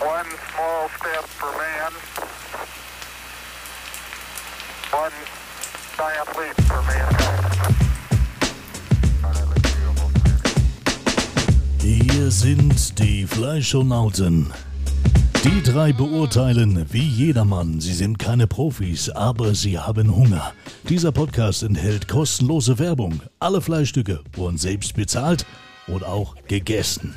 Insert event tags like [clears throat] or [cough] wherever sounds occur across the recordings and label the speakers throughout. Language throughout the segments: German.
Speaker 1: One small step for man, one giant leap for mankind.
Speaker 2: Hier sind die Fleischonauten. Die drei beurteilen wie jedermann. Sie sind keine Profis, aber sie haben Hunger. Dieser Podcast enthält kostenlose Werbung. Alle Fleischstücke wurden selbst bezahlt und auch gegessen.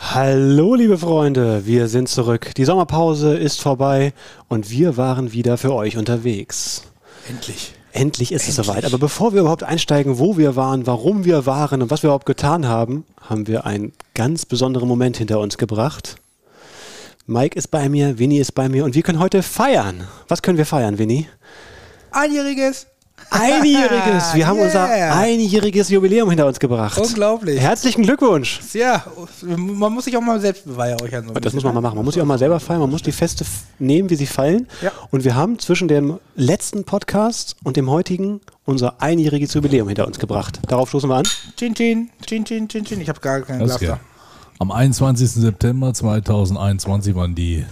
Speaker 3: Hallo, liebe Freunde, wir sind zurück. Die Sommerpause ist vorbei und wir waren wieder für euch unterwegs.
Speaker 4: Endlich.
Speaker 3: Endlich ist es soweit. Aber bevor wir überhaupt einsteigen, wo wir waren, warum wir waren und was wir überhaupt getan haben, haben wir einen ganz besonderen Moment hinter uns gebracht. Mike ist bei mir, Winnie ist bei mir und wir können heute feiern. Was können wir feiern, Winnie?
Speaker 4: [laughs] Einjähriges.
Speaker 3: Einjähriges! Wir haben unser
Speaker 4: Yeah.
Speaker 3: einjähriges Jubiläum hinter uns gebracht.
Speaker 4: Unglaublich.
Speaker 3: Herzlichen Glückwunsch!
Speaker 4: Ja, man muss sich auch mal selbst beweihräuchern. So ein
Speaker 3: Und das
Speaker 4: bisschen,
Speaker 3: muss man mal
Speaker 4: ne?
Speaker 3: machen. Man muss sich auch mal selber fallen. Man muss die Feste f- nehmen, wie sie fallen.
Speaker 4: Ja.
Speaker 3: Und wir haben zwischen dem letzten Podcast und dem heutigen unser einjähriges Jubiläum hinter uns gebracht. Darauf stoßen wir an.
Speaker 4: Chin, chin, chin, chin, chin, chin. Ich habe gar keinen
Speaker 5: Das
Speaker 4: Glas
Speaker 5: ist geil.
Speaker 4: da.
Speaker 5: Am 21. September 2021 waren die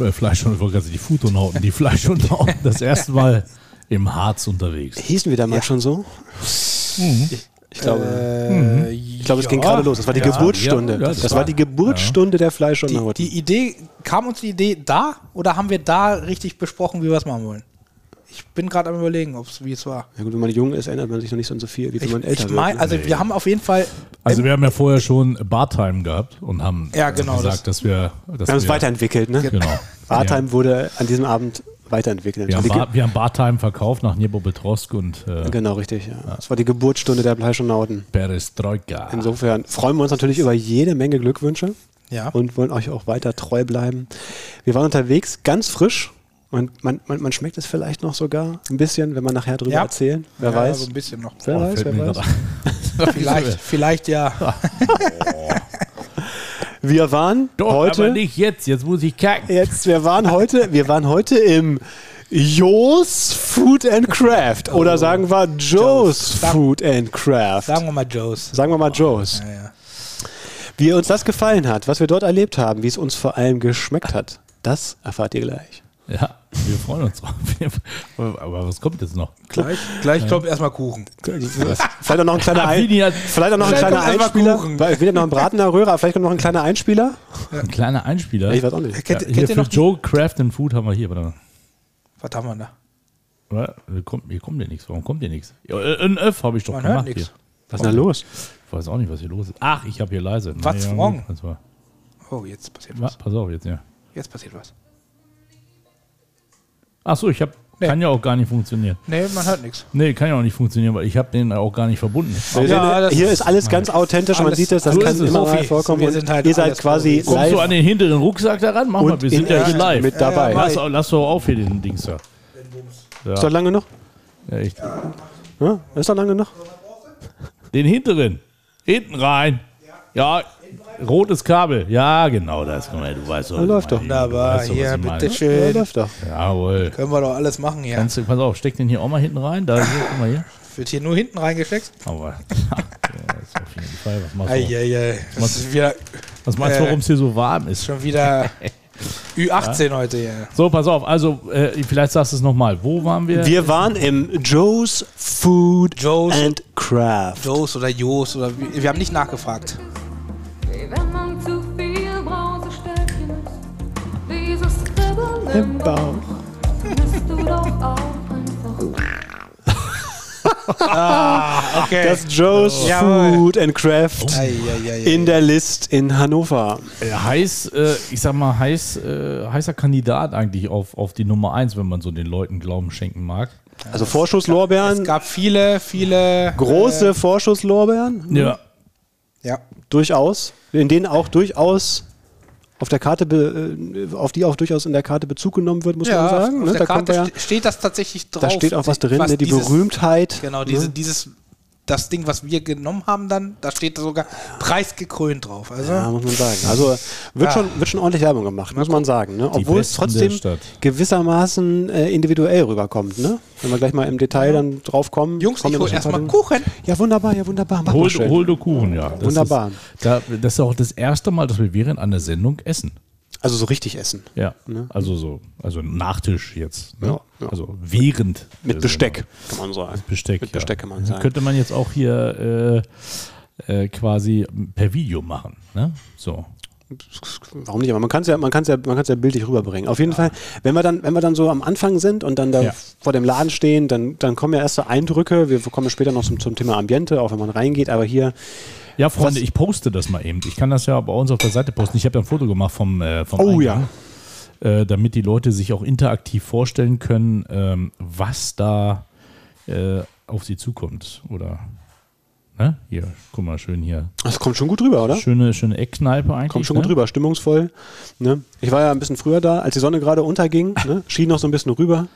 Speaker 5: äh, Fleisch und ich wollte gerade sagen, die Futonauten, die Fleisch
Speaker 4: [laughs]
Speaker 5: und Nauten das erste Mal im Harz unterwegs.
Speaker 3: Hießen wir damals schon so? Mhm. Ich, ich glaube,
Speaker 4: Äh,
Speaker 3: ich glaube, es ging gerade los. Das war die
Speaker 5: Ja.
Speaker 3: Geburtsstunde.
Speaker 5: Ja, ja,
Speaker 3: das,
Speaker 5: das
Speaker 3: war
Speaker 5: war-
Speaker 3: die Geburtsstunde der Fleisch und
Speaker 4: Die,
Speaker 3: Nauten.
Speaker 4: die Idee, kam uns die Idee da oder haben wir da richtig besprochen, wie wir es machen wollen? Ich bin gerade am überlegen, ob's, wie es war.
Speaker 3: Ja gut, wenn man jung ist, ändert man sich noch nicht so viel, wie wenn
Speaker 4: Ich,
Speaker 3: man älter
Speaker 4: ich mein,
Speaker 3: wird. ne?
Speaker 4: also wir haben auf jeden Fall
Speaker 5: Also wir haben ja vorher schon Bartime gehabt und haben also
Speaker 4: Ja, genau, das-
Speaker 5: gesagt, dass wir... Dass
Speaker 3: Wir haben es weiterentwickelt, ne?
Speaker 5: Genau.
Speaker 3: Bartheim wurde an diesem Abend weiterentwickelt.
Speaker 5: Wir
Speaker 3: Das
Speaker 5: haben,
Speaker 3: war die
Speaker 5: Bar, wir haben Bartime verkauft nach Niebobetrosk und äh,
Speaker 3: Ge- genau, richtig. Ja. Das war die Geburtsstunde der Fleisch und Nauten.
Speaker 5: Perestroika.
Speaker 3: Insofern freuen wir uns natürlich über jede Menge Glückwünsche
Speaker 4: Ja.
Speaker 3: und wollen euch auch weiter treu bleiben. Wir waren unterwegs ganz frisch und man, man, man schmeckt es vielleicht noch sogar ein bisschen, wenn man nachher drüber
Speaker 4: Ja.
Speaker 3: erzählen. Wer
Speaker 4: ja,
Speaker 3: weiß.
Speaker 4: so ein bisschen
Speaker 3: [laughs]
Speaker 4: noch.
Speaker 3: wer
Speaker 5: Oh,
Speaker 3: weiß,
Speaker 5: fällt
Speaker 3: wer
Speaker 5: mir
Speaker 3: weiß.
Speaker 5: grad ein.
Speaker 4: Vielleicht, vielleicht
Speaker 3: [laughs]
Speaker 4: ja.
Speaker 3: Wir waren
Speaker 5: Doch, aber
Speaker 3: heute.
Speaker 5: nicht jetzt, jetzt muss ich kacken.
Speaker 3: Jetzt, wir waren heute, wir waren heute im Joe's Food and Craft. Oder sagen wir Joe's
Speaker 4: Oh. Joe's. Sag-
Speaker 3: Food and Craft.
Speaker 4: Sagen wir mal Joes.
Speaker 3: Sagen wir mal Joe's.
Speaker 4: Ja, ja.
Speaker 3: Wie uns das gefallen hat, was wir dort erlebt haben, wie es uns vor allem geschmeckt hat, das erfahrt ihr gleich.
Speaker 5: Ja, wir freuen uns drauf. [laughs] Aber was kommt jetzt noch?
Speaker 4: Gleich, gleich kommt erstmal Kuchen.
Speaker 3: Vielleicht auch noch ein kleiner, Ein
Speaker 5: Vini hat-
Speaker 3: vielleicht auch noch ein
Speaker 4: Vielleicht
Speaker 3: kleiner
Speaker 4: kommt einfach
Speaker 3: Einspieler.
Speaker 4: Kuchen.
Speaker 3: Weil wieder noch ein Braten in der Röhre, aber vielleicht kommt noch ein kleiner Einspieler.
Speaker 5: Ein kleiner Einspieler.
Speaker 3: Ich weiß auch nicht.
Speaker 4: Kennt,
Speaker 5: ja,
Speaker 4: kennt
Speaker 5: hier
Speaker 4: ihr
Speaker 5: für
Speaker 4: noch die,
Speaker 5: Joe Craft and Food haben wir hier, warte mal.
Speaker 4: Was haben wir da?
Speaker 5: Oder? Hier Kommt, hier kommt ja nichts. Warum kommt hier nichts? Ja, äh, Ein Öff habe ich doch
Speaker 4: Man hört
Speaker 5: gemacht hier.
Speaker 4: nichts.
Speaker 3: Was ist denn da los?
Speaker 5: Ich weiß auch nicht, was hier los ist. Ach, ich habe hier leise.
Speaker 4: Was
Speaker 5: ja,
Speaker 4: wrong?
Speaker 5: gut, Das war,
Speaker 4: Oh, jetzt passiert
Speaker 5: wa,
Speaker 4: was.
Speaker 5: pass auf jetzt, ja.
Speaker 4: Jetzt passiert was.
Speaker 5: Ach so, ich habe.
Speaker 4: Nee.
Speaker 5: Kann ja auch gar nicht funktionieren.
Speaker 4: Nee, man hört nichts.
Speaker 5: Nee, kann ja auch nicht funktionieren, weil ich habe den auch gar nicht verbunden.
Speaker 3: Wir
Speaker 4: Ja,
Speaker 3: sehen,
Speaker 4: das
Speaker 3: hier
Speaker 4: ist-
Speaker 3: ist alles ganz authentisch, man
Speaker 4: alles-
Speaker 3: sieht das, das
Speaker 4: so
Speaker 3: kann
Speaker 4: ist es.
Speaker 3: immer mal
Speaker 4: Profis.
Speaker 3: vorkommen.
Speaker 4: Wir
Speaker 3: und
Speaker 4: sind halt
Speaker 3: ihr seid
Speaker 4: alles
Speaker 3: quasi
Speaker 4: Profis.
Speaker 5: Kommst du
Speaker 3: live
Speaker 5: an den hinteren Rucksack da ran? Mach mal,
Speaker 3: und
Speaker 5: wir
Speaker 3: in
Speaker 5: sind ja
Speaker 3: echt
Speaker 5: echt live.
Speaker 3: mit dabei.
Speaker 4: ja,
Speaker 5: lass, lass doch auf hier den Dings da.
Speaker 3: Ist doch lange noch?
Speaker 5: Ja, echt.
Speaker 3: Ja, ist doch lange noch?
Speaker 5: Den hinteren. Hinten rein. Ja, rotes Kabel. Ja, genau das. Guck mal, du weißt doch.
Speaker 3: läuft doch.
Speaker 4: Wunderbar,
Speaker 5: Wunderbar.
Speaker 4: hier,
Speaker 3: Ja,
Speaker 4: bitteschön.
Speaker 3: läuft doch.
Speaker 5: Jawohl.
Speaker 4: Können wir doch alles machen hier.
Speaker 5: Kannst du, pass auf, steck den hier auch mal hinten rein. Da, hier, guck mal hier.
Speaker 4: Wird hier nur hinten reingesteckt?
Speaker 5: Aber. [laughs] Ja, ist auf jeden Fall. Was machst du,
Speaker 4: Eieiei. Das ist wieder,
Speaker 5: was meinst,
Speaker 4: äh,
Speaker 5: du warum es hier so warm ist?
Speaker 4: schon
Speaker 3: [laughs]
Speaker 4: wieder Ü18 heute hier.
Speaker 5: So, pass auf. Also, äh, vielleicht sagst du es nochmal. Wo waren wir?
Speaker 3: Wir waren im Joe's Food
Speaker 4: Joe's.
Speaker 3: and Craft.
Speaker 4: Joes oder Jos oder wie, wir haben nicht nachgefragt.
Speaker 6: Wenn man zu viel Brause stecken ist, dieses Kribbeln im Bauch, bist du doch auch einfach.
Speaker 4: Okay.
Speaker 3: Das Joe's
Speaker 4: Jawohl. Oh.
Speaker 3: Food and Craft
Speaker 4: Eieiei.
Speaker 3: in der List in Hannover.
Speaker 5: Äh, heiß, äh, ich sag mal, heiß, äh, heißer Kandidat eigentlich auf, auf die Nummer 1, wenn man so den Leuten Glauben schenken mag.
Speaker 3: Also Vorschusslorbeeren,
Speaker 4: Es gab äh, viele, viele.
Speaker 3: große Vorschusslorbeeren.
Speaker 5: Ja.
Speaker 4: Ja.
Speaker 3: Durchaus. In denen auch durchaus auf der Karte, be, äh, auf die auch durchaus in der Karte Bezug genommen wird, muss man sagen.
Speaker 4: auf
Speaker 3: ne?
Speaker 4: der
Speaker 3: kommt
Speaker 4: Karte
Speaker 3: ja-
Speaker 4: ste- steht das tatsächlich drauf.
Speaker 3: da steht auch was drin, ne? die
Speaker 4: dieses-
Speaker 3: Berühmtheit.
Speaker 4: Genau,
Speaker 3: ne?
Speaker 4: diese, dieses das Ding, was wir genommen haben, dann, da steht sogar preisgekrönt drauf. Also,
Speaker 3: Ja, muss man sagen. Also wird,
Speaker 4: Ja.
Speaker 3: schon, wird schon ordentlich Werbung gemacht, muss man sagen. Ne? Obwohl es
Speaker 5: Besten
Speaker 3: trotzdem
Speaker 5: der Stadt.
Speaker 3: gewissermaßen äh, individuell rüberkommt. Ne? Wenn wir gleich mal im Detail dann drauf kommen.
Speaker 4: Jungs,
Speaker 3: kommen
Speaker 4: ich
Speaker 3: wir
Speaker 4: hol
Speaker 3: noch ein
Speaker 4: erstmal
Speaker 3: paar Dinge.
Speaker 4: Kuchen.
Speaker 3: Ja, wunderbar, ja, wunderbar. Mach mal
Speaker 5: Hol,
Speaker 3: schnell.
Speaker 5: hol du Kuchen, ja. Das
Speaker 3: Wunderbar.
Speaker 5: Ist, da, das ist auch das erste Mal, dass wir während einer Sendung essen.
Speaker 3: Also so richtig essen.
Speaker 5: Ja, also so, also Nachtisch jetzt. Ne?
Speaker 3: Ja, ja.
Speaker 5: Also während.
Speaker 3: Mit
Speaker 5: der
Speaker 3: Besteck,
Speaker 5: Sendung.
Speaker 3: genau. kann man sagen.
Speaker 5: Besteck,
Speaker 3: Mit
Speaker 5: ja.
Speaker 3: Besteck kann man sagen.
Speaker 5: Könnte man jetzt auch hier äh, äh, quasi per Video machen. Ne? So.
Speaker 3: Warum nicht? Aber man kann es ja, man kann's ja, man kann's ja bildlich rüberbringen. Auf jeden Fall, wenn wir, dann, wenn wir dann so am Anfang sind und dann da
Speaker 5: Ja.
Speaker 3: vor dem Laden stehen, dann, dann kommen ja erste Eindrücke. Wir kommen später noch zum, zum Thema Ambiente, auch wenn man reingeht. Aber hier,
Speaker 5: Ja, Freunde,
Speaker 3: Was-
Speaker 5: ich poste das mal eben. Ich kann das ja bei uns auf der Seite posten. Ich habe ja ein Foto gemacht vom, äh, vom
Speaker 3: oh
Speaker 5: Eingang,
Speaker 3: ja,
Speaker 5: äh, damit die Leute sich auch interaktiv vorstellen können, ähm, was da äh, auf sie zukommt. Oder, ne? Hier, guck mal, schön hier.
Speaker 3: das kommt schon gut rüber, oder?
Speaker 5: Schöne, schöne Eckkneipe eigentlich.
Speaker 3: Kommt Ah. schon
Speaker 5: ne?
Speaker 3: gut rüber, stimmungsvoll. Ne? Ich war ja ein bisschen früher da, als die Sonne gerade unterging, ne?
Speaker 5: [laughs]
Speaker 3: schien noch so ein bisschen rüber,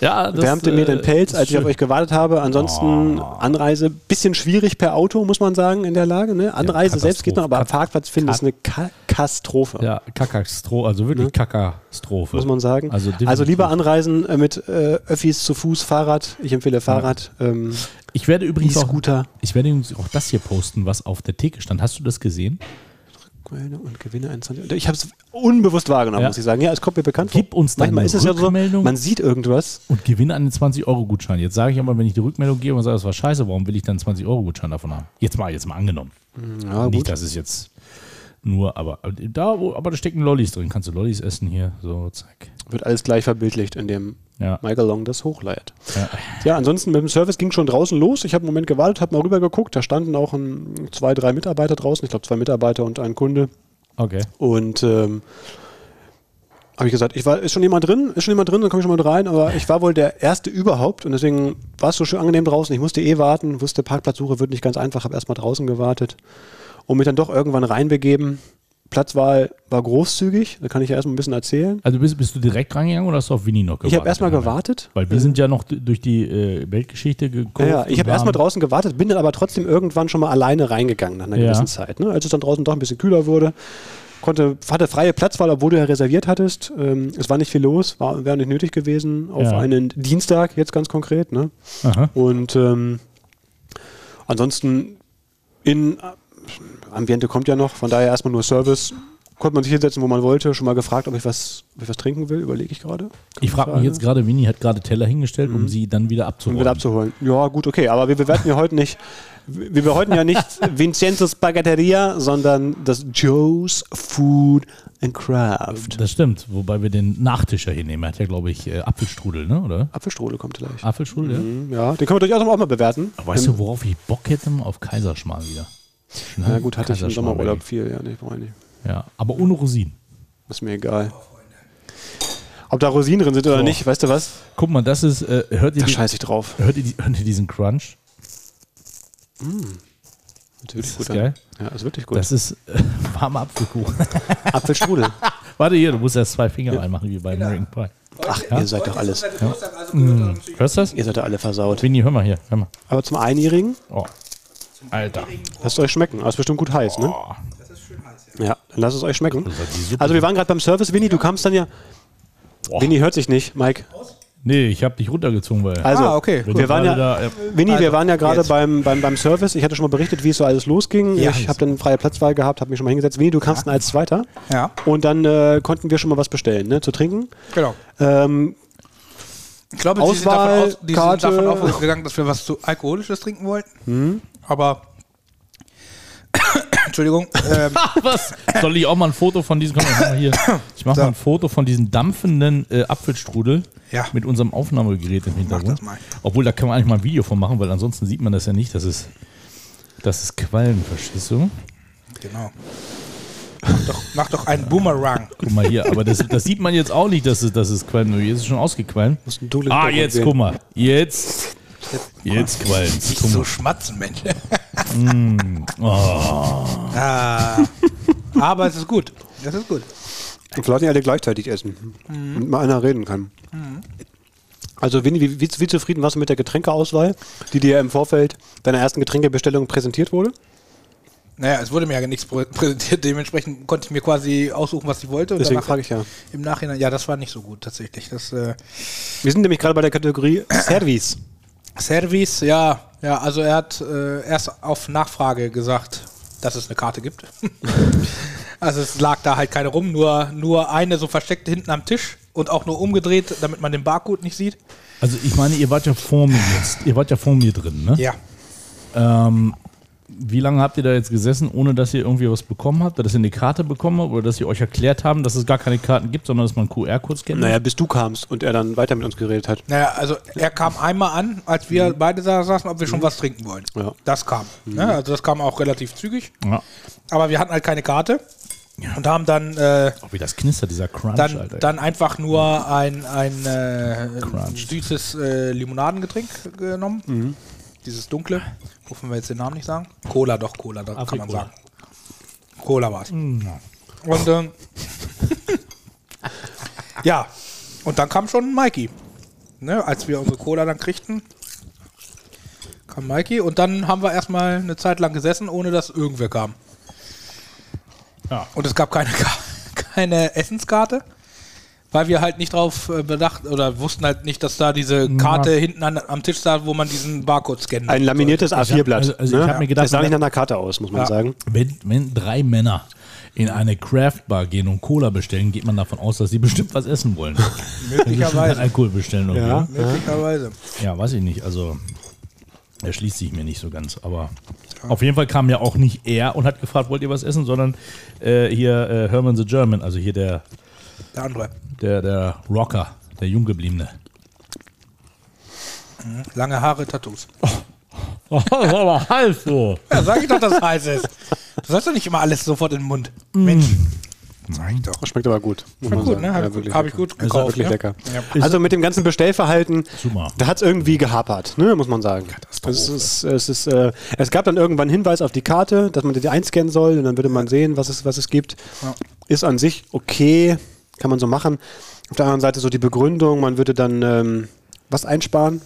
Speaker 5: Ja, das,
Speaker 3: wärmte mir
Speaker 5: äh,
Speaker 3: den Pelz,
Speaker 5: ist
Speaker 3: als ich auf
Speaker 5: schön. Oh.
Speaker 3: euch gewartet habe. Ansonsten Anreise, bisschen schwierig per Auto, muss man sagen, in der Lage. Ne? Anreise selbst geht noch, aber
Speaker 5: Katastrophe.
Speaker 3: Parkplatz finden ist eine Ka Katastrophe.
Speaker 5: Ja, Kakastrophe, also wirklich Kakastrophe.
Speaker 3: Ne? Muss man sagen.
Speaker 5: Also,
Speaker 3: Also,
Speaker 5: definitiv.
Speaker 3: lieber anreisen äh, mit äh, Öffis zu Fuß, Fahrrad. Ich empfehle Fahrrad. Ähm,
Speaker 5: Ich werde übrigens auch,
Speaker 3: E-Scooter.
Speaker 5: ich werde übrigens auch das hier posten, was auf der Theke stand. Hast du das gesehen?
Speaker 3: Gewinne und Gewinne 21. Ich habe es unbewusst wahrgenommen,
Speaker 5: Ja.
Speaker 3: muss ich sagen. Ja, es kommt mir bekannt
Speaker 5: Gib uns deine
Speaker 3: Manchmal ist es ja so,
Speaker 5: Rückmeldung.
Speaker 3: man sieht irgendwas.
Speaker 5: Und gewinne einen 20-Euro-Gutschein. Jetzt sage ich aber, wenn ich die Rückmeldung gebe und sage, das war scheiße, warum will ich dann einen 20-Euro-Gutschein davon haben? Jetzt mal, jetzt mal angenommen.
Speaker 3: Ja,
Speaker 5: Nicht, dass es jetzt nur, aber aber da, wo, aber da stecken Lollis drin. Kannst du Lollis essen hier? So, zack.
Speaker 3: Wird alles gleich verbildlicht, indem
Speaker 5: Ja.
Speaker 3: Michael Long das hochleiert.
Speaker 5: Ja.
Speaker 3: Ja, ansonsten mit dem Service ging schon draußen los. Ich habe einen Moment gewartet, habe mal rübergeguckt. Da standen auch ein, zwei, drei Mitarbeiter draußen. Ich glaube, zwei Mitarbeiter und ein Kunde.
Speaker 5: Okay.
Speaker 3: Und ähm, habe ich gesagt, ich war, ist schon jemand drin? Ist schon jemand drin? Dann komme ich schon mal rein. Aber ich war wohl der Erste überhaupt und deswegen war es so schön angenehm draußen. Ich musste eh warten, wusste, Parkplatzsuche wird nicht ganz einfach, habe erstmal draußen gewartet und mich dann doch irgendwann reinbegeben. Platzwahl war großzügig, da kann ich ja erstmal ein bisschen erzählen.
Speaker 5: Also bist, bist du direkt reingegangen oder hast du auf Winnie noch gewartet?
Speaker 3: Ich habe erstmal gewartet.
Speaker 5: Weil wir sind ja noch d- durch die äh, Weltgeschichte gekommen.
Speaker 3: Ja, ja, ich habe erstmal draußen gewartet, bin dann aber trotzdem irgendwann schon mal alleine reingegangen nach einer
Speaker 5: Ja.
Speaker 3: gewissen Zeit. Ne? Als es dann draußen doch ein bisschen kühler wurde, konnte, hatte freie Platzwahl, obwohl du ja reserviert hattest. Ähm, es war nicht viel los, war- wäre nicht nötig gewesen auf
Speaker 5: Ja.
Speaker 3: einen Dienstag, jetzt ganz konkret. Ne?
Speaker 5: Aha.
Speaker 3: Und ähm, ansonsten in äh, Ambiente kommt ja noch, von daher erstmal nur Service. Konnte man sich hinsetzen, wo man wollte. Schon mal gefragt, ob ich was, ob ich was trinken will, überlege ich gerade.
Speaker 5: Ich frage mich jetzt gerade, Winnie hat gerade Teller hingestellt, um sie dann wieder
Speaker 3: Um
Speaker 5: abzuholen.
Speaker 3: wieder abzuholen. Ja, gut, okay, aber wir bewerten ja heute nicht, wir bewerten ja nicht
Speaker 5: [laughs]
Speaker 3: Vincenzo's Bagatelleria, sondern das Joe's Food and Craft.
Speaker 5: Das stimmt, wobei wir den Nachtisch ja hinnehmen. Er hat ja, glaube ich, äh, Apfelstrudel, ne? oder?
Speaker 3: Apfelstrudel kommt gleich. Hm,
Speaker 5: Apfelstrudel, ja.
Speaker 3: Ja, den können wir durchaus auch mal bewerten.
Speaker 5: Ah. Aber Weißt du, worauf ich Bock hätte? Auf Kaiserschmarrn wieder. Na
Speaker 3: Ja, gut, hatte ich im Sommerurlaub viel, ja, nee, brauche ich nicht.
Speaker 5: Ja, aber ohne Rosinen.
Speaker 3: Ist mir egal. Ob da Rosinen drin sind oder nicht, weißt du was? Hm.
Speaker 5: Guck mal, das ist, äh, hört, ihr
Speaker 3: Da
Speaker 5: die,
Speaker 3: scheiße ich drauf.
Speaker 5: hört, ihr die, hört ihr diesen Crunch?
Speaker 3: Natürlich
Speaker 5: das geil?
Speaker 3: Ja, ist wirklich gut.
Speaker 5: Das ist äh, [laughs] warmer Apfelkuchen. [laughs]
Speaker 3: Apfelstrudel.
Speaker 5: Warte hier, du musst erst zwei Finger reinmachen, wie bei
Speaker 3: Genau.
Speaker 5: American Pie.
Speaker 3: Ach, ihr seid doch alles, Mhm.
Speaker 5: Hörst du das?
Speaker 3: ihr seid doch alle versaut.
Speaker 5: Winnie, hör mal hier, hör mal.
Speaker 3: Aber zum Einjährigen,
Speaker 5: Oh. Alter.
Speaker 3: lasst euch schmecken. Aber ist bestimmt gut heiß, ne?
Speaker 5: Oh.
Speaker 3: Ja, dann lasst es euch schmecken.
Speaker 5: die Suppe.
Speaker 3: Also wir waren gerade beim Service, Winnie, du kamst dann ja.
Speaker 5: Boah.
Speaker 3: Winnie hört sich nicht, Mike.
Speaker 5: Nee, ich hab dich runtergezogen, weil.
Speaker 3: Also,
Speaker 4: Ah, okay,
Speaker 5: wenn
Speaker 3: wir
Speaker 5: du
Speaker 3: waren ja,
Speaker 5: gerade da, äh,
Speaker 3: Winnie, wir
Speaker 4: Also,
Speaker 3: waren ja gerade
Speaker 4: jetzt.
Speaker 3: beim, beim, beim Service. Ich hatte schon mal berichtet, wie es so alles losging.
Speaker 4: Ja,
Speaker 3: ich habe dann freie Platzwahl gehabt, habe mich schon mal hingesetzt. Winnie, du kamst dann als Zweiter.
Speaker 4: Ja.
Speaker 3: Und dann äh, konnten wir schon mal was bestellen, ne, zu trinken.
Speaker 4: Genau.
Speaker 3: Ähm,
Speaker 4: Ich glaube, die, sind
Speaker 3: Auswahl,
Speaker 4: davon, aus, die sind
Speaker 3: Karte. Hm.
Speaker 4: davon ausgegangen, dass wir was zu Alkoholisches trinken wollten. Aber. [coughs] Entschuldigung.
Speaker 3: [laughs]
Speaker 4: Ähm,
Speaker 5: [laughs] Was? Soll ich auch mal ein Foto von diesem. Komm, ich mach mal hier. Ich mache
Speaker 4: So.
Speaker 5: mal ein Foto von diesem dampfenden äh, Apfelstrudel
Speaker 4: Ja.
Speaker 5: mit unserem Aufnahmegerät im Hintergrund.
Speaker 4: das mal.
Speaker 5: Obwohl, da kann man eigentlich mal ein Video von machen, weil ansonsten sieht man das ja nicht. Das ist, das ist Quallenverschissung.
Speaker 4: genau. Mach doch, mach doch einen Boomerang.
Speaker 5: Guck mal hier, aber das, das sieht man jetzt auch nicht, dass es, dass es Quallen ist. Jetzt ist es schon ausgequallen.
Speaker 3: Muss ein dunkler
Speaker 5: Ah,
Speaker 3: Hintergrund
Speaker 5: jetzt,
Speaker 3: sehen.
Speaker 5: guck mal. Jetzt. Jetzt Quallen.
Speaker 4: Nicht
Speaker 5: Guck
Speaker 4: so
Speaker 5: mal.
Speaker 4: schmatzen, Mensch.
Speaker 3: Hm.
Speaker 5: Oh,
Speaker 4: [laughs] Ah, aber es ist gut. Es ist gut.
Speaker 3: und wir lassen ja alle gleichzeitig essen. Und mal einer reden kann. Also Winnie, wie, wie, wie zufrieden warst du mit der Getränkeauswahl, die dir im Vorfeld deiner ersten Getränkebestellung präsentiert wurde?
Speaker 4: Naja, es wurde mir ja nichts prä- präsentiert, dementsprechend konnte ich mir quasi aussuchen, was ich wollte. Und
Speaker 3: Deswegen
Speaker 4: danach-
Speaker 3: frage ich ja.
Speaker 4: Im Nachhinein, ja, das war nicht so gut tatsächlich. Das äh,
Speaker 3: Wir sind nämlich gerade bei der Kategorie Service.
Speaker 4: Service, ja, ja, also er hat äh, erst auf Nachfrage gesagt, dass es eine Karte gibt. [laughs] also es lag da halt keine rum, nur, nur eine so versteckt hinten am Tisch und auch nur umgedreht, damit man den Barcode nicht sieht.
Speaker 5: Also ich meine, ihr wart ja vor mir jetzt. Ihr wart ja vor mir drin, ne?
Speaker 4: Ja.
Speaker 5: Wie lange habt ihr da jetzt gesessen, ohne dass ihr irgendwie was bekommen habt, dass ihr eine Karte bekommen habt oder dass sie euch erklärt haben, dass es gar keine Karten gibt, sondern dass man QR-Codes kennt?
Speaker 3: Naja, bis du kamst und er dann weiter mit uns geredet hat.
Speaker 4: Naja, also er kam einmal an, als wir beide da saßen, ob wir schon was trinken wollen.
Speaker 3: Ja.
Speaker 4: Das kam. Ne? Also das kam auch relativ zügig.
Speaker 5: Ja.
Speaker 4: Aber wir hatten halt keine Karte und haben dann, äh,
Speaker 5: Oh, wie das knistert, dieser Crunch,
Speaker 4: dann,
Speaker 5: Alter.
Speaker 4: dann einfach nur ein, ein äh,
Speaker 5: Crunch. Mhm.
Speaker 4: süßes äh, Limonadengetränk genommen. Dieses dunkle. Rufen wir jetzt den Namen nicht sagen. Cola, doch, Cola, das kann man
Speaker 5: Afrikola.
Speaker 4: sagen. Cola war's.
Speaker 5: Mhm.
Speaker 4: Und ähm, ja, und dann kam schon Mikey. Ne, als wir unsere Cola dann kriegten, kam Mikey und dann haben wir erstmal eine Zeit lang gesessen, ohne dass irgendwer kam.
Speaker 5: Ja.
Speaker 4: Und es gab keine, Ka- keine Essenskarte, weil wir halt nicht drauf äh, bedacht oder wussten halt nicht, dass da diese Karte hinten an, am Tisch da, wo man diesen Barcode scannen
Speaker 3: Ein laminiertes A4-Blatt.
Speaker 5: also- also ich hab mir gedacht,
Speaker 3: ne? das sah nicht nach einer Karte aus, muss man
Speaker 4: Ja.
Speaker 3: sagen.
Speaker 5: wenn, wenn drei Männer in eine Craft-Bar gehen und Cola bestellen, geht man davon aus, dass sie bestimmt was essen wollen. Wenn sie schon keinen
Speaker 4: möglicherweise.
Speaker 5: Alkohol bestellen. oder
Speaker 3: Ja.
Speaker 5: so.
Speaker 4: möglicherweise.
Speaker 5: ja, weiß ich nicht. Also, erschließt sich mir nicht so ganz. Aber auf jeden Fall kam ja auch nicht er und hat gefragt, wollt ihr was essen, sondern äh, hier äh, Herman the German, also hier der,
Speaker 4: Der andere.
Speaker 5: der, der Rocker, der Junggebliebene.
Speaker 4: Lange Haare, Tattoos.
Speaker 5: [laughs] Oh, aber halt so.
Speaker 4: Ja, sag ich doch, dass es heiß ist. Du sollst doch nicht immer alles sofort in den Mund. Mensch.
Speaker 5: Nein,
Speaker 4: doch.
Speaker 3: Schmeckt aber gut. muss
Speaker 4: War
Speaker 3: man
Speaker 4: gut,
Speaker 3: sagen.
Speaker 4: ne?
Speaker 3: Ja,
Speaker 4: Habe
Speaker 3: wirklich
Speaker 4: hab ich
Speaker 3: lecker.
Speaker 4: gut
Speaker 3: Das war
Speaker 4: gekauft.
Speaker 3: wirklich
Speaker 4: ne?
Speaker 3: lecker.
Speaker 4: Ja.
Speaker 3: Also mit dem ganzen Bestellverhalten,
Speaker 5: Super.
Speaker 3: da hat es irgendwie gehapert, ne, muss man sagen. Es, ist, es, ist, äh, es gab dann irgendwann einen Hinweis auf die Karte, dass man die einscannen soll und dann würde man sehen, was es, was es gibt. Ist an sich okay, kann man so machen. Auf der anderen Seite so die Begründung, man würde dann ähm, was einsparen.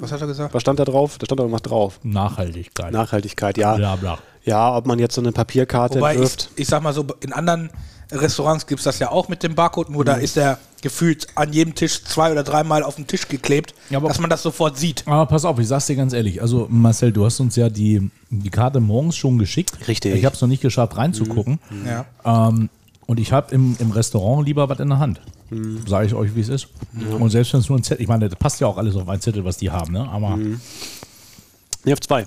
Speaker 4: Was hat er gesagt?
Speaker 3: Was stand da drauf? Da stand da irgendwas drauf.
Speaker 5: Nachhaltigkeit.
Speaker 3: Nachhaltigkeit, ja.
Speaker 5: Bla, bla.
Speaker 3: Ja, ob man jetzt so eine Papierkarte
Speaker 4: Wobei ich,
Speaker 3: entwirft.
Speaker 4: ich sag mal so, in anderen Restaurants gibt es das ja auch mit dem Barcode, nur da
Speaker 3: Mhm.
Speaker 4: ist der gefühlt an jedem Tisch zwei oder dreimal auf den Tisch geklebt,
Speaker 5: Ja, aber-
Speaker 4: dass man das sofort sieht.
Speaker 5: Aber pass auf, ich sag's dir ganz ehrlich. Also, Marcel, du hast uns ja die, die Karte morgens schon geschickt.
Speaker 3: Richtig.
Speaker 5: Ich hab's noch nicht geschafft, reinzugucken.
Speaker 4: Ja.
Speaker 5: Ähm, und ich habe im, im Restaurant lieber was in der Hand.
Speaker 4: Mhm.
Speaker 5: Sage ich euch, wie es ist. Und selbst wenn es nur ein Zettel, ich meine, das passt ja auch alles auf einen Zettel, was die haben, ne? Aber
Speaker 4: Mhm.
Speaker 3: Nee, auf zwei.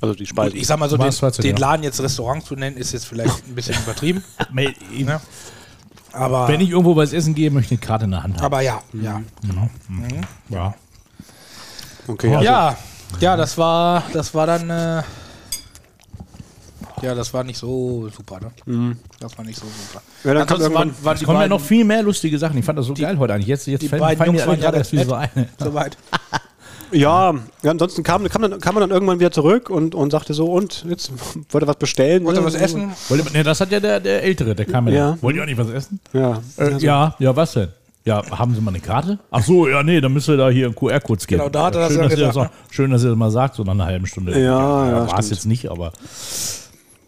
Speaker 3: Also die Spalte.
Speaker 4: Ich sag mal so,
Speaker 5: War
Speaker 4: den,
Speaker 5: es trotzdem,
Speaker 4: den
Speaker 5: ja.
Speaker 4: Laden jetzt Restaurant zu nennen, ist jetzt vielleicht ein
Speaker 3: [laughs]
Speaker 4: bisschen übertrieben.
Speaker 5: Mel, ich-
Speaker 4: ne? Aber,
Speaker 5: wenn ich irgendwo was essen gehe, möchte ich eine Karte in der Hand haben.
Speaker 4: aber ja,
Speaker 3: Mhm.
Speaker 4: ja.
Speaker 5: Ja.
Speaker 3: Okay, also
Speaker 4: ja, ja, das war, das war dann, äh, ja, das war nicht so super, ne? Das war nicht so super.
Speaker 3: Mhm. Ja, dann kommt
Speaker 4: Ansonsten waren,
Speaker 3: irgendwann-
Speaker 4: waren die
Speaker 5: Es kommen ja
Speaker 4: beiden,
Speaker 5: noch viel mehr lustige Sachen. Ich fand das so geil heute eigentlich. Jetzt, jetzt
Speaker 4: die
Speaker 5: fallen,
Speaker 4: beiden
Speaker 5: fallen mir
Speaker 4: Jungs
Speaker 5: alle
Speaker 4: waren ja
Speaker 5: gerade erst wieder so
Speaker 4: ganz
Speaker 5: eine.
Speaker 4: soweit.
Speaker 3: Ja, ja ansonsten kam, kam, dann, kam man dann irgendwann wieder zurück und, und sagte so, und jetzt [laughs] wollte was bestellen.
Speaker 4: Wollte
Speaker 3: ne?
Speaker 4: was essen?
Speaker 5: Wollt ihr, ne, das hat ja der, der Ältere, der kam ja.
Speaker 3: Ja.
Speaker 5: da. Wollt ihr auch nicht was essen?
Speaker 3: Ja.
Speaker 5: Äh, ja, ja, was denn? Ja, haben Sie mal eine Karte? Ach so, ja, nee, dann müsst ihr da hier einen QR-Code scannen.
Speaker 4: Genau, da hat er das ja
Speaker 5: Ja, schön, dass ihr das
Speaker 4: gesagt,
Speaker 5: mal- Schön, dass ihr das mal sagt, so nach einer halben Stunde.
Speaker 3: ja,
Speaker 5: war es
Speaker 3: stimmt.
Speaker 5: jetzt nicht, aber.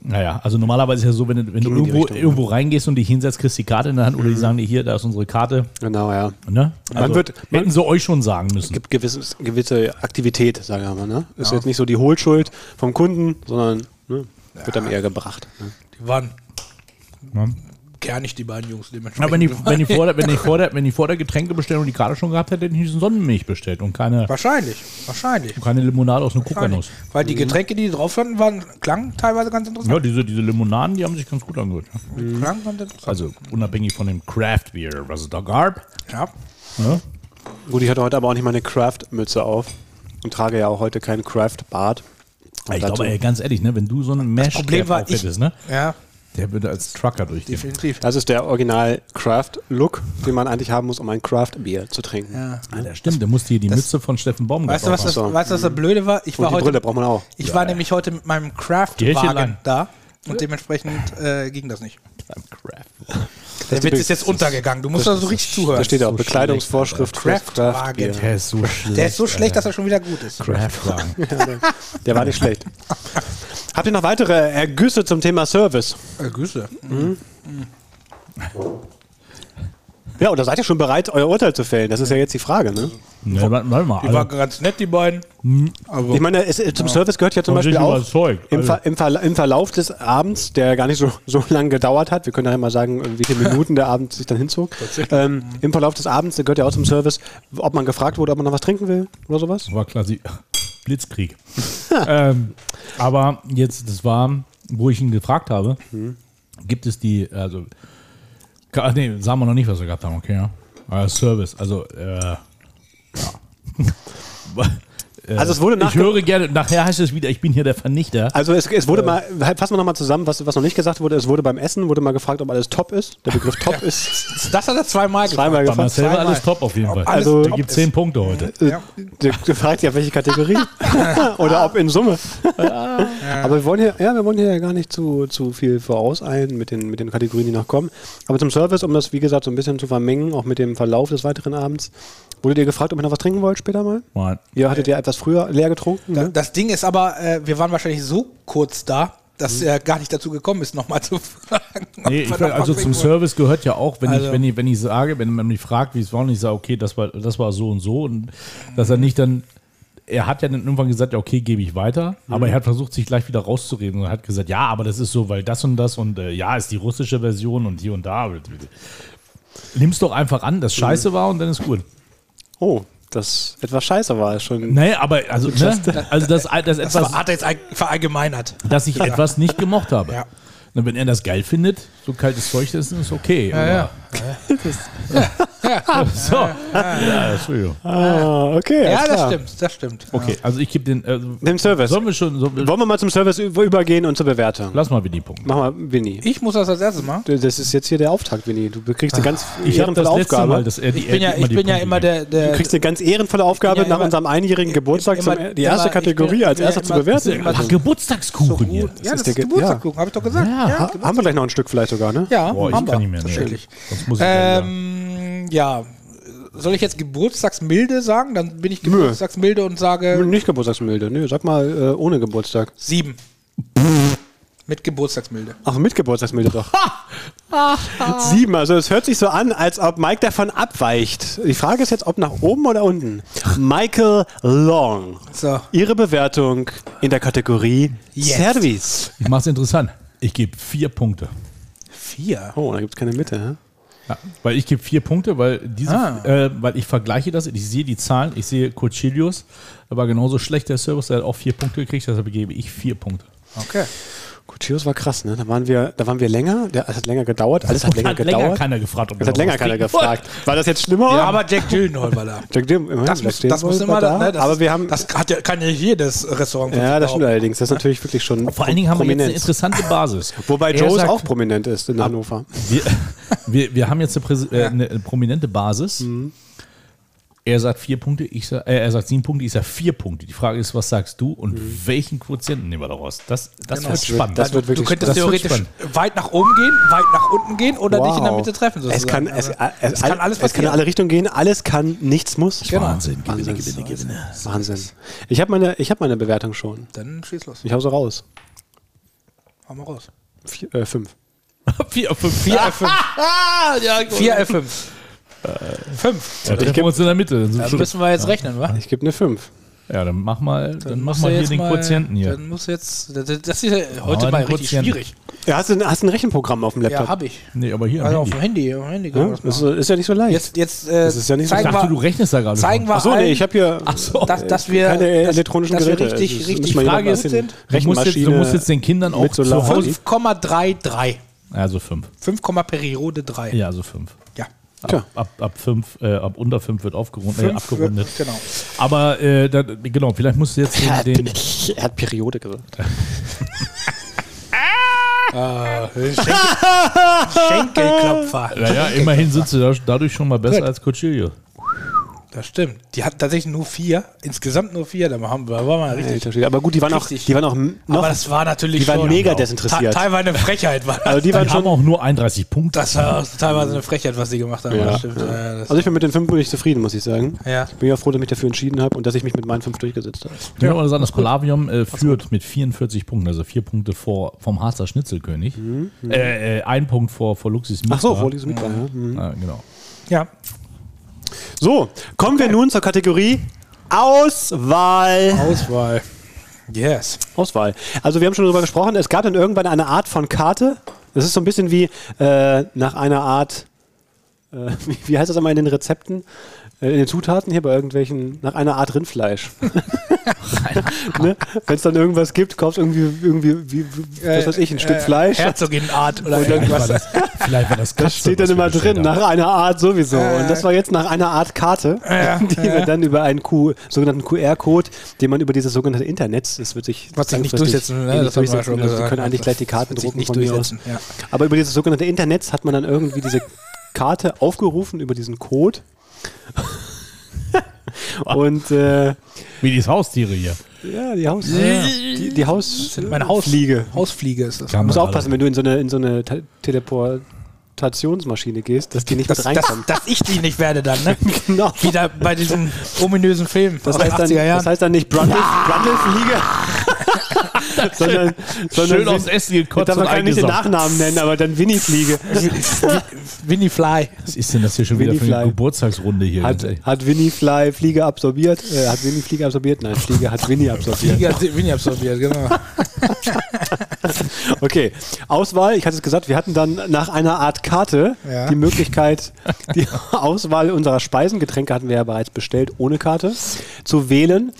Speaker 5: Naja, also normalerweise ist ja so, wenn du, wenn du
Speaker 3: Ging in die
Speaker 5: irgendwo,
Speaker 3: Richtung, ne? ja.
Speaker 5: irgendwo reingehst und dich hinsetzt, kriegst die Karte in der Hand oder die sagen dir, hier, da ist unsere Karte.
Speaker 3: Genau, ja.
Speaker 5: Ne?
Speaker 3: Man wird- man-
Speaker 5: hätten sie euch schon sagen müssen.
Speaker 3: Gibt gewisses, gewisse Aktivität, sagen wir mal. Ne? Ist jetzt nicht so die Hohlschuld vom Kunden, sondern ne, wird einem eher gebracht. Ne?
Speaker 4: Die waren
Speaker 5: Ja.
Speaker 4: kernig, die beiden Jungs dementsprechend.
Speaker 5: Ja, wenn, die, wenn, die vor der, wenn, die vor der, wenn die vor der Getränkebestellung die Karte schon gehabt hätte, hätten die Sonnenmilch bestellt und keine,
Speaker 4: wahrscheinlich, wahrscheinlich.
Speaker 5: keine Limonade aus einer
Speaker 4: wahrscheinlich.
Speaker 5: Kokosnuss.
Speaker 4: Weil die Getränke, die drauf standen, waren, klangen teilweise ganz interessant.
Speaker 5: Ja, diese, diese Limonaden, die haben sich ganz gut angehört. ja.
Speaker 3: Mhm.
Speaker 4: Klangen ganz interessant.
Speaker 5: Also unabhängig von dem Craft Beer, was es da gab.
Speaker 4: Ja.
Speaker 5: Ne?
Speaker 3: Gut, ich hatte heute aber auch nicht meine Craft-Mütze auf und trage ja auch heute keinen Craft-Bart.
Speaker 5: Ich glaube, ey, ganz ehrlich, ne, wenn du so einen Mesh
Speaker 4: Problem war, ich,
Speaker 5: hättest, ne,
Speaker 4: ja,
Speaker 5: der würde als Trucker durchgehen.
Speaker 4: definitiv.
Speaker 3: Das ist der Original-Craft-Look, den man eigentlich haben muss, um ein Craft-Bier zu trinken.
Speaker 4: Ja.
Speaker 5: Ah, das stimmt, der muss dir die Mütze von Steffen Baumgart
Speaker 4: Weißt du, was das,
Speaker 3: so. Mhm.
Speaker 4: weißt du, was das Blöde war? Ich
Speaker 3: Und
Speaker 4: war
Speaker 3: die
Speaker 4: heute
Speaker 3: Brille braucht man auch.
Speaker 4: Ich war nämlich heute mit meinem
Speaker 5: Kirche lang.
Speaker 4: Craft-Wagen da und dementsprechend äh, ging das nicht.
Speaker 5: aufpassen. Craft.
Speaker 4: Der Witz ist jetzt untergegangen. Du musst da so richtig zuhören.
Speaker 3: Da steht auch
Speaker 5: so
Speaker 3: Bekleidungsvorschrift für
Speaker 4: schlecht, Alter. Craftwagen.
Speaker 3: Craftbier.
Speaker 5: Der ist so schlecht.
Speaker 4: Der ist so schlecht, dass er schon wieder gut ist. [laughs]
Speaker 5: Craftwagen.
Speaker 3: Der war nicht
Speaker 5: [laughs]
Speaker 3: schlecht. Habt ihr noch weitere Ergüsse zum Thema Service?
Speaker 4: Äh, Güsse.
Speaker 3: Mhm. Ja, oder seid ihr schon bereit, euer Urteil zu fällen? Das ist ja jetzt die Frage, ne?
Speaker 5: Ne, warte warte mal.
Speaker 4: Die waren
Speaker 5: Alle,
Speaker 4: ganz nett, die beiden. Aber
Speaker 3: Ich meine, es, äh, zum Service gehört ja zum
Speaker 5: Haben sich
Speaker 3: Beispiel auch
Speaker 5: überzeugt,
Speaker 3: im,
Speaker 5: also.
Speaker 3: Ver, im, Verla- im Verlauf des Abends, der gar nicht so, so lange gedauert hat, wir können nachher mal sagen, äh, wie viele Minuten der Abend sich dann hinzog, ähm, im Verlauf des Abends gehört ja auch zum Service, ob man gefragt wurde, ob man noch was trinken will oder sowas.
Speaker 5: war quasi Blitzkrieg. ähm, aber jetzt, das war, wo ich ihn gefragt habe, gibt es die, also, ka- ach nee, sagen wir noch nicht, was wir gehabt haben, okay, ja. Aber Service, also, äh, ja. Äh,
Speaker 3: Also es wurde
Speaker 5: ich
Speaker 3: nachge-
Speaker 5: höre gerne, nachher heißt es wieder, ich bin hier der Vernichter.
Speaker 3: Also es, es wurde mal, fassen wir nochmal zusammen, was, was noch nicht gesagt wurde, es wurde beim Essen, wurde mal gefragt, ob alles top ist, der Begriff top ist
Speaker 4: das hat er zweimal gemacht.
Speaker 3: zweimal
Speaker 5: Bei
Speaker 3: gefragt.
Speaker 5: Marcel war
Speaker 4: zweimal.
Speaker 5: alles top auf jeden Fall.
Speaker 3: alles
Speaker 5: Also, da
Speaker 3: top
Speaker 5: gibt es zehn Punkte heute.
Speaker 3: Äh, der gefragt ja, welche Kategorie. Oder ob in Summe. Aber wir wollen hier, ja, wir wollen hier ja gar nicht zu, zu viel vorauseilen mit den, mit den Kategorien, die noch kommen. Aber zum Service, um das, wie gesagt, so ein bisschen zu vermengen, auch mit dem Verlauf des weiteren Abends, wurdet ihr gefragt, ob ihr noch was trinken wollt später mal?
Speaker 5: Mann.
Speaker 3: Ihr hattet ja etwas früher leer getrunken.
Speaker 4: Da-
Speaker 3: Ne?
Speaker 4: Das Ding ist aber, äh, wir waren wahrscheinlich so kurz da, dass er gar nicht dazu gekommen ist, nochmal zu [laughs] fragen. ob
Speaker 5: Mhm. Nee,
Speaker 4: wir
Speaker 5: ich,
Speaker 4: noch
Speaker 5: find, also
Speaker 4: was
Speaker 5: zum
Speaker 4: trinken wollen.
Speaker 5: Service gehört ja auch, wenn, ich,
Speaker 4: Also-
Speaker 5: wenn, ich, wenn ich sage, wenn man mich fragt, wie es war, und ich sage, okay, das war, das war so und so, und dass er nicht dann, er hat ja dann irgendwann gesagt, ja, okay, gebe ich weiter, aber er hat versucht, sich gleich wieder rauszureden und hat gesagt, ja, aber das ist so, weil das und das und äh, ja, ist die russische Version und hier und da. Nimm's doch einfach an, dass scheiße war und dann ist gut.
Speaker 3: Oh, das etwas scheiße war es schon.
Speaker 5: Nee, aber also, ne? also das, das
Speaker 4: Das
Speaker 5: etwas,
Speaker 4: war, hat er jetzt ein- verallgemeinert.
Speaker 5: dass ich etwas nicht gemocht habe.
Speaker 4: Ja.
Speaker 5: Na, wenn er das geil findet, so kaltes Zeug ist, ist okay. aber-
Speaker 4: ja.
Speaker 5: So. Ja, Entschuldigung.
Speaker 3: Ah, okay.
Speaker 4: Ja,
Speaker 3: alles
Speaker 4: das
Speaker 3: klar.
Speaker 4: stimmt, das stimmt.
Speaker 5: Okay, also ich gebe den. Also,
Speaker 3: Den Service.
Speaker 5: Sollen wir schon. So,
Speaker 3: Wollen wir mal zum Service über- übergehen und zur Bewertung?
Speaker 5: lass mal wieder die Punkte.
Speaker 3: Mach mal, Winnie.
Speaker 4: Ich muss das als erstes machen.
Speaker 3: Das ist jetzt hier der Auftakt, Winnie. Du kriegst eine ganz
Speaker 5: hab
Speaker 3: ehrenvolle Aufgabe.
Speaker 5: dass er die-
Speaker 4: Ich bin ja,
Speaker 5: er
Speaker 4: ich
Speaker 5: die
Speaker 4: bin ja
Speaker 5: Punkte
Speaker 4: immer
Speaker 5: gibt.
Speaker 4: der, der
Speaker 3: Du kriegst eine ganz ehrenvolle Aufgabe,
Speaker 4: Ich bin Äh, ja
Speaker 3: nach
Speaker 4: immer-
Speaker 3: unserem einjährigen Geburtstag
Speaker 4: immer-
Speaker 3: zum, die erste
Speaker 4: immer-
Speaker 3: Kategorie
Speaker 4: ich bin- ich
Speaker 3: als
Speaker 4: bin
Speaker 3: erster zu
Speaker 4: immer-
Speaker 3: bewerten.
Speaker 4: immer-
Speaker 5: Ach, Geburtstagskuchen hier.
Speaker 4: Ja, das
Speaker 3: der
Speaker 4: ist
Speaker 3: Ge-
Speaker 4: Geburtstagskuchen, habe ich doch gesagt.
Speaker 5: Ja.
Speaker 3: Ha haben wir gleich noch ein Stück vielleicht sogar, ne?
Speaker 4: Ja,
Speaker 5: Boah, ich
Speaker 4: haben wir,
Speaker 5: kann nicht mehr. ne.
Speaker 4: Tatsächlich.
Speaker 5: Sonst muss ich ähm,
Speaker 4: Ähm, ja, soll ich jetzt Geburtstagsmilde sagen? Dann bin ich Geburtstagsmilde und sage
Speaker 3: Nicht Geburtstagsmilde, ne? Sag mal äh, ohne Geburtstag.
Speaker 4: sieben. Mit Geburtstagsmilde.
Speaker 3: Ach, mit Geburtstagsmilde doch. Sieben, also es hört sich so an, als ob Mike davon abweicht. Die Frage ist jetzt, ob nach oben oder unten. Michael Long.
Speaker 4: So.
Speaker 3: Ihre Bewertung in der Kategorie
Speaker 4: Jetzt.
Speaker 3: Service.
Speaker 5: ich mach's interessant. Ich gebe vier Punkte.
Speaker 4: Vier.
Speaker 3: Oh, da gibt's keine Mitte, hä?
Speaker 5: Ja, weil ich gebe vier Punkte, weil diese,
Speaker 4: Ah.
Speaker 5: äh, weil ich vergleiche das, ich sehe die Zahlen, ich sehe Cochilius, aber genauso schlecht der Service, der hat auch vier Punkte gekriegt, deshalb gebe ich vier Punkte.
Speaker 4: Okay.
Speaker 3: Gutius war krass, ne? Da waren wir, da waren wir länger, der, es hat länger gedauert, alles
Speaker 4: [laughs]
Speaker 3: hat länger gedauert.
Speaker 5: keiner gefragt, ob
Speaker 3: Es hat länger keiner gefragt. War das jetzt schlimmer?
Speaker 4: Ja, aber Jack Gyllenhaal war da.
Speaker 3: [laughs] Jack Dim, immerhin,
Speaker 4: Das
Speaker 3: Jack
Speaker 4: muss,
Speaker 3: Dim
Speaker 4: das muss
Speaker 3: war
Speaker 4: immer
Speaker 3: da.
Speaker 4: da. Ne, das,
Speaker 3: aber wir haben,
Speaker 4: das hat ja, kann ja jedes Restaurant.
Speaker 3: ja, das stimmt
Speaker 4: verkaufen.
Speaker 3: allerdings. Das ist natürlich wirklich schon
Speaker 5: Vor allen Dingen haben wir jetzt eine
Speaker 3: Prominenz.
Speaker 5: interessante Basis.
Speaker 3: Wobei
Speaker 5: Er
Speaker 3: Joe's
Speaker 5: sagt-
Speaker 3: auch prominent ist in Hannover.
Speaker 5: Wir, [laughs] wir, wir haben jetzt eine, Präse, äh, eine prominente Basis.
Speaker 4: Mhm.
Speaker 5: Er sagt vier Punkte, ich sag, äh, er sagt sieben Punkte, ich sag vier Punkte. Die Frage ist, was sagst du und welchen Quotienten nehmen wir daraus? Das, das
Speaker 4: Mhm. Genau.
Speaker 5: wird
Speaker 4: Das
Speaker 3: wird-
Speaker 5: spannend.
Speaker 3: das wird
Speaker 4: Du
Speaker 3: wirklich
Speaker 4: könntest
Speaker 5: Das wird
Speaker 4: theoretisch weit nach oben gehen, weit nach unten gehen oder dich in der Mitte treffen.
Speaker 3: Es kann, es, äh,
Speaker 4: Also,
Speaker 3: es,
Speaker 4: kann alles
Speaker 3: es kann in
Speaker 4: passieren.
Speaker 3: alle Richtungen gehen, alles kann, nichts muss.
Speaker 5: Wahnsinn, Genau. Gewinne,
Speaker 3: Wahnsinn.
Speaker 5: Gewinne, Gewinne.
Speaker 3: Wahnsinn. Ich habe meine, ich hab meine Bewertung schon.
Speaker 4: Dann schieß los.
Speaker 3: Ich hau sie raus.
Speaker 4: Hau mal
Speaker 3: [laughs]
Speaker 4: raus.
Speaker 3: Vier, äh, fünf.
Speaker 5: Vier, fünf, vier.
Speaker 4: 4 [laughs] F5.
Speaker 5: ja, gut.
Speaker 4: 4 F5. Äh, 5.
Speaker 5: Ja, treffen wir uns in der Mitte. Dann sind wir
Speaker 4: Dann
Speaker 5: schon-
Speaker 4: müssen wir jetzt rechnen, wa?
Speaker 3: Ich gebe eine fünf.
Speaker 5: ja, dann mach mal, dann mach
Speaker 4: musst
Speaker 5: mal
Speaker 4: du
Speaker 5: hier
Speaker 4: jetzt
Speaker 5: den Quotienten hier.
Speaker 4: Dann muss jetzt. Das das ist ja heute
Speaker 5: den
Speaker 4: mal richtig
Speaker 5: Quotienten.
Speaker 4: schwierig.
Speaker 3: Ja, hast, du, hast du ein Rechenprogramm auf dem Laptop?
Speaker 4: Ja, hab ich.
Speaker 5: nee, aber hier. am
Speaker 4: Also auf
Speaker 5: Handy.
Speaker 4: dem Handy. Auf dem Handy
Speaker 3: Ja,
Speaker 4: können wir das
Speaker 3: das
Speaker 4: machen.
Speaker 3: ist, ist ja nicht so leicht.
Speaker 4: Jetzt, jetzt äh,
Speaker 3: Das ist ja nicht so-
Speaker 5: ich
Speaker 4: zeigen,
Speaker 5: dachte, du
Speaker 4: wir,
Speaker 5: rechnest da gerade.
Speaker 4: zeigen wir
Speaker 3: Achso,
Speaker 4: allen,
Speaker 3: nee, ich habe hier äh,
Speaker 5: Achso.
Speaker 4: dass, dass wir,
Speaker 3: keine
Speaker 4: dass,
Speaker 3: elektronischen
Speaker 4: dass wir
Speaker 3: Geräte. also
Speaker 4: richtig,
Speaker 3: Das
Speaker 4: richtig
Speaker 3: müssen wir
Speaker 5: Frage
Speaker 3: jeder
Speaker 5: ist,
Speaker 3: mal
Speaker 5: du
Speaker 3: hin.
Speaker 5: musst, jetzt, du
Speaker 3: Rechenmaschine
Speaker 5: musst jetzt den Kindern auch
Speaker 3: mit
Speaker 5: zu
Speaker 3: Solar-
Speaker 5: Hause.
Speaker 4: 5,33.
Speaker 5: Also fünf.
Speaker 4: 5, Periode 3.
Speaker 5: Ja, also fünf.
Speaker 4: Ja.
Speaker 3: Tja.
Speaker 5: Ab, ab, ab, fünf, äh, ab unter 5 wird aufgerundet, äh,
Speaker 4: Fünf wird-
Speaker 5: abgerundet.
Speaker 4: genau.
Speaker 5: Aber äh, da, genau, vielleicht musst du jetzt
Speaker 3: Er hat,
Speaker 5: den, den
Speaker 3: er hat Periode gesagt.
Speaker 4: Schenkelklopfer.
Speaker 3: [laughs]
Speaker 5: naja, immerhin sitzt du da, dadurch schon mal besser als Cochillo.
Speaker 4: Das stimmt. Die hatten tatsächlich nur vier, insgesamt nur vier, da haben wir, war mal richtig.
Speaker 3: Alter Schwede. Aber gut, die waren auch,
Speaker 4: Richtig.
Speaker 3: die waren auch m- noch.
Speaker 4: Aber das war natürlich
Speaker 3: die waren
Speaker 4: schon
Speaker 3: mega
Speaker 4: Ta-
Speaker 3: desinteressiert.
Speaker 4: Teilweise eine Frechheit war das.
Speaker 3: [laughs] also die waren
Speaker 5: Die haben
Speaker 3: schon.
Speaker 5: auch nur 31 Punkte.
Speaker 4: Das war auch teilweise eine Frechheit, was sie gemacht haben.
Speaker 3: Ja.
Speaker 4: das stimmt. Ja, das,
Speaker 3: Also ich bin mit den fünf bin ich zufrieden, muss ich sagen.
Speaker 4: Ja.
Speaker 3: Ich bin ja froh, dass ich mich dafür entschieden habe und dass ich mich mit meinen fünf durchgesetzt habe.
Speaker 5: Ich will noch mal sagen, das Palavium äh, führt mit 44 Punkten, also vier Punkte vor vom Harzer Schnitzelkönig. Äh, äh, ein Punkt vor, vor Luxis Mieter.
Speaker 3: Mhm. Ach so, Vorlesung mit bei, ja. Mhm.
Speaker 5: Ah, genau.
Speaker 4: ja.
Speaker 3: So, kommen wir nun zur Kategorie Auswahl.
Speaker 4: Auswahl. Yes.
Speaker 3: Auswahl. Also wir haben schon darüber gesprochen, es gab dann irgendwann eine Art von Karte. Das ist so ein bisschen wie äh, nach einer Art, äh, [laughs] wie, wie heißt das immer in den Rezepten? Äh, In den Zutaten hier bei irgendwelchen, nach einer Art Rindfleisch. [laughs] ne? Wenn es dann irgendwas gibt, kaufst du irgendwie, irgendwie wie, wie-
Speaker 4: Äh,
Speaker 3: was weiß ich, ein Stück Fleisch.
Speaker 4: Herzogin-Art oder irgendwas.
Speaker 5: [laughs] Vielleicht war das
Speaker 3: Das steht dann immer drin, nach einer Art sowieso.
Speaker 4: Äh.
Speaker 3: Und das war jetzt nach einer Art Karte, [laughs] die wir dann über einen Q, sogenannten QR-Code, den man über dieses sogenannte Internet, das wird sich
Speaker 4: Was sich nicht
Speaker 3: langfristig
Speaker 4: durchsetzen, ne?
Speaker 3: eh nicht
Speaker 4: Das haben wir
Speaker 3: durchsetzen.
Speaker 4: schon
Speaker 3: also, Sie
Speaker 4: gesagt.
Speaker 3: können eigentlich gleich die Karten
Speaker 4: Wird sich
Speaker 3: drucken
Speaker 4: nicht
Speaker 3: von mir aus.
Speaker 4: durchsetzen, ja.
Speaker 3: Aber über dieses sogenannte Internet hat man dann irgendwie diese Karte aufgerufen über
Speaker 4: [laughs]
Speaker 3: diesen Code. Und äh,
Speaker 5: Wie die Haustiere hier.
Speaker 3: ja, die Haus, die, die Haus,
Speaker 4: Meine Haus
Speaker 3: Fliege.
Speaker 4: Hausfliege ist das.
Speaker 5: Kam-
Speaker 3: Muss aufpassen, wenn du in so eine in so eine Te- Teleportationsmaschine gehst, dass die nicht
Speaker 4: Dass,
Speaker 3: mit reinkommen.
Speaker 4: dass, dass ich die nicht werde dann, ne?
Speaker 3: [laughs] Genau.
Speaker 4: Wieder bei diesem ominösen Film
Speaker 3: Das
Speaker 4: aus
Speaker 3: heißt, dann,
Speaker 4: den 80er Jahren.
Speaker 3: das heißt dann nicht Brundle,
Speaker 5: Ah! [laughs]
Speaker 3: Brundleflieger, sondern, sondern
Speaker 5: Schön aufs Essen
Speaker 3: Jetzt
Speaker 5: gekotzt
Speaker 3: darf
Speaker 5: und
Speaker 3: man kann nicht den
Speaker 5: eingesaugt.
Speaker 3: Nachnamen nennen, aber dann Winnie-Fliege.
Speaker 4: Winnie Fly.
Speaker 5: Was ist denn das hier schon wieder
Speaker 3: Winnie
Speaker 5: für eine
Speaker 3: Fly. Halt,
Speaker 5: Geburtstagsrunde hier?
Speaker 3: Hat,
Speaker 5: Ey,
Speaker 3: hat Winnie-Fly Fliege absorbiert? Äh, hat Winnie-Fliege absorbiert? Nein, Fliege hat Winnie absorbiert.
Speaker 5: [laughs]
Speaker 4: Fliege hat Winnie absorbiert, genau.
Speaker 3: Okay, Auswahl, ich hatte es gesagt, wir hatten dann nach einer Art Karte
Speaker 4: Ja.
Speaker 3: die Möglichkeit, die [laughs] Auswahl unserer Speisen, Getränke hatten wir ja bereits bestellt, ohne Karte, zu wählen.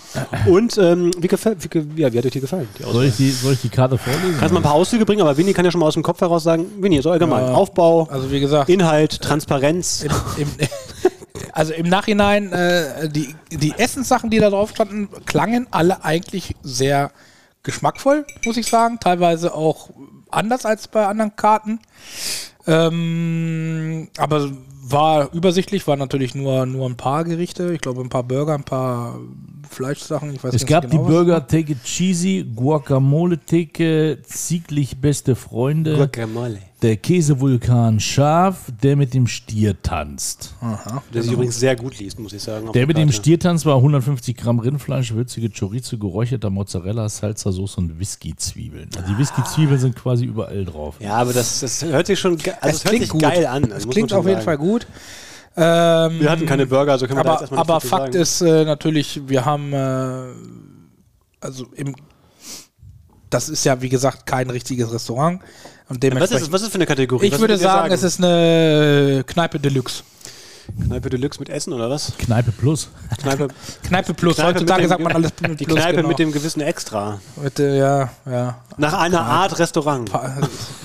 Speaker 3: Und ähm, wie, gefällt, wie, ge- ja, wie hat euch die gefallen, die Auswahl?
Speaker 5: soll, ich die, soll ich die Karte vorlesen?
Speaker 3: Kannst mal ein paar Auszüge bringen, aber Winnie kann ja schon mal aus dem Kopf heraus sagen, Winnie, so allgemein. Aufbau,
Speaker 4: Also wie gesagt,
Speaker 3: Inhalt, Transparenz.
Speaker 4: im, [laughs] im, also im Nachhinein, äh, die, die Essenssachen, die da drauf standen, klangen alle eigentlich sehr geschmackvoll, muss ich sagen. Teilweise auch anders als bei anderen Karten. Ähm, aber war übersichtlich, waren natürlich nur, nur ein paar Gerichte. Ich glaube, ein paar Burger, ein paar Fleischsachen. Ich weiß
Speaker 5: Es
Speaker 4: nicht
Speaker 5: gab
Speaker 4: genau,
Speaker 5: die
Speaker 4: was-
Speaker 5: Burger-Theke Cheesy, Guacamole-Theke, zieglich beste Freunde,
Speaker 3: Guacamole.
Speaker 5: der Käsevulkan Schaf, der mit dem Stier tanzt.
Speaker 3: Der sich übrigens sehr gut liest, muss ich sagen. auf
Speaker 5: Der mit
Speaker 3: Karte.
Speaker 5: dem Stiertanz war 150 Gramm Rindfleisch, würzige Chorizo, geräucherter Mozzarella, Salsa-Soße und Whisky-Zwiebeln. Also die Whisky-Zwiebeln sind quasi überall drauf.
Speaker 3: Ja, aber das, das hört sich schon ge- also es hört sich geil an. also
Speaker 4: Es
Speaker 3: muss
Speaker 4: klingt
Speaker 3: man schon
Speaker 4: auf jeden
Speaker 3: sagen.
Speaker 4: Fall gut. Ähm,
Speaker 3: Wir hatten keine Burger, also können wir da jetzt
Speaker 4: aber
Speaker 3: erstmal nicht
Speaker 4: aber
Speaker 3: so viel
Speaker 4: Fakt
Speaker 3: sagen.
Speaker 4: ist äh, natürlich, wir haben äh, also im das ist ja wie gesagt kein richtiges Restaurant und
Speaker 3: Was ist,
Speaker 4: dementsprechend
Speaker 3: was ist für eine Kategorie?
Speaker 4: ich
Speaker 3: was
Speaker 4: würde
Speaker 3: würdet ihr
Speaker 4: sagen, es ist eine Kneipe Deluxe.
Speaker 3: Kneipe Deluxe mit Essen oder was?
Speaker 5: Kneipe Plus.
Speaker 3: Kneipe,
Speaker 4: Kneipe Plus.
Speaker 3: Kneipe mit
Speaker 4: Heutzutage
Speaker 3: dem-
Speaker 4: sagt man alles
Speaker 3: [laughs]
Speaker 4: mit
Speaker 3: die
Speaker 4: Plus,
Speaker 3: Kneipe
Speaker 4: genau.
Speaker 3: mit dem gewissen Extra.
Speaker 4: Mit, äh, ja, ja.
Speaker 3: Nach einer Art Restaurant.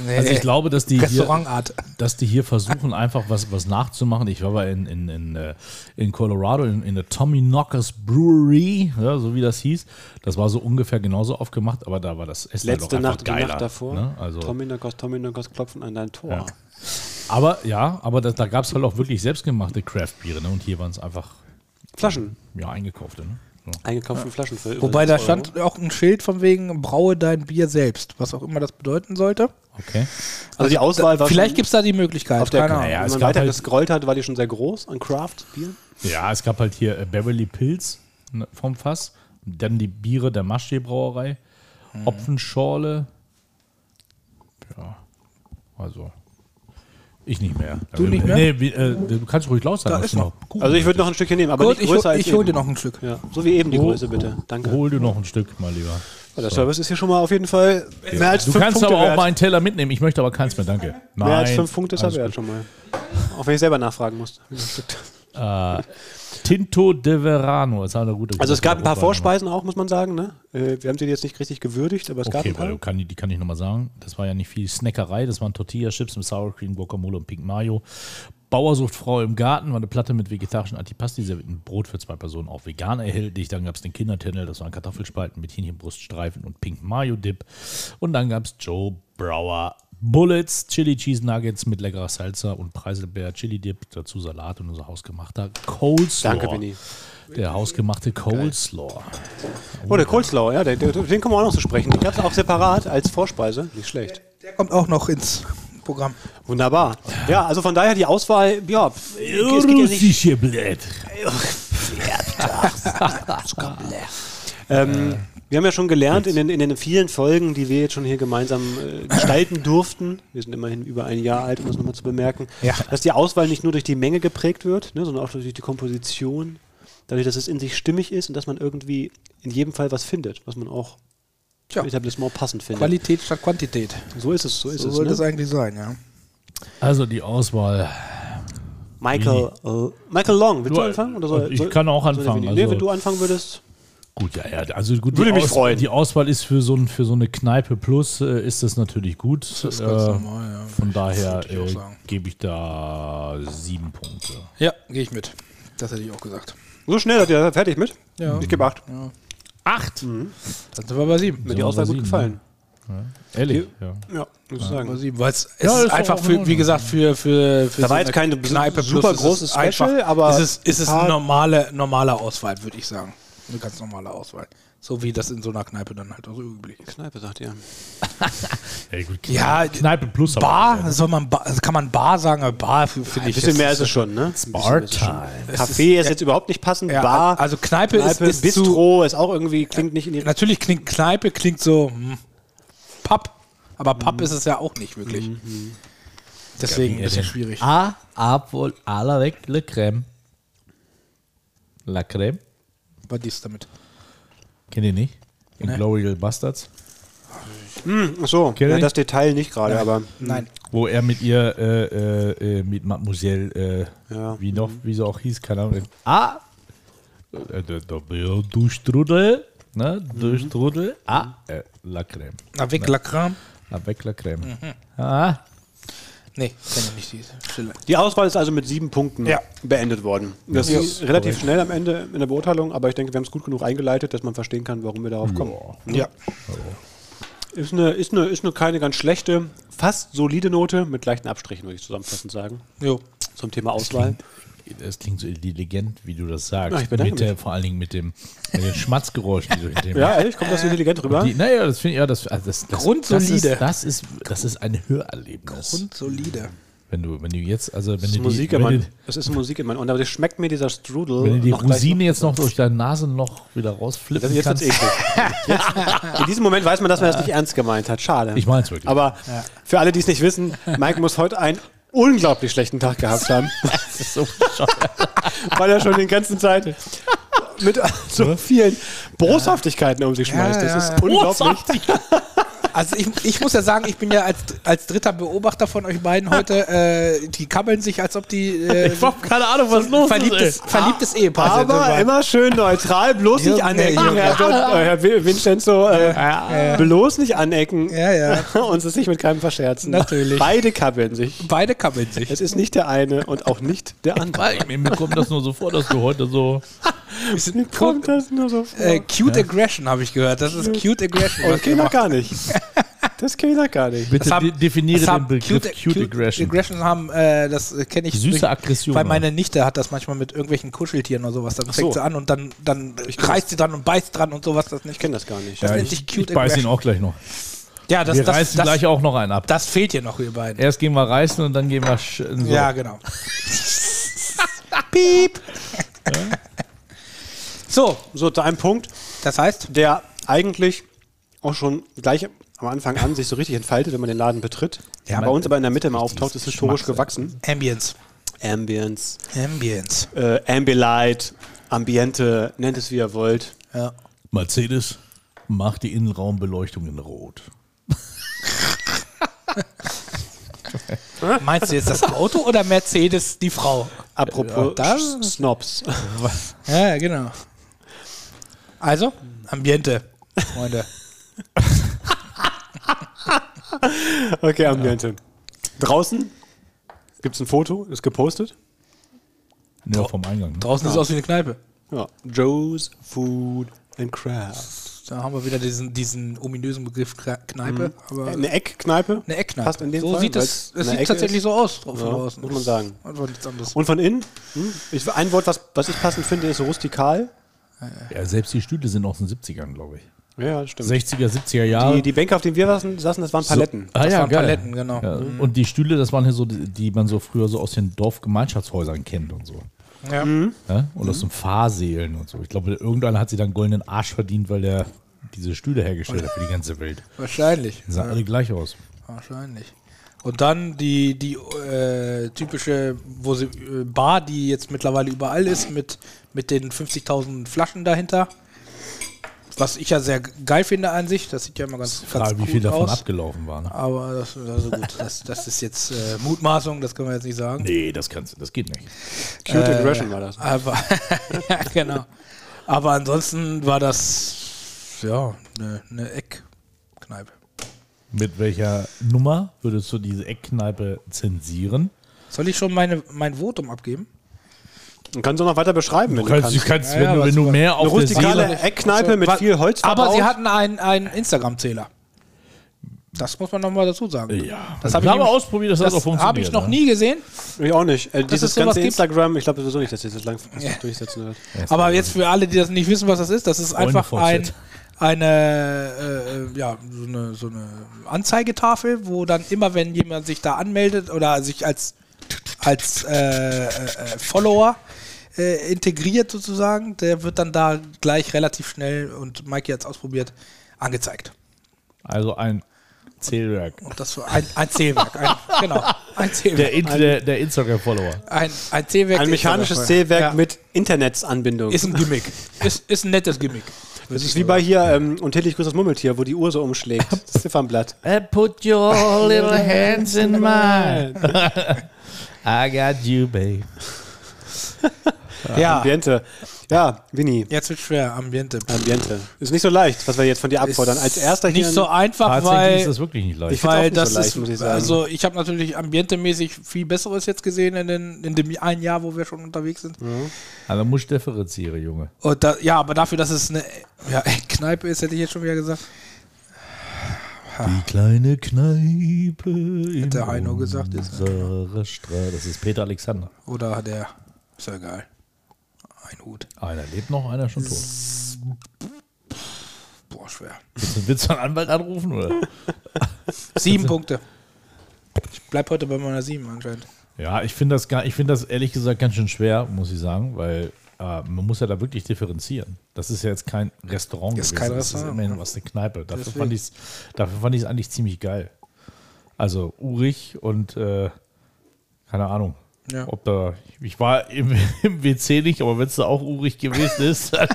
Speaker 4: Nee,
Speaker 3: Äh,
Speaker 5: Also ich glaube, dass die hier,
Speaker 4: Restaurantart.
Speaker 5: dass die hier versuchen, einfach was, was nachzumachen. Ich war mal in, in, in, äh, in Colorado, in, in der Tommy Knockers Brewery, ja, so wie das hieß. Das war so ungefähr genauso aufgemacht, aber da war das Essen halt
Speaker 3: Letzte
Speaker 5: auch
Speaker 3: Nacht,
Speaker 5: einfach
Speaker 3: die
Speaker 5: geiler.
Speaker 3: Nacht davor.
Speaker 5: Ne? Also,
Speaker 3: Tommy Knockers, Tommy Knockers klopfen an dein Tor.
Speaker 5: Ja. aber ja, aber das, da gab es halt auch wirklich selbstgemachte Craft-Biere. Ne? Und hier waren es einfach
Speaker 3: Flaschen.
Speaker 5: ja, eingekaufte. Ne? So.
Speaker 3: Eingekauften Flaschen für
Speaker 4: Wobei
Speaker 3: über
Speaker 4: da
Speaker 3: 6 Euro.
Speaker 4: stand
Speaker 5: ne?
Speaker 4: auch ein Schild von wegen, braue dein Bier selbst, was auch immer das bedeuten sollte.
Speaker 5: Okay.
Speaker 3: Also die Auswahl war
Speaker 4: Vielleicht
Speaker 3: schon-
Speaker 4: gibt es da die Möglichkeit.
Speaker 3: Auf der
Speaker 4: keine
Speaker 3: Karte.
Speaker 4: Ahnung.
Speaker 5: Ja,
Speaker 3: Wenn
Speaker 5: es
Speaker 3: man
Speaker 5: gab
Speaker 3: weiter
Speaker 5: halt-
Speaker 3: gescrollt hat, war die schon sehr groß an Craft-Bier.
Speaker 5: Ja, es gab halt hier äh, Beverly Pills ne, vom Fass, dann die Biere der Maschee Brauerei,
Speaker 3: Mhm.
Speaker 5: Hopfenschorle. Ja, also ich nicht mehr.
Speaker 4: Du nicht mehr?
Speaker 5: Nee, wie, äh, du kannst ruhig laut sein.
Speaker 4: Da
Speaker 5: was
Speaker 4: ist
Speaker 5: du
Speaker 4: noch.
Speaker 5: Kuchen
Speaker 3: Also ich würde noch ein Stückchen nehmen, aber
Speaker 4: Gut,
Speaker 3: nicht
Speaker 4: ich, hol-
Speaker 3: größer als
Speaker 4: ich hole dir
Speaker 3: eben.
Speaker 4: noch ein Stück.
Speaker 3: Ja, so wie eben die
Speaker 5: Oh.
Speaker 3: Größe, bitte. Danke.
Speaker 5: Hol dir noch ein Stück, mein Lieber.
Speaker 3: Ja, der Service ist hier schon mal auf jeden Fall mehr als
Speaker 5: Du
Speaker 3: fünf
Speaker 5: kannst
Speaker 3: Punkte
Speaker 5: aber auch
Speaker 3: wert.
Speaker 5: mal einen Teller mitnehmen. Ich möchte aber keins mehr, danke. Nein.
Speaker 3: Mehr als fünf Punkte ist er
Speaker 5: alles
Speaker 3: wert schon mal. Auch wenn ich selber nachfragen muss. Also
Speaker 5: gut. Äh, Tinto de Verano ist halt eine gute
Speaker 3: Also es gab ein paar
Speaker 5: Europa-
Speaker 3: Vorspeisen auch, muss man sagen. Ne? Äh, Wir haben sie jetzt nicht richtig gewürdigt, aber es gab ein
Speaker 5: Okay, weil
Speaker 3: paar.
Speaker 5: du kann, die kann ich nochmal sagen. Das war ja nicht viel Snackerei. Das waren Tortilla-Chips mit Sour Cream, Guacamole und Pink Mayo. Bauersuchtfrau im Garten war eine Platte mit vegetarischen Antipasti, servierten Brot für zwei Personen, auch vegan erhältlich. Dann gab es den Kindertunnel, das waren Kartoffelspalten mit Hähnchenbruststreifen und Pink Mayo Dip. Und dann gab es Joe Brower Bullets, Chili Cheese Nuggets mit leckerer Salsa und Preiselbeer Chili Dip, dazu Salat und unser hausgemachter Coleslaw.
Speaker 3: Danke, Vinny.
Speaker 5: Der hausgemachte Coleslaw.
Speaker 3: Oh, der Coleslaw, ja, der, der, den kommen wir auch noch zu sprechen. Den gab es auch separat als Vorspeise. Nicht schlecht.
Speaker 4: Der kommt auch noch ins Programm.
Speaker 3: Wunderbar. Ja, also von daher die Auswahl, ja, es
Speaker 5: Russische Blätter.
Speaker 3: Ähm, wir haben ja schon gelernt in den, in den vielen Folgen, die wir jetzt schon hier gemeinsam äh, gestalten durften, wir sind immerhin über ein Jahr alt, um das nochmal zu bemerken,
Speaker 4: Ja.
Speaker 3: dass die Auswahl nicht nur durch die Menge geprägt wird, ne, sondern auch durch die Komposition, dadurch, dass es in sich stimmig ist und dass man irgendwie in jedem Fall was findet, was man auch
Speaker 4: Tja.
Speaker 3: im Etablissement passend findet.
Speaker 4: Qualität statt Quantität.
Speaker 3: so ist es, so ist
Speaker 4: So
Speaker 3: es. Ne?
Speaker 4: soll das eigentlich sein, ja.
Speaker 5: Also die Auswahl.
Speaker 3: Michael, äh, Michael Long, willst
Speaker 5: Nur,
Speaker 3: du anfangen? Oder soll,
Speaker 5: ich
Speaker 3: soll,
Speaker 5: kann auch
Speaker 3: soll der
Speaker 5: anfangen,
Speaker 3: Vinny? nee,
Speaker 5: also-
Speaker 3: wenn du anfangen würdest.
Speaker 5: Gut, ja, ja. Also gut,
Speaker 3: Würde
Speaker 5: die,
Speaker 3: mich freuen.
Speaker 5: die Auswahl ist für so, ein, für so eine Kneipe Plus äh, ist das natürlich gut.
Speaker 4: ist ganz
Speaker 5: äh,
Speaker 4: normal, ja.
Speaker 5: Von daher
Speaker 4: Würde ich auch
Speaker 5: äh,
Speaker 4: sagen.
Speaker 5: gebe ich da sieben Punkte.
Speaker 4: Ja, gehe ich mit. Das hätte ich auch gesagt.
Speaker 3: So schnell, seid ihr fertig mit?
Speaker 4: Ja.
Speaker 3: Ich gebe acht.
Speaker 5: Acht?
Speaker 4: Dann sind wir bei sieben.
Speaker 3: Mir hat
Speaker 5: wir
Speaker 3: die Auswahl
Speaker 5: bei
Speaker 3: gut
Speaker 5: sieben,
Speaker 3: gefallen.
Speaker 5: Ehrlich? Ja.
Speaker 3: Ja, muss ich
Speaker 4: Bei
Speaker 3: sagen.
Speaker 4: sieben, weil es
Speaker 5: Ja,
Speaker 4: es
Speaker 5: ist
Speaker 4: ist
Speaker 5: doch
Speaker 4: einfach
Speaker 5: auch in
Speaker 4: für, wie
Speaker 5: Ordnung.
Speaker 4: gesagt, für, für, für
Speaker 3: Da war jetzt kein super
Speaker 4: es ist
Speaker 3: großes Special, aber
Speaker 4: es ist, es ist
Speaker 3: ein paar-
Speaker 4: eine normale, normale Auswahl, würde ich sagen. Eine ganz normale Auswahl. So wie das in so einer Kneipe dann halt auch so üblich ist.
Speaker 3: Kneipe, sagt ihr.
Speaker 5: Ey, gut, Kneipe,
Speaker 4: Ja,
Speaker 5: Kneipe Plus. aber-
Speaker 4: Bar, soll man Bar, kann man Bar sagen, aber Bar f- finde
Speaker 3: Ein
Speaker 4: ich.
Speaker 3: bisschen
Speaker 4: jetzt-
Speaker 3: mehr ist es schon, ne?
Speaker 5: Bar
Speaker 3: Ein Café ist jetzt überhaupt nicht passend.
Speaker 4: Ja,
Speaker 3: Bar,
Speaker 4: also Kneipe,
Speaker 3: Kneipe,
Speaker 4: ist, ist zu,
Speaker 3: Bistro ist auch irgendwie, klingt nicht in die
Speaker 4: Natürlich klingt Kneipe, klingt so hm, Pub. Aber Pub ist es ja auch nicht wirklich. Deswegen ein bisschen schwierig.
Speaker 5: A, Apfel, Alavec, Le Crème. La Crème?
Speaker 4: Was ist damit?
Speaker 5: Kennt ihr nicht? Inglorious Bastards.
Speaker 3: Ach so,
Speaker 5: Kenn
Speaker 3: ja,
Speaker 5: ich.
Speaker 3: das Detail nicht gerade, aber
Speaker 4: Nein.
Speaker 5: Wo er mit ihr, äh, äh, äh, mit Mademoiselle, äh,
Speaker 3: Ja.
Speaker 5: wie noch, wie sie auch hieß, keine Ahnung. Ah! Äh, da- da- ja, Du Strudel, ne?
Speaker 3: Mhm.
Speaker 5: Du Strudel. Ah! Äh, La Crème.
Speaker 4: Avec la crème?
Speaker 5: Avec La Crème.
Speaker 3: Mhm.
Speaker 5: Ah!
Speaker 4: Nee, kenne ich nicht die Stille.
Speaker 3: die Auswahl ist also mit sieben Punkten
Speaker 4: Ja.
Speaker 3: beendet worden. Das ist relativ schnell am Ende in der Beurteilung, aber ich denke, wir haben es gut genug eingeleitet, dass man verstehen kann, warum wir darauf kommen.
Speaker 4: Ja.
Speaker 3: Ist eine, ist eine, ist eine keine ganz schlechte, fast solide Note mit leichten Abstrichen, würde ich zusammenfassend sagen.
Speaker 4: Jo.
Speaker 3: Zum Thema Auswahl.
Speaker 5: Das klingt so intelligent, wie du das sagst.
Speaker 3: Ja, ich bedanke
Speaker 5: mit der,
Speaker 3: mich.
Speaker 5: vor allen Dingen mit dem mit den Schmatzgeräuschen, die du hinter
Speaker 3: [laughs]
Speaker 5: dem
Speaker 3: Ja, ehrlich, kommt das intelligent rüber?
Speaker 5: Die, naja, das finde ich ja, das, also das, das
Speaker 4: Grundsolide.
Speaker 5: Das ist, das ist, das ist ein Hörerlebnis.
Speaker 4: Und solide.
Speaker 5: wenn du, wenn du jetzt, also wenn
Speaker 3: Das ist
Speaker 5: du die,
Speaker 3: Musik in
Speaker 5: wenn,
Speaker 3: mein,
Speaker 5: du,
Speaker 3: das ist Musik in mein Ohr, aber das schmeckt mir dieser Strudel.
Speaker 5: wenn du die
Speaker 3: noch gleich-
Speaker 5: Rosine jetzt noch durch deine Nasenloch wieder rausflippen
Speaker 3: Das, jetzt wird's
Speaker 5: kannst.
Speaker 3: eklig. Jetzt, in diesem Moment weiß man, dass man das nicht ernst gemeint hat. Schade.
Speaker 5: Ich mein's wirklich.
Speaker 3: Aber für alle, die es nicht wissen, Mike muss heute einen unglaublich schlechten Tag gehabt haben,
Speaker 5: [laughs] das ist so bescheuert.
Speaker 3: weil er schon den ganzen Zeit mit so vielen Boshaftigkeiten um sich schmeißt.
Speaker 4: Ja,
Speaker 3: Das ist
Speaker 4: ja,
Speaker 3: unglaublich.
Speaker 4: Also ich, ich muss ja sagen, ich bin ja als, als dritter Beobachter von euch beiden heute, äh, die kabbeln sich, als ob die äh,
Speaker 5: hab keine Ahnung, was los
Speaker 4: verliebtes, verliebtes Ehepaar Also sind.
Speaker 3: Aber immer schön neutral, bloß nicht
Speaker 4: Junge,
Speaker 3: anecken,
Speaker 4: Junge.
Speaker 3: Herr, Dott, äh, Herr Vi- Vincenzo. Äh, Bloß nicht anecken.
Speaker 4: Ja, ja.
Speaker 3: [laughs] Uns ist nicht mit keinem verscherzen.
Speaker 4: Natürlich.
Speaker 3: Beide kabbeln sich.
Speaker 4: Beide kabbeln sich.
Speaker 3: Es ist nicht der eine und auch nicht der andere.
Speaker 5: Weil, [laughs] mir, mir kommt das nur so vor, dass du heute so.
Speaker 3: Mir kommt das nur so vor.
Speaker 4: Äh, cute Aggression habe ich gehört. Das ist Cute Aggression.
Speaker 3: Oh,
Speaker 4: was
Speaker 3: das
Speaker 4: ihr
Speaker 3: geht doch
Speaker 4: macht.
Speaker 3: gar nicht. Das geht doch gar nicht.
Speaker 5: Bitte
Speaker 4: Das haben-
Speaker 5: de- definiere
Speaker 4: das haben
Speaker 5: den Begriff Cute,
Speaker 4: Cute
Speaker 5: Aggression.
Speaker 4: Aggression haben, äh, das äh, kenne ich.
Speaker 5: Süße
Speaker 4: durch-
Speaker 5: Aggression,
Speaker 4: Weil
Speaker 5: ja.
Speaker 4: meine Nichte hat das manchmal mit irgendwelchen Kuscheltieren oder sowas. Dann fängt sie an und dann, dann reißt sie dran und beißt dran und sowas. Das nicht.
Speaker 3: Ich kenne das gar nicht.
Speaker 4: Das nennt
Speaker 5: Ich,
Speaker 4: sich
Speaker 5: ich
Speaker 4: Cute
Speaker 5: beiß ihn
Speaker 4: Aggression.
Speaker 5: auch gleich noch.
Speaker 4: Ja, das,
Speaker 5: Wir
Speaker 4: das,
Speaker 5: reißen
Speaker 4: das,
Speaker 5: gleich auch noch einen ab.
Speaker 4: das fehlt ihr noch, ihr beiden.
Speaker 5: Erst gehen wir reißen und dann gehen wir. sch- So.
Speaker 4: Ja, genau. Piep. So,
Speaker 3: So, zu einem Punkt,
Speaker 4: das heißt,
Speaker 3: der eigentlich auch schon gleich am Anfang an sich so richtig entfaltet, wenn man den Laden betritt.
Speaker 4: Ja,
Speaker 3: Bei
Speaker 5: man-
Speaker 3: uns aber in der Mitte immer auftaucht, ist historisch
Speaker 5: Geschmacks-
Speaker 3: gewachsen.
Speaker 4: Ambience.
Speaker 3: Ambience,
Speaker 4: Ambience.
Speaker 3: äh, Ambilight, Ambiente, nennt es wie ihr wollt.
Speaker 4: Ja.
Speaker 5: Mercedes, mach die Innenraumbeleuchtung in Rot.
Speaker 4: Meinst du jetzt das Auto oder Mercedes, die Frau?
Speaker 3: Apropos
Speaker 4: Ja, das-
Speaker 3: Sch- Snobs.
Speaker 4: Ja, genau. Also, Ambiente, Freunde.
Speaker 3: [laughs] Okay, Ambiente. Draußen gibt es ein Foto, ist gepostet.
Speaker 5: Nur vom Eingang. Ne?
Speaker 4: Draußen sieht es aus wie eine Kneipe.
Speaker 3: Ja. Joe's Food and Craft.
Speaker 4: Da haben wir wieder diesen, diesen ominösen Begriff Kle- Kneipe. Aber
Speaker 3: Hm. Äh, Eine Eckkneipe?
Speaker 4: eine Eckkneipe.
Speaker 3: Passt in dem
Speaker 4: so
Speaker 3: Fall,
Speaker 4: sieht
Speaker 3: weil
Speaker 4: es,
Speaker 3: eine
Speaker 4: es sieht
Speaker 3: Ecke
Speaker 4: tatsächlich
Speaker 3: ist.
Speaker 4: so aus drauf
Speaker 3: Ja,
Speaker 4: von außen.
Speaker 3: muss man sagen.
Speaker 4: Einfach nichts anderes.
Speaker 3: Und von innen? Hm? Ich, ein Wort, was, was ich passend finde, ist rustikal.
Speaker 5: Ja, selbst die Stühle sind aus den 70ern, glaube ich.
Speaker 3: Ja, stimmt.
Speaker 5: 60er, 70er Jahre.
Speaker 3: Die, die Bänke, auf denen wir saßen, saßen, das waren Paletten.
Speaker 5: Ah,
Speaker 4: Das
Speaker 5: ja,
Speaker 4: waren
Speaker 5: geil.
Speaker 4: Paletten, genau.
Speaker 5: Ja. Und die Stühle, das waren hier so, die die man so früher so aus den Dorfgemeinschaftshäusern kennt und so.
Speaker 4: Ja.
Speaker 3: Mhm.
Speaker 5: Ja? Und aus den Fahrseelen und so. Ich glaube, irgendeiner hat sich dann goldenen Arsch verdient, weil der diese Stühle hergestellt hat für die ganze Welt.
Speaker 4: Wahrscheinlich.
Speaker 5: Die sahen alle gleich aus.
Speaker 4: Wahrscheinlich. Und dann die, die äh, typische wo sie, äh, Bar, die jetzt mittlerweile überall ist, mit, mit den 50.000 Flaschen dahinter. Was ich ja sehr geil finde an sich. Das sieht ja immer ganz, ganz
Speaker 5: Frage, wie
Speaker 4: gut
Speaker 5: viel davon
Speaker 4: aus.
Speaker 5: abgelaufen waren.
Speaker 4: Aber das, also gut, das, das ist jetzt äh, Mutmaßung, das können wir jetzt nicht sagen.
Speaker 5: Nee, das kannst das geht nicht.
Speaker 3: Cute Aggression war das.
Speaker 4: Aber [laughs] ja, genau. Aber ansonsten war das ja eine ne Eckkneipe.
Speaker 5: Mit welcher Nummer würdest du diese Eckkneipe zensieren?
Speaker 4: Soll ich schon meine, mein Votum abgeben?
Speaker 3: Und kannst du noch weiter beschreiben, wenn
Speaker 5: Du
Speaker 3: du
Speaker 5: Also kannst, du
Speaker 3: kannst.
Speaker 5: kannst
Speaker 4: Ja,
Speaker 5: wenn,
Speaker 4: ja,
Speaker 5: du,
Speaker 4: was
Speaker 5: wenn du
Speaker 4: du-
Speaker 5: mehr auf
Speaker 3: Eine
Speaker 5: der Seele...
Speaker 3: rustikale Eckkneipe mit
Speaker 4: Wa-
Speaker 3: viel Holz
Speaker 4: Aber sie
Speaker 3: verbaut.
Speaker 4: hatten einen, einen Instagram-Zähler. Das muss man nochmal dazu sagen.
Speaker 5: Ja,
Speaker 4: Das
Speaker 5: das
Speaker 4: habe ich
Speaker 5: habe ich
Speaker 4: nämlich-
Speaker 5: ausprobiert, das, hat auch
Speaker 4: Das
Speaker 5: funktioniert.
Speaker 4: habe ich noch
Speaker 5: ne?
Speaker 4: nie gesehen.
Speaker 3: Ich auch nicht. Äh,
Speaker 4: es
Speaker 3: dieses
Speaker 4: sowas
Speaker 3: ganze
Speaker 4: gibt?
Speaker 3: Instagram, ich glaube sowieso nicht, dass sie das langfristig
Speaker 4: Ja.
Speaker 3: durchsetzen wird.
Speaker 4: Aber jetzt für alle, die das nicht wissen, was das ist, das ist einfach ein,
Speaker 5: fortsetzen.
Speaker 4: eine, äh, ja, so eine, so eine Anzeigetafel, wo dann immer, wenn jemand sich da anmeldet oder sich als, als äh, äh, äh, Follower äh, integriert sozusagen, der wird dann da gleich relativ schnell und Mikey hat es ausprobiert, angezeigt.
Speaker 5: Also ein Zählwerk.
Speaker 4: Und das so ein, ein Zählwerk, ein, genau, ein
Speaker 5: Der,
Speaker 4: Zählwerk.
Speaker 5: In- der, der Instagram-Follower.
Speaker 4: Ein, ein Zählwerk.
Speaker 3: Ein
Speaker 4: ist
Speaker 3: mechanisches
Speaker 4: aber-
Speaker 3: Zählwerk
Speaker 4: Ja.
Speaker 3: mit Internetsanbindung.
Speaker 4: Ist ein Gimmick. Ist, ist ein nettes Gimmick.
Speaker 3: das ist wie bei hier ähm, und täglich grüßt das Murmeltier, wo die Uhr
Speaker 4: [laughs]
Speaker 3: so umschlägt. Das Ziffernblatt.
Speaker 4: Ah.
Speaker 5: put your [laughs] little hands in mine. [laughs] I got you, babe.
Speaker 4: Ja.
Speaker 3: Ambiente. Ja, Winnie.
Speaker 4: Jetzt wird schwer, Ambiente.
Speaker 3: Ambiente. Ist nicht so leicht, was wir jetzt von dir abfordern. Als erster hier.
Speaker 4: nicht so
Speaker 3: ein-
Speaker 4: einfach,
Speaker 5: Tatsächlich
Speaker 4: weil,
Speaker 5: ist das wirklich nicht leicht.
Speaker 3: Ich- find's auch
Speaker 4: weil
Speaker 3: nicht so
Speaker 4: das
Speaker 3: leicht,
Speaker 4: ist,
Speaker 3: muss ich sagen.
Speaker 4: also ich habe natürlich ambientemäßig viel Besseres jetzt gesehen in, den, in dem einen Jahr, wo wir schon unterwegs sind.
Speaker 3: Mhm.
Speaker 5: Aber Also, muss differenzieren, Junge.
Speaker 4: Und da, ja, aber dafür, dass es eine ja, [laughs] Kneipe ist, hätte ich jetzt schon wieder gesagt.
Speaker 5: Die kleine Kneipe in
Speaker 4: der Heino gesagt, ist-
Speaker 5: unserer Straße. Das ist Peter Alexander.
Speaker 4: Oder der, ist ja egal. Ein Hut.
Speaker 5: Einer lebt noch, einer schon tot.
Speaker 4: Boah,
Speaker 3: [laughs]
Speaker 4: schwer.
Speaker 5: Willst du, willst du einen Anwalt anrufen? Oder?
Speaker 4: Sieben Punkte. Ich bleib heute bei meiner sieben anscheinend.
Speaker 5: Ja, ich finde das, gar- ich find das ehrlich gesagt ganz schön schwer, muss ich sagen, weil äh, man muss ja da wirklich differenzieren. Das ist ja jetzt kein Restaurant
Speaker 4: Ist
Speaker 5: gewesen,
Speaker 4: kein
Speaker 5: das ist
Speaker 4: Restaurant,
Speaker 5: immerhin
Speaker 4: ja.
Speaker 5: was eine Kneipe. Dafür
Speaker 4: Deswegen.
Speaker 5: fand, ich's, dafür fand ich es eigentlich ziemlich geil. Also urig und äh, keine Ahnung.
Speaker 4: Ja.
Speaker 5: Ob da, ich war im, [laughs] im WC nicht, aber wenn es da auch urig gewesen ist, dann,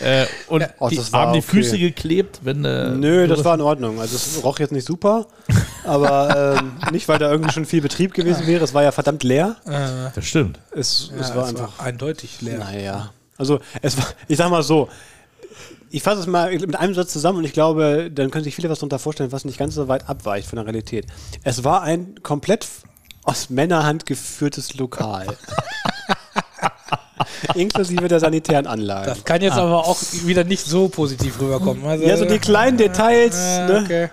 Speaker 5: äh, und
Speaker 3: Oh,
Speaker 5: die,
Speaker 3: das war
Speaker 5: haben die
Speaker 3: okay.
Speaker 5: Füße geklebt, wenn äh,
Speaker 3: Nö,
Speaker 5: du
Speaker 3: das
Speaker 5: was-
Speaker 3: war in Ordnung. Also es roch jetzt nicht super, aber ähm, nicht, weil da irgendwie schon viel Betrieb gewesen wäre. Es war ja verdammt leer.
Speaker 5: das stimmt.
Speaker 3: Es,
Speaker 4: Ja,
Speaker 3: es war einfach.
Speaker 4: eindeutig leer.
Speaker 3: Naja. Also es war, ich sag mal so, ich fasse es mal mit einem Satz zusammen und ich glaube, dann können sich viele was darunter vorstellen, was nicht ganz so weit abweicht von der Realität. Es war ein komplett aus Männerhand geführtes
Speaker 4: [laughs]
Speaker 3: Lokal. Inklusive der sanitären Anlagen.
Speaker 4: Das kann jetzt aber auch wieder nicht so positiv rüberkommen. Also,
Speaker 3: Ah. Ja, so die kleinen Details,
Speaker 4: äh,
Speaker 3: ne?
Speaker 4: okay.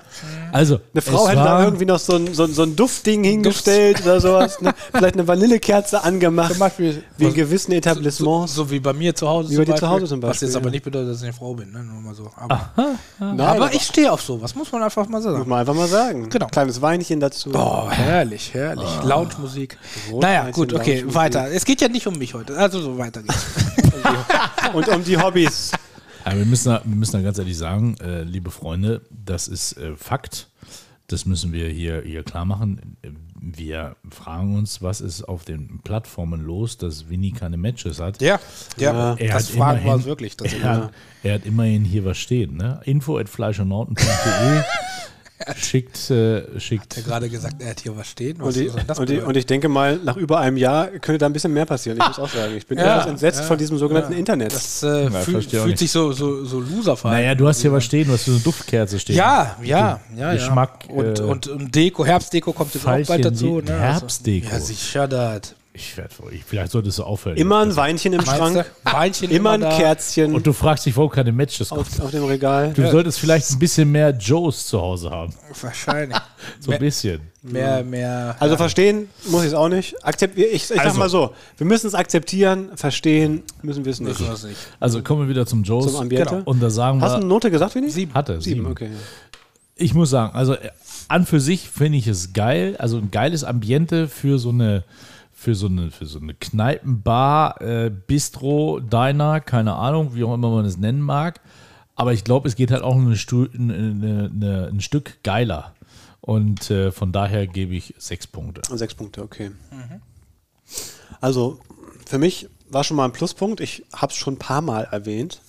Speaker 5: Also,
Speaker 3: Eine Frau
Speaker 5: es
Speaker 3: hätte da
Speaker 5: war-
Speaker 3: irgendwie noch so ein, so ein, so ein Duftding hingestellt oder sowas. Ne? Vielleicht eine Vanillekerze angemacht.
Speaker 4: Zum Beispiel-
Speaker 3: wie in gewissen
Speaker 4: So,
Speaker 3: Etablissements.
Speaker 4: so wie bei mir zu Hause.
Speaker 3: Wie bei dir zu Hause zum
Speaker 4: Was jetzt
Speaker 3: Beispiel,
Speaker 4: aber
Speaker 3: ja.
Speaker 4: nicht bedeutet, dass ich eine Frau bin. Ne? Nur mal so. Aber,
Speaker 3: Nein,
Speaker 4: aber ich stehe auf sowas, muss man einfach mal
Speaker 3: Muss
Speaker 4: sagen.
Speaker 3: man einfach mal sagen.
Speaker 4: Genau.
Speaker 3: Kleines Weinchen dazu.
Speaker 4: Oh, herrlich, herrlich. Lounge-Musik. Ah. Naja,
Speaker 3: Weinchen,
Speaker 4: gut, okay,
Speaker 3: Lounge-Musik.
Speaker 4: weiter. Es geht ja nicht um mich heute. Also so, weiter geht's.
Speaker 3: Und um die Hobbys.
Speaker 5: Aber wir müssen, da, wir müssen da ganz ehrlich sagen, äh, liebe Freunde, das ist äh, Fakt. Das müssen wir hier, hier klar machen. Wir fragen uns, was ist auf den Plattformen los, dass Winnie keine Matches
Speaker 4: [laughs]
Speaker 5: hat.
Speaker 4: ja, ja.
Speaker 5: Er
Speaker 4: das
Speaker 5: hat
Speaker 4: fragen wir
Speaker 5: immerhin-
Speaker 4: uns wirklich. Das
Speaker 5: [laughs] Er hat, er hat immerhin hier was stehen. Ne? Info
Speaker 4: [laughs]
Speaker 5: at fleischandnauten.de schickt, äh, schickt
Speaker 4: hat gerade gesagt, er hat hier was stehen.
Speaker 3: Und
Speaker 4: Was
Speaker 3: ich,
Speaker 4: soll das
Speaker 3: und, ich, und
Speaker 4: bedeuten?
Speaker 3: ich denke mal, nach über einem Jahr könnte da ein bisschen mehr passieren. Ich muss auch sagen, ich bin
Speaker 4: Ah. Ja,
Speaker 3: etwas entsetzt
Speaker 4: ja,
Speaker 3: von diesem sogenannten Internet.
Speaker 4: das äh,
Speaker 5: Ja,
Speaker 4: fühl,
Speaker 5: verstehe auch
Speaker 4: fühlt
Speaker 5: nicht.
Speaker 4: sich so, so, so loser
Speaker 5: Naja, du hast hier was stehen, du hast hier so eine Duftkerze stehen.
Speaker 4: Ja, ja, ja.
Speaker 5: Geschmack,
Speaker 4: Ja. Und,
Speaker 5: äh,
Speaker 4: und, und Deko, Herbstdeko kommt jetzt auch
Speaker 5: Pfeilchen,
Speaker 4: bald dazu.
Speaker 5: die
Speaker 4: Ne?
Speaker 5: Herbstdeko.
Speaker 4: Also, ja, sicher das.
Speaker 5: Ich werd, verrückt. vielleicht solltest du aufhören.
Speaker 3: Immer ein Weinchen im
Speaker 4: Meinst
Speaker 3: Schrank,
Speaker 4: du? Weinchen
Speaker 3: immer ein
Speaker 4: da.
Speaker 3: Kerzchen
Speaker 5: Und du fragst dich, warum keine
Speaker 4: Oh,
Speaker 5: Matches kommen.
Speaker 3: auf, auf dem Regal.
Speaker 5: Du solltest vielleicht ein bisschen mehr Joes zu Hause haben.
Speaker 4: Wahrscheinlich.
Speaker 3: [laughs]
Speaker 5: So ein bisschen.
Speaker 4: Mehr, mehr.
Speaker 3: Also verstehen muss ich es auch nicht. Akzept, ich ich sag
Speaker 5: Also.
Speaker 3: mal so, wir müssen es akzeptieren, verstehen müssen wir es nicht.
Speaker 4: Wissen wir es nicht.
Speaker 5: Also kommen wir wieder zum Joes.
Speaker 3: Zum Ambiente?
Speaker 5: Genau. Und da sagen
Speaker 3: Hast du eine
Speaker 5: wir,
Speaker 3: Note gesagt, Vini?
Speaker 4: Sieben.
Speaker 5: hatte sieben.
Speaker 3: okay.
Speaker 5: Ich muss sagen, also äh, an für sich finde ich es geil. Also ein geiles Ambiente für so eine, für so eine, für so eine Kneipenbar, äh, Bistro, Diner, keine Ahnung, wie auch immer man es nennen mag. Aber ich glaube, es geht halt auch eine Stu eine, eine, eine, ein Stück geiler. Und äh, von daher gebe ich sechs Punkte.
Speaker 3: Und Ah, sechs Punkte, okay. Also für mich war schon mal ein Pluspunkt. Ich habe es schon ein paar Mal erwähnt,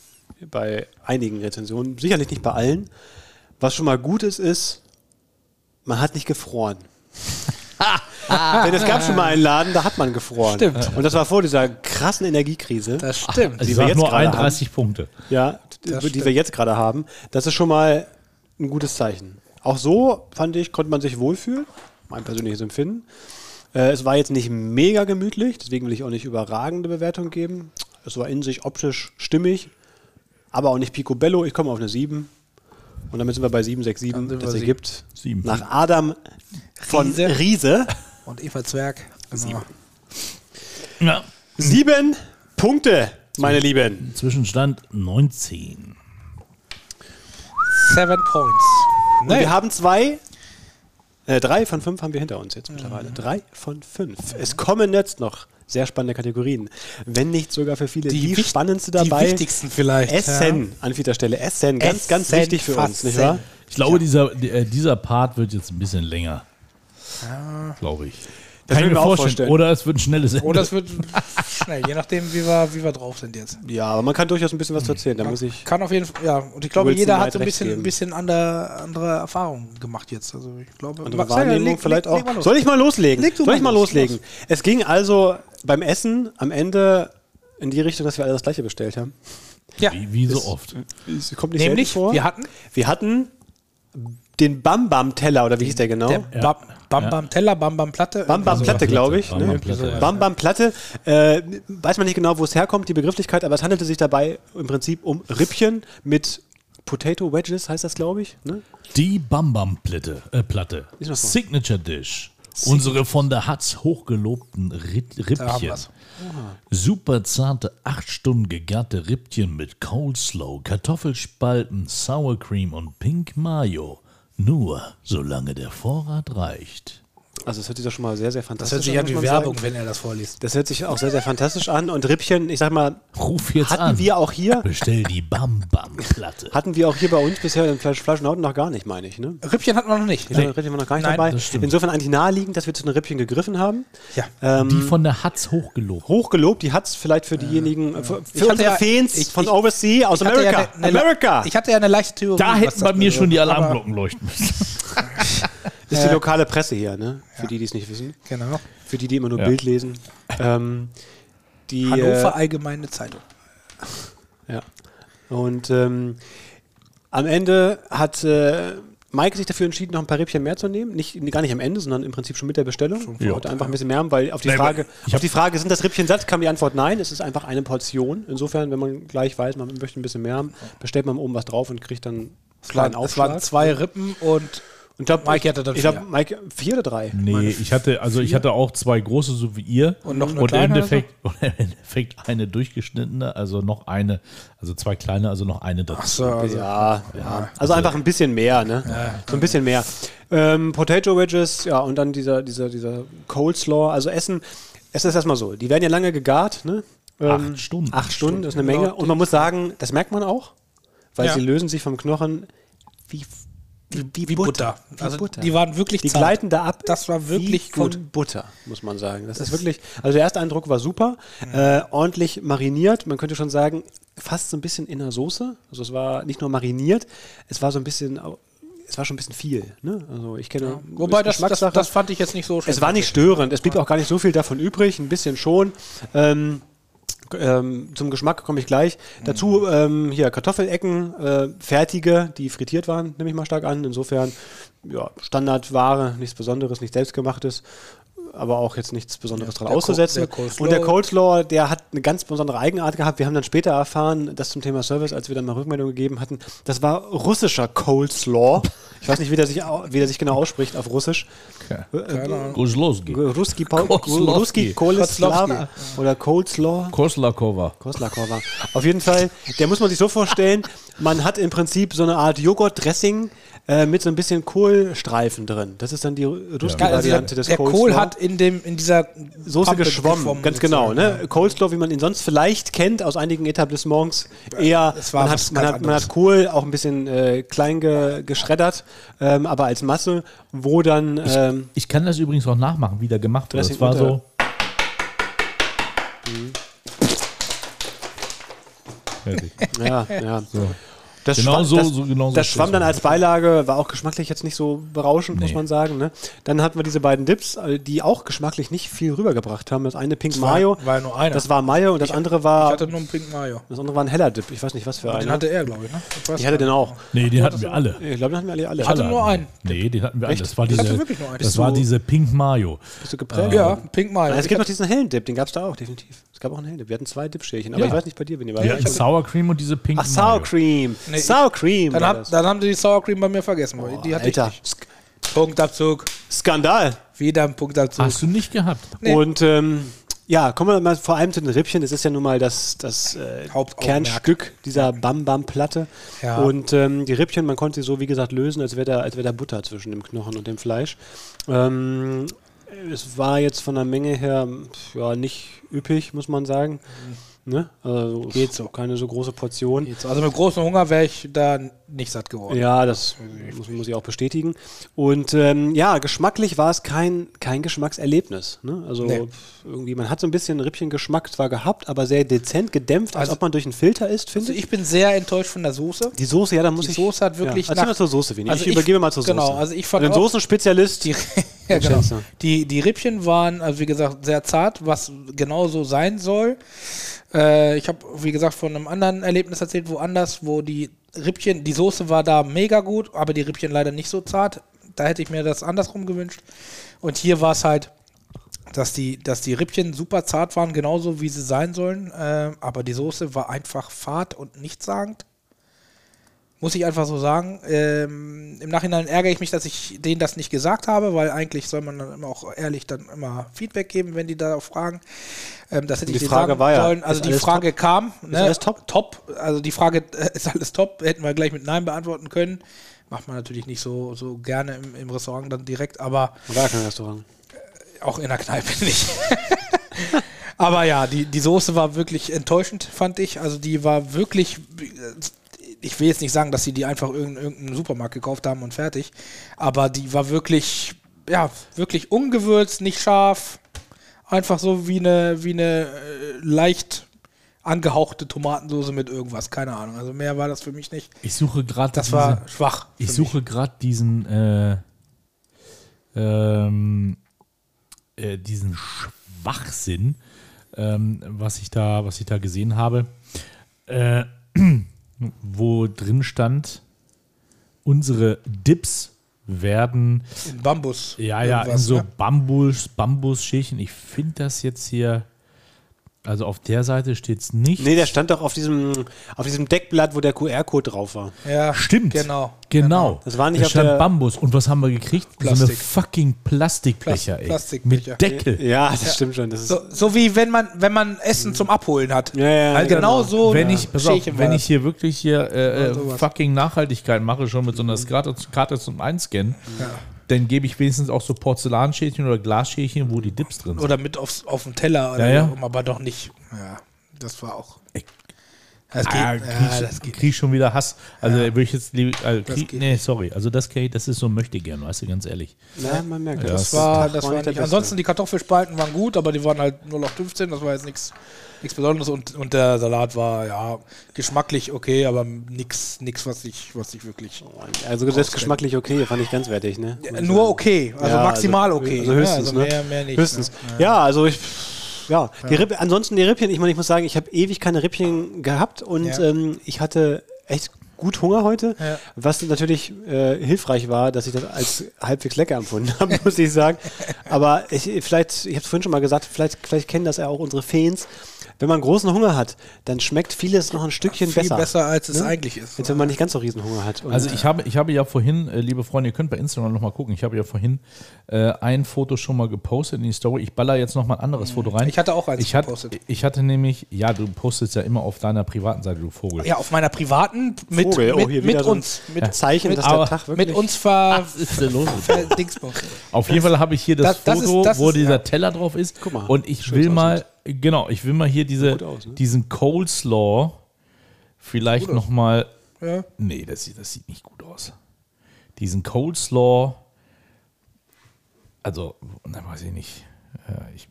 Speaker 3: bei einigen Rezensionen, sicherlich nicht bei allen. Was schon mal gut ist, ist, man hat nicht gefroren. Denn es gab schon mal einen Laden, da hat man gefroren.
Speaker 4: Stimmt.
Speaker 3: Und das war vor dieser krassen Energiekrise.
Speaker 4: Das stimmt.
Speaker 5: Also ich
Speaker 3: wir
Speaker 5: sage
Speaker 3: jetzt
Speaker 5: nur
Speaker 3: gerade haben.
Speaker 5: 31 Punkte.
Speaker 3: ja,
Speaker 4: Das
Speaker 3: die
Speaker 4: stimmt.
Speaker 3: wir jetzt gerade haben, das ist schon mal ein gutes Zeichen. Auch so, fand ich, konnte man sich wohlfühlen, mein persönliches Empfinden. Äh, es war jetzt nicht mega gemütlich, deswegen will ich auch nicht überragende Bewertung geben. Es war in sich optisch stimmig, aber auch nicht picobello. Ich komme auf eine 7. Und damit sind wir bei 767.
Speaker 4: sind wir
Speaker 3: Das
Speaker 4: sieben.
Speaker 3: ergibt
Speaker 5: Sieben.
Speaker 3: nach Adam von
Speaker 4: Riese.
Speaker 3: Riese,
Speaker 4: Und Eva Zwerg. Genau.
Speaker 5: Ja.
Speaker 3: sieben Punkte, meine Lieben.
Speaker 5: Zwischenstand 19.
Speaker 4: Seven Points.
Speaker 3: Und
Speaker 4: Nee.
Speaker 3: wir haben zwei, äh, drei von fünf haben wir hinter uns jetzt
Speaker 4: Mhm.
Speaker 3: mittlerweile. Drei von fünf. Es kommen jetzt noch sehr spannende Kategorien. Wenn nicht sogar für viele die,
Speaker 4: wich-
Speaker 3: spannendste dabei.
Speaker 4: Die wichtigsten vielleicht.
Speaker 3: Essen an vierter Stelle. Essen, ganz, ganz
Speaker 4: Essen,
Speaker 3: wichtig für uns,
Speaker 4: Fassen.
Speaker 3: nicht wahr?
Speaker 5: Ich glaube, dieser, die- äh, dieser Part wird jetzt ein bisschen länger. Glaube ich.
Speaker 3: Das würd ich mir auch vorstellen.
Speaker 5: Oder es wird ein schnelles Ende.
Speaker 4: Ja. Oder es Oh, wird [laughs] schnell, je nachdem, wie wir, wie wir drauf sind jetzt.
Speaker 3: Ja, aber man kann durchaus ein bisschen
Speaker 4: Mhm.
Speaker 3: was zu erzählen. Da muss ich.
Speaker 4: Kann auf jeden Fall, ja. Und ich glaube,
Speaker 3: Wilson
Speaker 4: jeder hat
Speaker 3: Knight
Speaker 4: so ein
Speaker 3: recht
Speaker 4: bisschen,
Speaker 3: geben.
Speaker 4: ein bisschen andere, andere Erfahrungen gemacht jetzt. Also ich glaube,
Speaker 3: Andere
Speaker 4: Marcel,
Speaker 3: Wahrnehmung
Speaker 4: leg-
Speaker 3: vielleicht
Speaker 4: leg- leg mal
Speaker 3: auch.
Speaker 4: los.
Speaker 3: Soll ich mal loslegen?
Speaker 4: Leg du
Speaker 3: Soll ich mal
Speaker 4: mal los,
Speaker 3: loslegen? Es ging also beim Essen am Ende in die Richtung, dass wir alle das gleiche bestellt haben.
Speaker 4: Ja.
Speaker 5: [laughs] Wie, wie so oft.
Speaker 3: Es kommt nicht
Speaker 4: Nämlich,
Speaker 3: selten vor.
Speaker 4: wir hatten
Speaker 3: Wir hatten den Bam Bam Teller, oder wie hieß der genau?
Speaker 4: der Bam, Bam Bam Teller, Bam Bam Platte.
Speaker 3: Bam Bam Platte, glaube ich.
Speaker 5: Bam Bam
Speaker 3: ne?
Speaker 5: Platte, ja.
Speaker 3: Bam Bam Platte. Äh, weiß man nicht genau, wo es herkommt, die Begrifflichkeit, aber es handelte sich dabei im Prinzip um Rippchen mit Potato Wedges, heißt das, glaube ich. Ne?
Speaker 5: Die Bam Bam Platte. Äh, Platte.
Speaker 3: Lies mal vor.
Speaker 5: Signature Dish. Unsere von der Hatz hochgelobten Rit
Speaker 4: Da haben
Speaker 5: Rippchen.
Speaker 4: wir's.
Speaker 5: Super zarte, 8 Stunden gegarte Rippchen mit Coleslaw, Kartoffelspalten, Sour Cream und Pink Mayo. Nur solange der Vorrat reicht.
Speaker 3: Also, es hört sich doch schon mal sehr, sehr
Speaker 4: Das
Speaker 3: fantastisch
Speaker 4: hört sich an
Speaker 3: an.
Speaker 4: wie
Speaker 3: muss man
Speaker 4: Werbung,
Speaker 3: sagen.
Speaker 4: wenn er das vorliest.
Speaker 3: Das hört sich auch sehr, sehr fantastisch an. Und Rippchen, ich sag mal,
Speaker 5: Ruf jetzt
Speaker 3: hatten
Speaker 5: an.
Speaker 3: wir auch hier.
Speaker 5: Bestell die Bam Bam Platte.
Speaker 3: Hatten wir auch hier bei uns bisher in Fleisch, Fleisch und Haut noch gar nicht, meine ich. Ne?
Speaker 4: Rippchen hatten wir noch nicht.
Speaker 3: Da reden wir noch gar nicht
Speaker 4: Nein,
Speaker 3: dabei.
Speaker 5: das stimmt.
Speaker 3: Insofern eigentlich naheliegend, dass wir zu den Rippchen gegriffen haben.
Speaker 4: Ja.
Speaker 5: die von der Hatz hochgelobt.
Speaker 3: hochgelobt. Die hat es vielleicht für diejenigen, äh, für,
Speaker 4: Ich
Speaker 3: für
Speaker 4: hatte
Speaker 3: unsere
Speaker 4: ja-
Speaker 3: Fans
Speaker 4: ich-
Speaker 3: von
Speaker 4: ich-
Speaker 3: Overseas aus
Speaker 4: Ich hatte
Speaker 3: Amerika.
Speaker 4: ja eine- eine-
Speaker 3: America!
Speaker 4: Ich hatte ja eine leichte Theorie.
Speaker 5: Da
Speaker 4: was
Speaker 5: hätten
Speaker 4: das
Speaker 5: bei mir
Speaker 4: bedeutet.
Speaker 5: schon die
Speaker 4: Aber-
Speaker 5: Alarmglocken leuchten müssen.
Speaker 3: ist die lokale Presse hier, ne? Für die, die es nicht wissen.
Speaker 4: Genau.
Speaker 3: Für die, die immer nur
Speaker 5: Ja.
Speaker 3: Bild
Speaker 4: [laughs]
Speaker 3: lesen. Ähm, die,
Speaker 4: Hannover Allgemeine Zeitung.
Speaker 3: Äh, ja. Und ähm, am Ende hat äh, Mike sich dafür entschieden, noch ein paar Rippchen mehr zu nehmen. Nicht, gar nicht am Ende, sondern im Prinzip schon mit der Bestellung. Schon
Speaker 5: Ja.
Speaker 3: einfach ein bisschen mehr haben, weil auf die,
Speaker 5: Nee,
Speaker 3: Frage,
Speaker 5: aber ich
Speaker 3: auf
Speaker 5: hab-
Speaker 3: die Frage, sind das Rippchen satt, kam die Antwort nein. Es ist einfach eine Portion. Insofern, wenn man gleich weiß, man möchte ein bisschen mehr haben, bestellt man oben was drauf und kriegt dann einen kleinen
Speaker 4: Es waren
Speaker 3: Aufschlag.
Speaker 4: zwei Rippen und
Speaker 3: Und glaub,
Speaker 4: Mike hatte dann
Speaker 3: ich glaube,
Speaker 4: vier.
Speaker 3: Mike, vier oder drei?
Speaker 5: Nee, ich hatte, also ich hatte auch zwei große, so wie ihr.
Speaker 4: Und noch eine
Speaker 5: und im
Speaker 4: kleine oder so?
Speaker 5: Endeffekt, [laughs] und im Endeffekt eine durchgeschnittene, also noch eine, also zwei kleine, also noch eine dazu.
Speaker 4: also
Speaker 3: Ja, ja. Also einfach ein bisschen mehr, ne? So ein bisschen mehr. Ähm, Potato Wedges, ja, und dann dieser, dieser, dieser Coleslaw. Also Essen, es ist erstmal so, die werden ja lange gegart, ne? Ähm,
Speaker 5: Acht Stunden.
Speaker 3: Acht Stunden ist eine Menge. Und man muss sagen, das merkt man auch, weil
Speaker 4: Ja.
Speaker 3: sie lösen sich vom Knochen wie, wie, wie,
Speaker 4: wie Butter.
Speaker 3: Wie
Speaker 4: Also
Speaker 3: Butter.
Speaker 4: die waren wirklich
Speaker 3: Die
Speaker 4: zart.
Speaker 3: gleiten da ab.
Speaker 4: Das war wirklich
Speaker 3: wie von
Speaker 4: von-
Speaker 3: Butter, muss man sagen. Das, ist wirklich, also der erste Eindruck war super, äh, ordentlich mariniert. Man könnte schon sagen, fast so ein bisschen in der Soße. Also es war nicht nur mariniert, es war so ein bisschen, au- es war schon ein bisschen viel. Ne? Also ich kenne
Speaker 4: Wobei
Speaker 3: ist
Speaker 4: das, das,
Speaker 3: Geschmackssache.
Speaker 4: das fand ich jetzt nicht so schlimm.
Speaker 3: es war nicht störend. Es blieb auch gar nicht so viel davon übrig, ein bisschen schon. Ähm, k- ähm, zum Geschmack komme ich gleich. Dazu ähm, hier Kartoffelecken, äh, fertige, die frittiert waren, nehme ich mal stark an. Insofern ja, Standardware, nichts Besonderes, nichts Selbstgemachtes. aber auch jetzt nichts Besonderes dran
Speaker 4: der
Speaker 3: auszusetzen.
Speaker 4: Co- der Coleslaw.
Speaker 3: und der Coleslaw, der hat eine ganz besondere Eigenart gehabt. Wir haben dann später erfahren, dass zum Thema Service, als wir dann mal Rückmeldung gegeben hatten, das war russischer Coleslaw. Ich weiß nicht, wie der sich, au- wie der sich genau ausspricht auf Russisch. Äh,
Speaker 5: Kozlowski.
Speaker 3: Ruski, Paul,
Speaker 5: Koslowski.
Speaker 3: Ruski Coleslaw oder Coleslaw.
Speaker 5: Koslakova.
Speaker 3: Koslakova. Auf jeden Fall, der muss man sich so vorstellen, man hat im Prinzip so eine Art Joghurt-Dressing äh, mit so ein bisschen Kohlstreifen drin. Das ist dann die russische
Speaker 4: Ja, also der,
Speaker 3: Variante des
Speaker 4: der Kohl
Speaker 3: Coleslaw.
Speaker 4: hat in, dem, in dieser
Speaker 3: Soße
Speaker 4: Pappe
Speaker 3: geschwommen, ganz genau.
Speaker 4: sozusagen.
Speaker 3: Ne? Coleslaw, wie man ihn sonst vielleicht kennt aus einigen Etablissements, eher,
Speaker 4: Äh, es war
Speaker 3: man,
Speaker 4: was
Speaker 3: hat, man,
Speaker 4: ganz
Speaker 3: hat, man hat
Speaker 4: anderes.
Speaker 3: Kohl auch ein bisschen äh, klein ge geschreddert, ähm, aber als Masse, wo dann... Ähm,
Speaker 5: Ich kann das übrigens auch nachmachen, wie der gemacht wird.
Speaker 3: Dressing
Speaker 5: Das war so. Mhm. Fertig.
Speaker 3: ja, ja. Das
Speaker 5: Genau
Speaker 3: schwamm-
Speaker 5: so-
Speaker 3: das,
Speaker 5: so- genau so
Speaker 3: das
Speaker 5: ist
Speaker 3: schwamm
Speaker 5: das.
Speaker 3: dann als Beilage, war auch geschmacklich jetzt nicht so berauschend, muss
Speaker 5: Nee.
Speaker 3: man sagen. Ne? Dann hatten wir diese beiden Dips, äh, die auch geschmacklich nicht viel rübergebracht haben. Das eine Pink
Speaker 4: war-
Speaker 3: Mayo,
Speaker 4: war ja nur einer.
Speaker 3: das war Mayo und das andere war,
Speaker 4: Ich hatte nur einen Pink Mayo.
Speaker 3: das andere war ein heller Dip. Ich weiß nicht, was für
Speaker 4: Den
Speaker 3: einen.
Speaker 4: hatte er, glaube ich. Ne? Ich, weiß
Speaker 3: Ich hatte
Speaker 4: gar
Speaker 3: den auch.
Speaker 5: Nee,
Speaker 4: [laughs]
Speaker 5: den hatten wir alle.
Speaker 3: Ich glaube, den hatten wir alle. alle.
Speaker 4: hatte nur
Speaker 5: hatten
Speaker 4: einen.
Speaker 5: wir. Nee, den hatten wir alle. Das war
Speaker 4: hatte
Speaker 5: diese,
Speaker 4: wirklich nur einen.
Speaker 5: das
Speaker 4: Bist
Speaker 5: war
Speaker 3: du-
Speaker 5: diese Pink Mayo.
Speaker 3: Bist du geprägt?
Speaker 4: nicht. Ja, Pink Mayo.
Speaker 3: Nein, es
Speaker 4: Ich
Speaker 3: gibt noch
Speaker 4: hatte-
Speaker 3: diesen hellen Dip, den gab es da auch, definitiv. Es gab auch einen hellen Dip. Wir hatten zwei Dip-Schälchen, aber
Speaker 5: Ja.
Speaker 3: ich weiß nicht bei dir, wenn ihr
Speaker 5: Wir hatten Sour Cream und diese Pink
Speaker 3: Ach, Sour
Speaker 5: Mayo.
Speaker 3: Cream.
Speaker 4: Nee, ich-
Speaker 3: Sour Cream.
Speaker 4: dann,
Speaker 3: war
Speaker 4: hab,
Speaker 3: das.
Speaker 4: dann haben sie die Sour Cream bei mir vergessen. weil die hatte
Speaker 3: Alter,
Speaker 4: Ich
Speaker 3: Sk
Speaker 4: nicht. Punktabzug.
Speaker 3: Skandal.
Speaker 4: Wieder ein Punktabzug.
Speaker 5: Hast du nicht gehabt?
Speaker 4: Nee.
Speaker 3: Und ähm, ja, kommen wir mal vor allem zu den Rippchen. Das ist ja nun mal das, das äh,
Speaker 4: Hauptaugenmerk.
Speaker 3: Kernstück dieser Bam-Bam-Platte.
Speaker 4: Ja.
Speaker 3: Und ähm, die Rippchen, man konnte sie so, wie gesagt, lösen, als wäre da, als wär da Butter zwischen dem Knochen und dem Fleisch. Ähm, es war jetzt von der Menge her pf, ja, nicht üppig, muss man sagen.
Speaker 4: Mhm.
Speaker 3: Ne? Also, Geht so. Keine so große Portion.
Speaker 4: Jetzt, also mit großem Hunger wäre ich da nicht satt geworden.
Speaker 3: Ja, das muss, muss ich auch bestätigen. Und ähm, ja, geschmacklich war es kein, kein Geschmackserlebnis. Ne? Also
Speaker 4: Nee.
Speaker 3: irgendwie, man hat so ein bisschen Rippchengeschmack zwar gehabt, aber sehr dezent gedämpft, als
Speaker 4: Also-
Speaker 3: ob man durch einen Filter isst,
Speaker 4: Also
Speaker 3: finde ich.
Speaker 4: ich bin sehr enttäuscht von der Soße.
Speaker 3: Die Soße, ja, da muss
Speaker 4: Die
Speaker 3: ich.
Speaker 4: Soße hat wirklich
Speaker 3: Ja, erzähl
Speaker 4: nach-
Speaker 3: mal zur Soße, Vini.
Speaker 4: Also
Speaker 3: ich
Speaker 4: ich-
Speaker 3: übergebe mal zur Soße.
Speaker 4: genau, also ich fand
Speaker 3: Den
Speaker 4: auch-
Speaker 3: Soßenspezialist.
Speaker 4: Die, [laughs] ja, genau.
Speaker 3: Schätze.
Speaker 4: die, die Rippchen waren, also wie gesagt, sehr zart, was genau so sein soll. Äh, ich habe, wie gesagt, von einem anderen Erlebnis erzählt, woanders, wo die Rippchen, die Soße war da mega gut, aber die Rippchen leider nicht so zart. Da hätte ich mir das andersrum gewünscht. Und hier war es halt, dass die, dass die Rippchen super zart waren, genauso wie sie sein sollen. Äh, aber die Soße war einfach fad und nichtssagend. Muss ich einfach so sagen. Ähm, Im Nachhinein ärgere ich mich, dass ich denen das nicht gesagt habe, weil eigentlich soll man dann immer auch ehrlich dann immer Feedback geben, wenn die da fragen. Ähm, das hätte
Speaker 3: Die
Speaker 4: ich denen
Speaker 3: Frage
Speaker 4: sagen
Speaker 3: war ja,
Speaker 4: sollen. Also
Speaker 3: ist
Speaker 4: die
Speaker 3: alles
Speaker 4: Frage kam. Ne?
Speaker 3: alles top?
Speaker 4: Top. Also die Frage äh, ist alles top. Hätten wir gleich mit Nein beantworten können. Macht man natürlich nicht so, so gerne im, im Restaurant dann direkt, aber
Speaker 3: War kein Restaurant.
Speaker 4: auch in der Kneipe [laughs] nicht. Aber ja, die, die Soße war wirklich enttäuschend, fand ich. Also die war wirklich. Ich will jetzt nicht sagen, dass sie die einfach in irgendeinem Supermarkt gekauft haben und fertig. Aber die war wirklich, ja, wirklich ungewürzt, nicht scharf. Einfach so wie eine, wie eine äh, leicht angehauchte Tomatensoße mit irgendwas. Keine Ahnung. Also mehr war das für mich nicht.
Speaker 5: Ich suche gerade
Speaker 4: Das
Speaker 5: diese-
Speaker 4: war schwach.
Speaker 5: Ich
Speaker 4: für
Speaker 5: suche gerade diesen, äh, ähm, äh, diesen Schwachsinn, ähm, was ich da, was ich da gesehen habe, äh, [clears throat] wo drin stand, unsere Dips werden,
Speaker 4: mich. In Bambus.
Speaker 5: ja, ja, in
Speaker 4: Irgendwas,
Speaker 5: so
Speaker 4: ne?
Speaker 5: Bambus, Bambusschichten. Ich finde das jetzt hier, also auf der Seite steht es nicht.
Speaker 3: Nee, der stand doch auf diesem, auf diesem Deckblatt, wo der QR-Code drauf war.
Speaker 4: Ja,
Speaker 5: Stimmt.
Speaker 4: Genau.
Speaker 5: Genau.
Speaker 3: Das war nicht
Speaker 5: da
Speaker 3: auf
Speaker 5: stand
Speaker 3: der-
Speaker 5: Bambus. Und was haben wir gekriegt? So eine
Speaker 4: Plastik.
Speaker 5: fucking Plastikbecher,
Speaker 4: Plas-
Speaker 5: ey.
Speaker 4: Plastikbecher.
Speaker 5: Mit Deckel.
Speaker 3: Ja, das stimmt schon. Das ist,
Speaker 4: So, so wie wenn man, wenn man Essen zum Abholen hat.
Speaker 3: Ja, ja,
Speaker 4: also genau,
Speaker 3: genau.
Speaker 4: so.
Speaker 5: Wenn ich, pass auf,
Speaker 4: Schälchen
Speaker 5: wenn
Speaker 4: war
Speaker 5: ich hier wirklich hier äh, äh,
Speaker 4: sowas.
Speaker 5: fucking Nachhaltigkeit mache, schon mit so einer Karte, Karte zum Einscannen, dann gebe ich wenigstens auch so Porzellanschälchen oder Glasschälchen, wo die Dips drin
Speaker 4: das.
Speaker 5: sind.
Speaker 4: oder mit aufs, auf dem Teller oder
Speaker 5: Ja, ja.
Speaker 4: wie auch immer, aber doch nicht. Ja, das war auch.
Speaker 5: Ey.
Speaker 4: Das geht,
Speaker 5: Ah,
Speaker 4: ja,
Speaker 5: krieg,
Speaker 4: das geht.
Speaker 5: krieg schon wieder Hass. Also würde ich jetzt lieber. Also,
Speaker 4: Das
Speaker 5: krieg,
Speaker 4: geht
Speaker 5: nee, sorry. Also das, kann ich- das ist so möchte gern, weißt du, ganz ehrlich.
Speaker 3: na, man merkt
Speaker 4: Das war,
Speaker 3: Tag
Speaker 4: das war
Speaker 3: nicht der
Speaker 4: nicht.
Speaker 3: Beste.
Speaker 4: Ansonsten die Kartoffelspalten waren gut, aber die waren halt 0 auf 15, das war jetzt nichts nichts Besonderes und, und der Salat war ja geschmacklich okay, aber nix, nix was ich, was ich wirklich.
Speaker 3: Also das geschmacklich okay, fand ich grenzwertig, ne?
Speaker 4: Nur okay, also
Speaker 3: Ja,
Speaker 4: maximal okay.
Speaker 3: Also
Speaker 4: Ja,
Speaker 3: höchstens,
Speaker 4: also mehr,
Speaker 3: ne?
Speaker 4: mehr nicht.
Speaker 3: höchstens.
Speaker 4: Ne?
Speaker 3: Ja, also ich. Ja, die Rippe, ansonsten die Rippchen, ich meine, ich muss sagen, ich habe ewig keine Rippchen gehabt und
Speaker 4: Ja.
Speaker 3: ähm, ich hatte echt gut Hunger heute.
Speaker 4: Ja.
Speaker 3: Was natürlich äh, hilfreich war, dass ich das als halbwegs lecker empfunden habe, [laughs] muss ich sagen. Aber ich, vielleicht, ich habe es vorhin schon mal gesagt, vielleicht, vielleicht kennen das ja auch unsere Fans. Wenn man großen Hunger hat, dann schmeckt vieles noch ein Stückchen
Speaker 4: Viel
Speaker 3: besser.
Speaker 4: besser, als es eigentlich ist.
Speaker 3: Jetzt, wenn man nicht ganz so Riesenhunger hat. Und
Speaker 5: Also ich habe, ich habe ja vorhin, äh, liebe Freunde, ihr könnt bei Instagram nochmal gucken, ich habe ja vorhin äh, ein Foto schon mal gepostet in die Story. Ich baller jetzt nochmal ein anderes Foto rein.
Speaker 4: Mhm. Ich hatte auch eins
Speaker 5: ich hatte,
Speaker 4: gepostet.
Speaker 5: Ich hatte nämlich, ja, du postest ja immer auf deiner privaten Seite, du Vogel.
Speaker 4: Ja, auf meiner privaten mit,
Speaker 3: Vogel, oh,
Speaker 4: mit,
Speaker 3: hier
Speaker 4: mit
Speaker 3: wieder so ein
Speaker 4: uns. Mit,
Speaker 3: Zeichen,
Speaker 4: mit,
Speaker 3: dass der
Speaker 5: aber-
Speaker 3: Tag wirklich...
Speaker 4: mit uns ver.
Speaker 5: ist denn los?
Speaker 4: ver Dingsbums.
Speaker 5: Auf jeden Fall habe ich hier das,
Speaker 4: das- das
Speaker 5: Foto,
Speaker 4: ist- das
Speaker 5: wo
Speaker 4: ist-
Speaker 5: dieser
Speaker 4: ja.
Speaker 5: Teller drauf ist.
Speaker 3: Guck mal,
Speaker 5: und ich
Speaker 3: schön
Speaker 5: will
Speaker 3: aussieht.
Speaker 5: mal, genau, ich will mal hier diese,
Speaker 3: gut aus, ne?
Speaker 5: diesen Coleslaw vielleicht nochmal.
Speaker 4: Ja.
Speaker 5: Nee, das sieht, das sieht nicht gut aus. Diesen Coleslaw. Also, na, weiß ich nicht. Äh, ich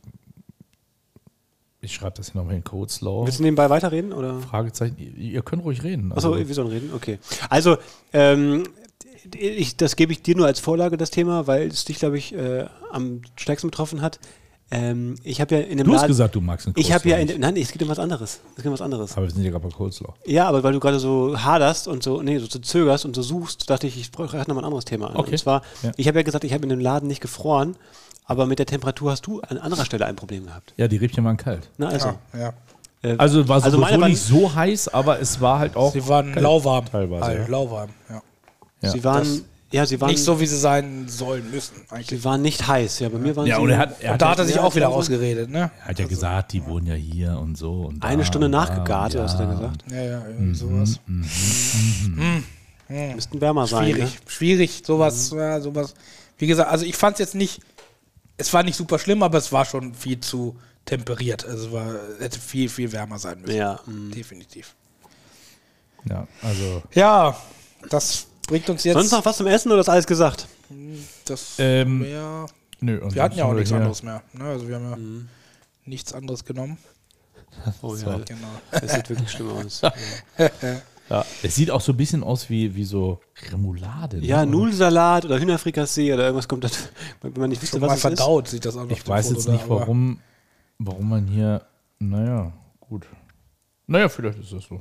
Speaker 5: ich schreibe das hier nochmal in Coleslaw.
Speaker 3: Willst du nebenbei weiterreden? Oder?
Speaker 5: Fragezeichen. Ihr- Ihr könnt ruhig reden.
Speaker 3: Achso, wir sollen reden? Okay. Also, ähm, ich, das gebe ich dir nur als Vorlage, das Thema, weil es dich, glaube ich, äh, am stärksten betroffen hat. Ähm, ich habe ja in dem
Speaker 5: du hast
Speaker 3: Laden-
Speaker 5: gesagt, du magst einen
Speaker 3: Ich habe ja in
Speaker 5: nicht.
Speaker 3: dem, Nein, es geht um was anderes. Es geht um was anderes.
Speaker 5: Aber wir sind ja gerade bei Coleslaw.
Speaker 3: Ja, aber weil du gerade so haderst und so, nee, so zögerst und so suchst, dachte ich, ich brauche gerade nochmal ein anderes Thema an.
Speaker 5: Okay.
Speaker 3: Und zwar,
Speaker 5: Ja.
Speaker 3: ich habe ja gesagt, ich habe in dem Laden nicht gefroren, aber mit der Temperatur hast du an anderer Stelle ein Problem gehabt.
Speaker 5: Ja, die Riebchen waren kalt.
Speaker 3: Na, also,
Speaker 4: Ja, ja.
Speaker 3: äh,
Speaker 5: Also war es
Speaker 3: Also
Speaker 5: also
Speaker 3: meine waren-
Speaker 5: nicht so heiß, aber es war halt auch.
Speaker 4: Sie waren lauwarm.
Speaker 5: Teilweise,
Speaker 4: Also
Speaker 5: ja.
Speaker 4: Lauwarm, ja.
Speaker 5: ja,
Speaker 3: sie waren,
Speaker 4: das-
Speaker 3: ja, sie waren,
Speaker 4: Nicht so, wie sie sein sollen müssen, eigentlich.
Speaker 3: sie waren nicht heiß. Ja, bei mir waren
Speaker 5: Ja,
Speaker 3: sie
Speaker 5: und er hat, er
Speaker 4: Und
Speaker 5: hat,
Speaker 4: da
Speaker 5: ja,
Speaker 4: hat er sich
Speaker 3: Ja,
Speaker 4: auch wieder
Speaker 3: das war so-
Speaker 4: rausgeredet, ne?
Speaker 5: er hat ja gesagt, die wohnen ja hier und so. Und
Speaker 3: eine
Speaker 5: da
Speaker 3: Stunde
Speaker 5: und da
Speaker 3: nachgegart,
Speaker 5: und
Speaker 3: oder was hat er gesagt?
Speaker 4: Ja, ja,
Speaker 3: Mhm,
Speaker 4: irgendwie sowas. Hm,
Speaker 3: Müssten wärmer sein.
Speaker 4: Schwierig,
Speaker 5: ne?
Speaker 4: schwierig,
Speaker 5: Mhm.
Speaker 4: sowas, ja, sowas. Wie gesagt, also ich fand es jetzt nicht, es war nicht super schlimm, aber es war schon viel zu temperiert. Also es war, hätte viel, viel wärmer sein
Speaker 3: Ne?
Speaker 4: müssen.
Speaker 3: Ja. mm.
Speaker 4: Definitiv.
Speaker 5: Ja, also.
Speaker 4: Ja, das bringt uns jetzt.
Speaker 3: Sonst noch was zum Essen oder ist alles gesagt?
Speaker 4: das
Speaker 5: Ähm,
Speaker 4: mehr.
Speaker 5: Nö, und
Speaker 4: Wir hatten ja auch
Speaker 5: sonst
Speaker 4: nichts
Speaker 5: sind wir
Speaker 4: anderes mehr. Ne? Also wir haben ja nichts anderes genommen.
Speaker 3: Oh Mhm. ja,
Speaker 4: Genau.
Speaker 5: Also
Speaker 3: das sieht wirklich schlimm aus.
Speaker 5: hier. Ja, es sieht auch so ein bisschen aus wie, wie so Remoulade. ne?
Speaker 3: Ja,
Speaker 5: Und
Speaker 3: Nudelsalat oder Hühnerfrikassee oder irgendwas kommt, das, wenn man nicht wüsste,
Speaker 4: Schon Also mal
Speaker 3: was es ist.
Speaker 4: verdaut sieht das auch noch.
Speaker 5: Ich weiß jetzt nicht, warum, warum man hier. Naja, gut. Naja, vielleicht ist das so.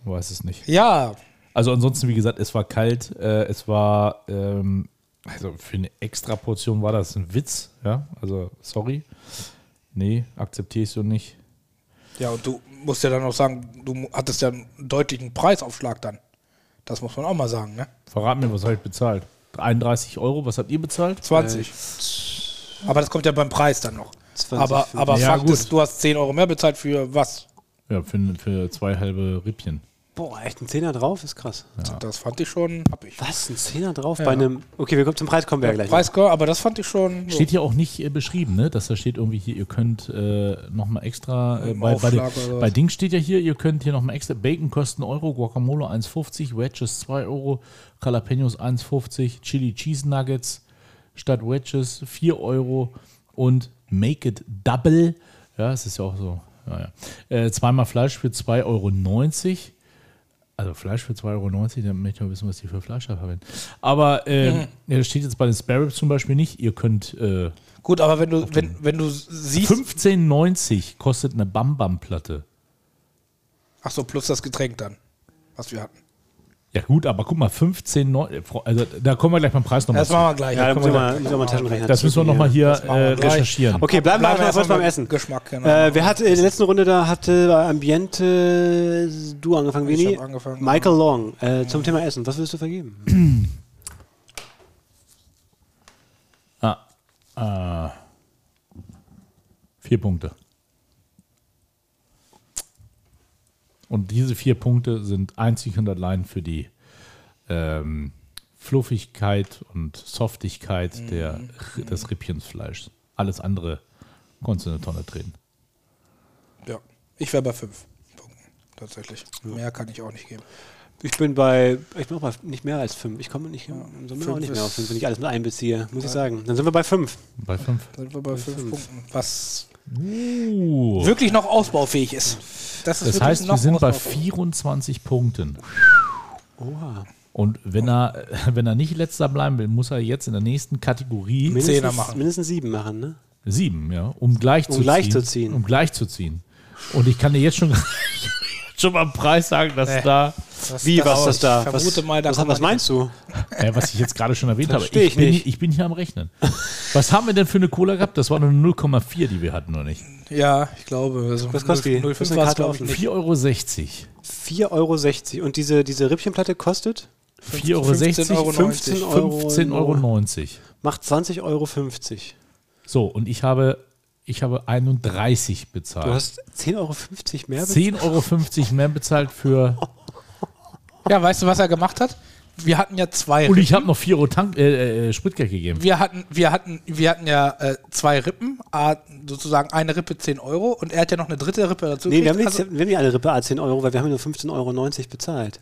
Speaker 5: Ich weiß es nicht.
Speaker 4: Ja,
Speaker 5: Also ansonsten, wie gesagt, es war kalt, äh, es war, ähm, also für eine extra Portion war das ein Witz, ja, also sorry. Nee, akzeptiere ich so nicht.
Speaker 4: Ja, und du musst ja dann auch sagen, du mu- hattest ja einen deutlichen Preisaufschlag dann. Das muss man auch mal sagen, ne?
Speaker 5: Verrat mir, was habe ich bezahlt? 31 Euro, was habt ihr bezahlt?
Speaker 3: Äh,
Speaker 4: 20. Aber das kommt ja beim Preis dann noch.
Speaker 3: 20,
Speaker 4: Aber,
Speaker 3: 50.
Speaker 4: aber
Speaker 5: Ja,
Speaker 4: Fakt
Speaker 5: gut.
Speaker 4: ist, du hast 10 Euro mehr bezahlt für was?
Speaker 5: Ja, für, für zwei halbe Rippchen.
Speaker 3: Boah, echt ein Zehner drauf? Ist krass.
Speaker 4: Das fand ich schon happig.
Speaker 3: Was? Ein Zehner drauf? Bei einem. Okay, wir kommen zum Preis, kommen wir ja gleich.
Speaker 4: Preis, aber das fand ich schon.
Speaker 5: Steht hier auch nicht äh, beschrieben, ne? Dass da steht irgendwie hier, ihr könnt äh, nochmal extra, äh,
Speaker 4: Im
Speaker 5: bei, bei,
Speaker 4: Aufschlag oder
Speaker 5: den,
Speaker 4: was?
Speaker 5: bei Ding steht ja hier, ihr könnt hier nochmal extra, Bacon kosten 1 Euro, Guacamole 1,50, Wedges 2 Euro, Jalapenos 1,50, Chili Cheese Nuggets statt Wedges 4 Euro und Make It Double, ja, es ist ja auch so, naja, äh, zweimal Fleisch für 2,90 Euro. Also Fleisch für 2,90 Euro, dann möchte ich mal wissen, was die für Fleisch da verwenden. Aber ähm,
Speaker 4: [laughs]
Speaker 5: ja, das steht jetzt bei den Spare Ribs zum Beispiel nicht. Ihr könnt äh,
Speaker 4: Gut, aber wenn du, wenn, wenn du siehst.
Speaker 5: 15,90 kostet eine Bam Bam Platte.
Speaker 4: Ach so, plus das Getränk dann, was wir hatten.
Speaker 5: Ja gut, aber guck mal, 15,90. Also da kommen wir gleich beim Preis nochmal.
Speaker 4: Das machen wir gleich.
Speaker 3: Ja, da
Speaker 4: Kommen
Speaker 3: müssen wir
Speaker 4: wir
Speaker 3: mal,
Speaker 4: gleich.
Speaker 3: müssen wir mal einen Taschenrechner
Speaker 5: Das müssen wir
Speaker 3: ziehen
Speaker 5: nochmal hier
Speaker 4: machen wir
Speaker 5: äh,
Speaker 4: gleich.
Speaker 5: recherchieren.
Speaker 3: Okay, bleiben wir
Speaker 4: Bleiben wir
Speaker 3: erstmal kurz
Speaker 4: erstmal
Speaker 3: beim
Speaker 4: beim
Speaker 3: Essen.
Speaker 4: Geschmack, genau.
Speaker 3: Äh, wer hat in der letzten Runde da hatte bei Ambiente du angefangen,
Speaker 4: Ich
Speaker 3: Vini?
Speaker 4: hab angefangen.
Speaker 3: Michael Long äh, zum Thema Essen. Was würdest du vergeben?
Speaker 5: Vier Punkte. Und diese vier Punkte sind einzig und allein für die ähm, Fluffigkeit und Softigkeit der,
Speaker 4: Mhm.
Speaker 5: des Rippchensfleischs. Alles andere konntest du in eine Tonne treten.
Speaker 4: Ja, ich wäre bei 5 Punkten, tatsächlich. Mehr kann ich auch nicht geben.
Speaker 3: Ich bin bei, ich bin auch bei nicht mehr als fünf. Ich komme nicht, im Sommer auch
Speaker 4: Fünf
Speaker 3: nicht mehr
Speaker 4: ist-
Speaker 3: auf fünf, wenn ich alles mit einbeziehe, muss ich sagen. Dann sind wir bei fünf.
Speaker 5: Bei fünf.
Speaker 4: Sind wir bei 5 Punkten. Was
Speaker 5: Uh,
Speaker 4: wirklich noch ausbaufähig ist. Das, ist
Speaker 5: das
Speaker 4: wirklich
Speaker 5: heißt, wir
Speaker 4: noch
Speaker 5: sind bei
Speaker 4: ausbaufähig.
Speaker 5: 24 Punkten.
Speaker 3: Oha.
Speaker 5: Und wenn er, [laughs] wenn er nicht letzter bleiben will, muss er jetzt in der nächsten Kategorie
Speaker 3: Mindestens,
Speaker 4: Zehner machen.
Speaker 3: mindestens sieben machen, ne?
Speaker 5: Sieben, ja. Um gleich, zu,
Speaker 3: gleich
Speaker 5: ziehen,
Speaker 3: zu ziehen.
Speaker 5: [laughs] Um gleich zu ziehen. Und ich kann dir jetzt schon, schon mal einen Preis sagen, dass da
Speaker 4: Das-
Speaker 3: Wie,
Speaker 4: das-
Speaker 3: was ist das
Speaker 4: ich
Speaker 3: da?
Speaker 4: vermute
Speaker 3: was,
Speaker 4: mal, da
Speaker 3: was,
Speaker 4: kommt
Speaker 3: was
Speaker 4: man
Speaker 3: meinst du?
Speaker 5: Äh, was ich jetzt gerade schon erwähnt habe.
Speaker 3: Versteh ich
Speaker 5: bin,
Speaker 3: nicht.
Speaker 5: ich bin hier am Rechnen. Was haben wir denn für eine Cola gehabt? Das war nur 0,4, die wir hatten, oder nicht?
Speaker 4: Ja, ich glaube. Also
Speaker 3: Was kostet die?
Speaker 4: 0,5
Speaker 3: Ist eine
Speaker 4: war es,
Speaker 3: Karte
Speaker 4: glaube ich,
Speaker 3: offen?
Speaker 4: nicht.
Speaker 5: 4,60 Euro. 4,60
Speaker 3: 4,60 Euro. Und diese, diese Rippchenplatte kostet?
Speaker 5: Euro,
Speaker 4: 15,90
Speaker 3: Euro.
Speaker 5: 15,90 Euro.
Speaker 3: Macht 20,50 Euro.
Speaker 5: So, und ich habe, ich habe 31 bezahlt.
Speaker 3: Du hast 10,50 Euro mehr bezahlt?
Speaker 5: 10,50 Euro mehr bezahlt für.
Speaker 4: Ja, weißt du, was er gemacht hat? Wir hatten ja zwei
Speaker 5: Und
Speaker 4: Rippen.
Speaker 5: ich habe noch 4 Euro Tank, äh, äh, Spritgeld gegeben.
Speaker 4: Wir hatten, wir hatten, wir hatten ja äh, zwei Rippen, ah, sozusagen eine Rippe 10 Euro und er hat ja noch eine dritte Rippe dazu.
Speaker 3: Nee, wir haben,
Speaker 4: gekriegt. Also
Speaker 3: nicht, wir haben nicht alle Rippe A 10 Euro, weil wir haben nur 15,90 Euro bezahlt.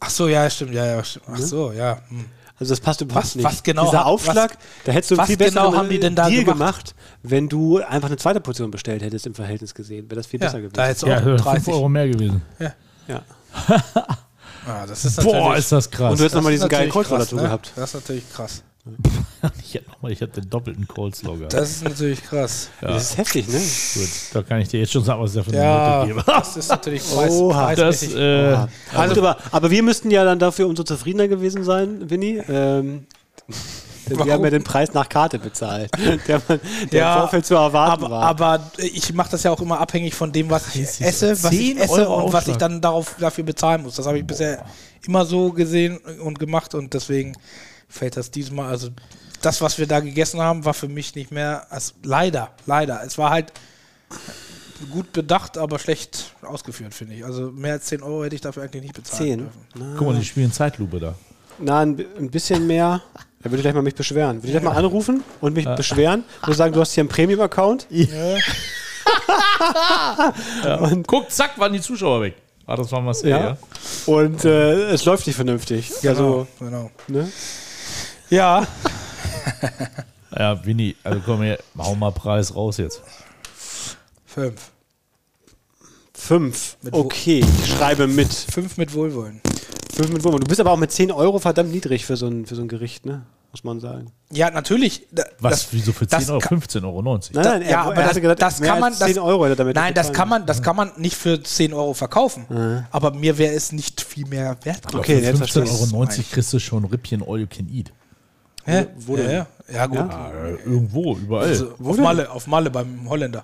Speaker 4: ach so, ja, stimmt, ja, ja, stimmt.
Speaker 3: Ne?
Speaker 4: Ach so, ja. hm.
Speaker 3: Also das passt überhaupt
Speaker 4: Was-
Speaker 3: nicht.
Speaker 4: was genau
Speaker 3: Dieser
Speaker 4: hat-
Speaker 3: Aufschlag,
Speaker 4: was-
Speaker 3: da hättest du einen
Speaker 4: was
Speaker 3: viel besseren
Speaker 4: genau haben die denn da
Speaker 3: Deal
Speaker 4: gemacht?
Speaker 3: gemacht, wenn du einfach eine zweite Portion bestellt hättest im Verhältnis gesehen. Wäre das viel
Speaker 4: Ja,
Speaker 3: besser gewesen.
Speaker 4: da hättest du
Speaker 5: Ja,
Speaker 4: auch
Speaker 5: 5
Speaker 4: 30.
Speaker 5: Euro mehr gewesen.
Speaker 3: ja.
Speaker 4: [laughs] Ah, das ist natürlich,
Speaker 5: Boah, ist das krass.
Speaker 3: Und du hättest nochmal
Speaker 4: das ist
Speaker 3: diesen geilen
Speaker 4: natürlich
Speaker 3: Cold Roll
Speaker 4: krass,
Speaker 3: dazu
Speaker 4: ne?
Speaker 3: gehabt.
Speaker 4: Das ist natürlich krass.
Speaker 5: ich hätte nochmal, ich hätte den doppelten Coleslaw gehabt.
Speaker 4: Das ist natürlich krass.
Speaker 3: Das ist heftig, ne?
Speaker 5: Gut, da kann ich dir jetzt schon sagen, was ich dafür
Speaker 4: Ja,
Speaker 5: eine Note gebe.
Speaker 4: das ist natürlich preis,
Speaker 3: Oha,
Speaker 5: Das,
Speaker 4: preismäßig.
Speaker 5: äh,
Speaker 3: Ja. Also, gut, aber, aber wir müssten ja dann dafür umso zufriedener gewesen sein, Winnie. Ähm, denn
Speaker 4: Warum?
Speaker 3: wir haben ja den Preis nach Karte bezahlt, [laughs] der, man, der
Speaker 4: Ja,
Speaker 3: im Vorfeld zu erwarten
Speaker 4: aber,
Speaker 3: war.
Speaker 4: aber ich mache das ja auch immer abhängig von dem, was ich esse, was ich
Speaker 5: 10
Speaker 4: esse
Speaker 5: Euro
Speaker 4: und was ich
Speaker 5: Aufschlag.
Speaker 4: dann darauf, dafür bezahlen muss. Das habe ich bisher immer so gesehen und gemacht und deswegen fällt das diesmal. Also das, was wir da gegessen haben, war für mich nicht mehr als leider, leider. Es war halt gut bedacht, aber schlecht ausgeführt, finde ich. Also mehr als 10 Euro hätte ich dafür eigentlich nicht bezahlt.
Speaker 3: 10.
Speaker 5: Guck mal, die spielen Zeitlupe da.
Speaker 3: Na, ein, bi- ein bisschen mehr. Da würde ich gleich mal mich beschweren. Würde ich gleich mal anrufen und mich beschweren und sagen, du hast hier einen Premium-Account.
Speaker 5: Guck, zack, waren die Zuschauer weg. Ah, das war Marcel,
Speaker 3: Ja. Und äh, es läuft nicht vernünftig.
Speaker 4: Genau,
Speaker 3: Also,
Speaker 4: genau.
Speaker 3: ne?
Speaker 4: Ja,
Speaker 5: Ja, ja Winnie, also komm her, hau mal Preis raus jetzt.
Speaker 4: fünf.
Speaker 3: Fünf.
Speaker 4: Wo-
Speaker 3: Okay, ich schreibe mit.
Speaker 4: Fünf mit Wohlwollen.
Speaker 3: Fünf mit Wurm. Du bist aber auch mit 10 Euro verdammt niedrig für so ein, für so ein Gericht, ne? Muss man sagen.
Speaker 4: Ja, natürlich. da-
Speaker 5: Was,
Speaker 4: das-
Speaker 5: wieso für
Speaker 4: das Ne?
Speaker 5: 10 Euro?
Speaker 4: kann-
Speaker 5: 15,90 Euro.
Speaker 3: Nein,
Speaker 4: Da-
Speaker 3: nein, er, er hatte gesagt, mehr als 10
Speaker 4: das-
Speaker 3: Euro hätte er damit
Speaker 4: Nein,
Speaker 3: nicht
Speaker 4: das
Speaker 3: bezahlen.
Speaker 4: kann man, das kann man nicht für 10 Euro verkaufen. Aber mir wäre es nicht viel mehr wert.
Speaker 3: Okay,
Speaker 5: für
Speaker 3: jetzt verstehe
Speaker 5: 15,90
Speaker 3: ich.
Speaker 5: Euro kriegst du schon Rippchen All You Can Eat.
Speaker 4: Hä?
Speaker 3: wo
Speaker 4: ja,
Speaker 3: denn?
Speaker 4: ja. ja, gut.
Speaker 5: Ah, irgendwo, überall.
Speaker 4: Also,
Speaker 3: wo
Speaker 4: auf,
Speaker 3: denn?
Speaker 4: Malle, auf Malle beim Holländer.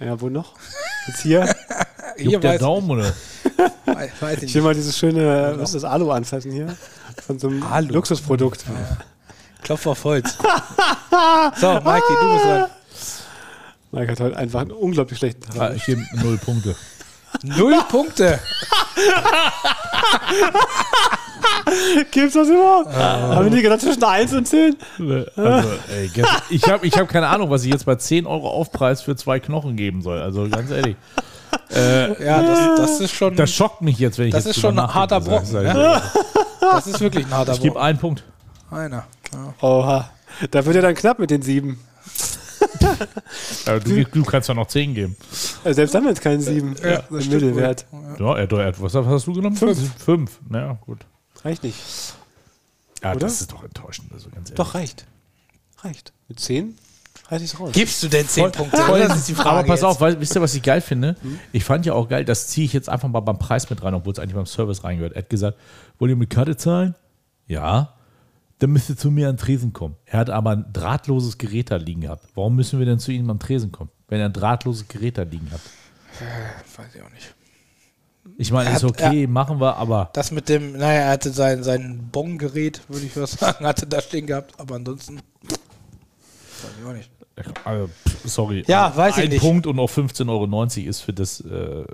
Speaker 3: Ja, wo noch? Jetzt hier.
Speaker 5: Juckt der
Speaker 4: weiß, [laughs]
Speaker 5: Daumen, oder?
Speaker 4: weiß, weiß ich
Speaker 3: Ich will
Speaker 4: nicht.
Speaker 3: mal dieses schöne, was ist das, Alu anfassen hier? Von so einem
Speaker 4: Alu.
Speaker 3: Luxusprodukt.
Speaker 4: Klopf auf
Speaker 3: [laughs]
Speaker 4: Holz. so, Mikey, du bist dran.
Speaker 3: Mike hat heute einfach einen unglaublich schlechten Tag.
Speaker 5: Ah, ich gebe null
Speaker 4: [laughs]
Speaker 5: Punkte.
Speaker 4: Null Punkte.
Speaker 3: Gibt's das überhaupt? Haben wir nicht gedacht zwischen 1 und 10?
Speaker 4: Ne.
Speaker 5: Also, ey, ganz- ich habe ich hab keine Ahnung, was ich jetzt bei 10 Euro Aufpreis für zwei Knochen geben soll. Also ganz ehrlich.
Speaker 3: Äh,
Speaker 4: Ja, das, das ist schon,
Speaker 5: Das schockt mich jetzt, wenn ich
Speaker 4: Das
Speaker 5: jetzt
Speaker 4: ist
Speaker 5: drüber
Speaker 4: schon ein
Speaker 5: nachdenke.
Speaker 4: harter Brocken,
Speaker 5: Sag ich
Speaker 4: ne?
Speaker 5: ehrlich.
Speaker 4: das ist wirklich ein harter
Speaker 5: Ich gebe
Speaker 4: Wurf.
Speaker 5: einen Punkt.
Speaker 4: Einer. Ja.
Speaker 3: Oha. Da wird ja dann knapp mit den 7.
Speaker 5: Aber Du, du kannst ja noch 10 geben.
Speaker 3: Also selbst dann wird es kein 7.
Speaker 4: Ja, das
Speaker 3: Im
Speaker 4: stimmt
Speaker 3: Mittelwert.
Speaker 5: Ja, er, er, was hast du genommen? Fünf. Fünf. Na ja, gut.
Speaker 3: Reicht nicht.
Speaker 5: Ja,
Speaker 3: Oder?
Speaker 5: das ist doch enttäuschend. Also ganz ehrlich.
Speaker 4: [laughs]
Speaker 3: Doch, reicht. Reicht. Mit 10 reiß ich's raus.
Speaker 4: Gibst du denn 10 Punkte? Das ist die Frage.
Speaker 5: Aber pass
Speaker 4: jetzt. Hm?
Speaker 5: auf, weil, wisst ihr, was ich geil finde? Ich fand ja auch geil, das ziehe ich jetzt einfach mal beim Preis mit rein, obwohl es eigentlich beim Service reingehört. Er hat gesagt, wollt ihr mit Karte zahlen? Ja. Dann müsst ihr zu mir an den Tresen kommen. Er hat aber ein drahtloses Gerät da liegen gehabt. Warum müssen wir denn zu ihm am Tresen kommen, wenn er ein drahtloses Gerät da liegen hat?
Speaker 4: Weiß ich auch nicht.
Speaker 5: Ich meine,
Speaker 4: Er
Speaker 5: ist
Speaker 4: hat-
Speaker 5: okay, machen wir, aber
Speaker 4: Das mit dem, naja, er hatte sein, sein Bon-Gerät, würde ich was [laughs] sagen, hatte da stehen gehabt, aber ansonsten. Weiß ich auch nicht.
Speaker 5: also, pff, sorry.
Speaker 4: Ja, weiß ich
Speaker 5: ein
Speaker 4: nicht.
Speaker 5: Punkt und auch 15,90 Euro ist für das, äh,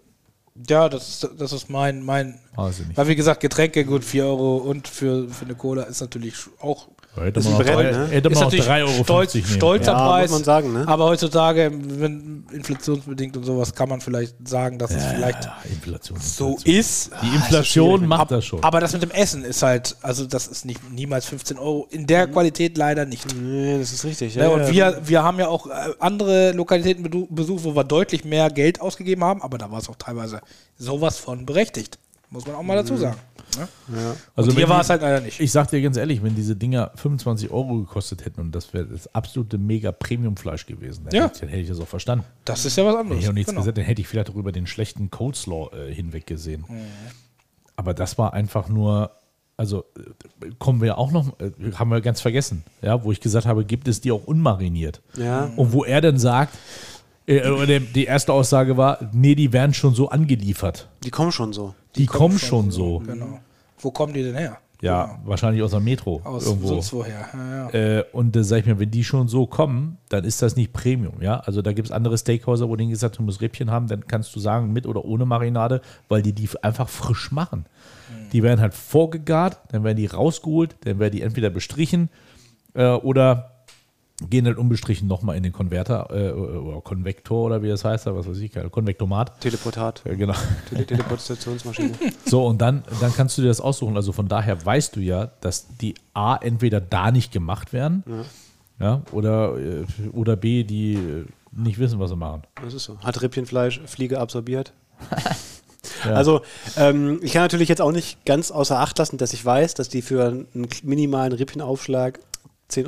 Speaker 4: Ja, das, ist- das ist mein, mein.
Speaker 5: weiß ich nicht.
Speaker 4: Weil, wie gesagt, Getränke, gut, 4 Euro und für, für eine Cola ist natürlich auch.
Speaker 5: Hätte
Speaker 3: ist
Speaker 5: man
Speaker 3: ein
Speaker 5: auch
Speaker 3: Brett,
Speaker 5: drei-
Speaker 3: ne?
Speaker 5: hätte
Speaker 4: ist
Speaker 5: man auch
Speaker 4: natürlich
Speaker 5: 3,50 Euro
Speaker 4: stolz,
Speaker 5: nehmen.
Speaker 4: stolzer
Speaker 5: ja.
Speaker 3: muss
Speaker 4: Preis.
Speaker 3: man sagen, ne?
Speaker 4: Aber heutzutage, wenn inflationsbedingt und sowas, kann man vielleicht sagen, dass es vielleicht
Speaker 5: Ja, Inflation.
Speaker 4: so ist. Ah,
Speaker 5: Die Inflation macht das schon.
Speaker 4: Aber das mit dem Essen ist halt, also das ist nicht, niemals 15 Euro. In
Speaker 3: Mhm.
Speaker 4: der Qualität leider nicht.
Speaker 3: Nee, das ist richtig.
Speaker 4: Ja, und wir, wir haben ja auch äh, andere Lokalitäten bedu- besucht, wo wir deutlich mehr Geld ausgegeben haben, aber da war es auch teilweise sowas von berechtigt. Muss man auch mal dazu sagen. Ne?
Speaker 5: Also
Speaker 4: und hier
Speaker 5: wenn
Speaker 4: war
Speaker 5: die-
Speaker 4: es halt leider nicht.
Speaker 5: Ich sag dir ganz ehrlich, wenn diese Dinger 25 Euro gekostet hätten und das wäre das absolute mega Premium-Fleisch gewesen, dann,
Speaker 4: Ja.
Speaker 5: hätte, ich- dann hätte ich das auch verstanden.
Speaker 4: Das ist ja was
Speaker 5: Hätte
Speaker 4: anderes.
Speaker 5: ich auch nichts
Speaker 4: Genau. Mhm.
Speaker 5: gesagt, dann hätte ich vielleicht auch über den schlechten Coleslaw äh, hinweggesehen. Aber das war einfach nur, also äh, kommen wir auch noch, äh, haben wir ganz vergessen, ja, wo ich gesagt habe, gibt es die auch unmariniert?
Speaker 3: Ja.
Speaker 5: Und wo er dann sagt, äh, oder der- die erste Aussage war, nee, die werden schon so angeliefert.
Speaker 3: Die kommen schon so.
Speaker 5: Die, kommen schon so.
Speaker 4: Genau. Wo kommen die denn her?
Speaker 5: Ja, wahrscheinlich aus dem Metro.
Speaker 4: Aus
Speaker 5: irgendwo.
Speaker 4: sonst woher. Ja, ja.
Speaker 5: Äh, und da sag ich mir, wenn die schon so kommen, dann ist das nicht Premium, ja. Also da gibt es andere Steakhäuser, wo denen gesagt, du musst Rippchen haben, dann kannst du sagen, mit oder ohne Marinade, weil die die f- einfach frisch machen. Die werden halt vorgegart, dann werden die rausgeholt, dann werden die entweder bestrichen äh, oder gehen halt unbestrichen nochmal in den Konverter äh, oder Konvektor oder wie das heißt, was weiß ich, keine- Konvektomat.
Speaker 3: Teleportat.
Speaker 5: Ja, genau.
Speaker 3: Tele Teleportationsmaschine.
Speaker 5: So, und dann, dann kannst du dir das aussuchen. Also von daher weißt du ja, dass die A entweder da nicht gemacht werden, ja. oder, äh, oder B, die äh, nicht wissen, was sie machen.
Speaker 3: Das ist so. Hat Rippchenfleisch Fliege absorbiert? Also, ähm, ich kann natürlich jetzt auch nicht ganz außer Acht lassen, dass ich weiß, dass die für einen minimalen Rippchenaufschlag 10,50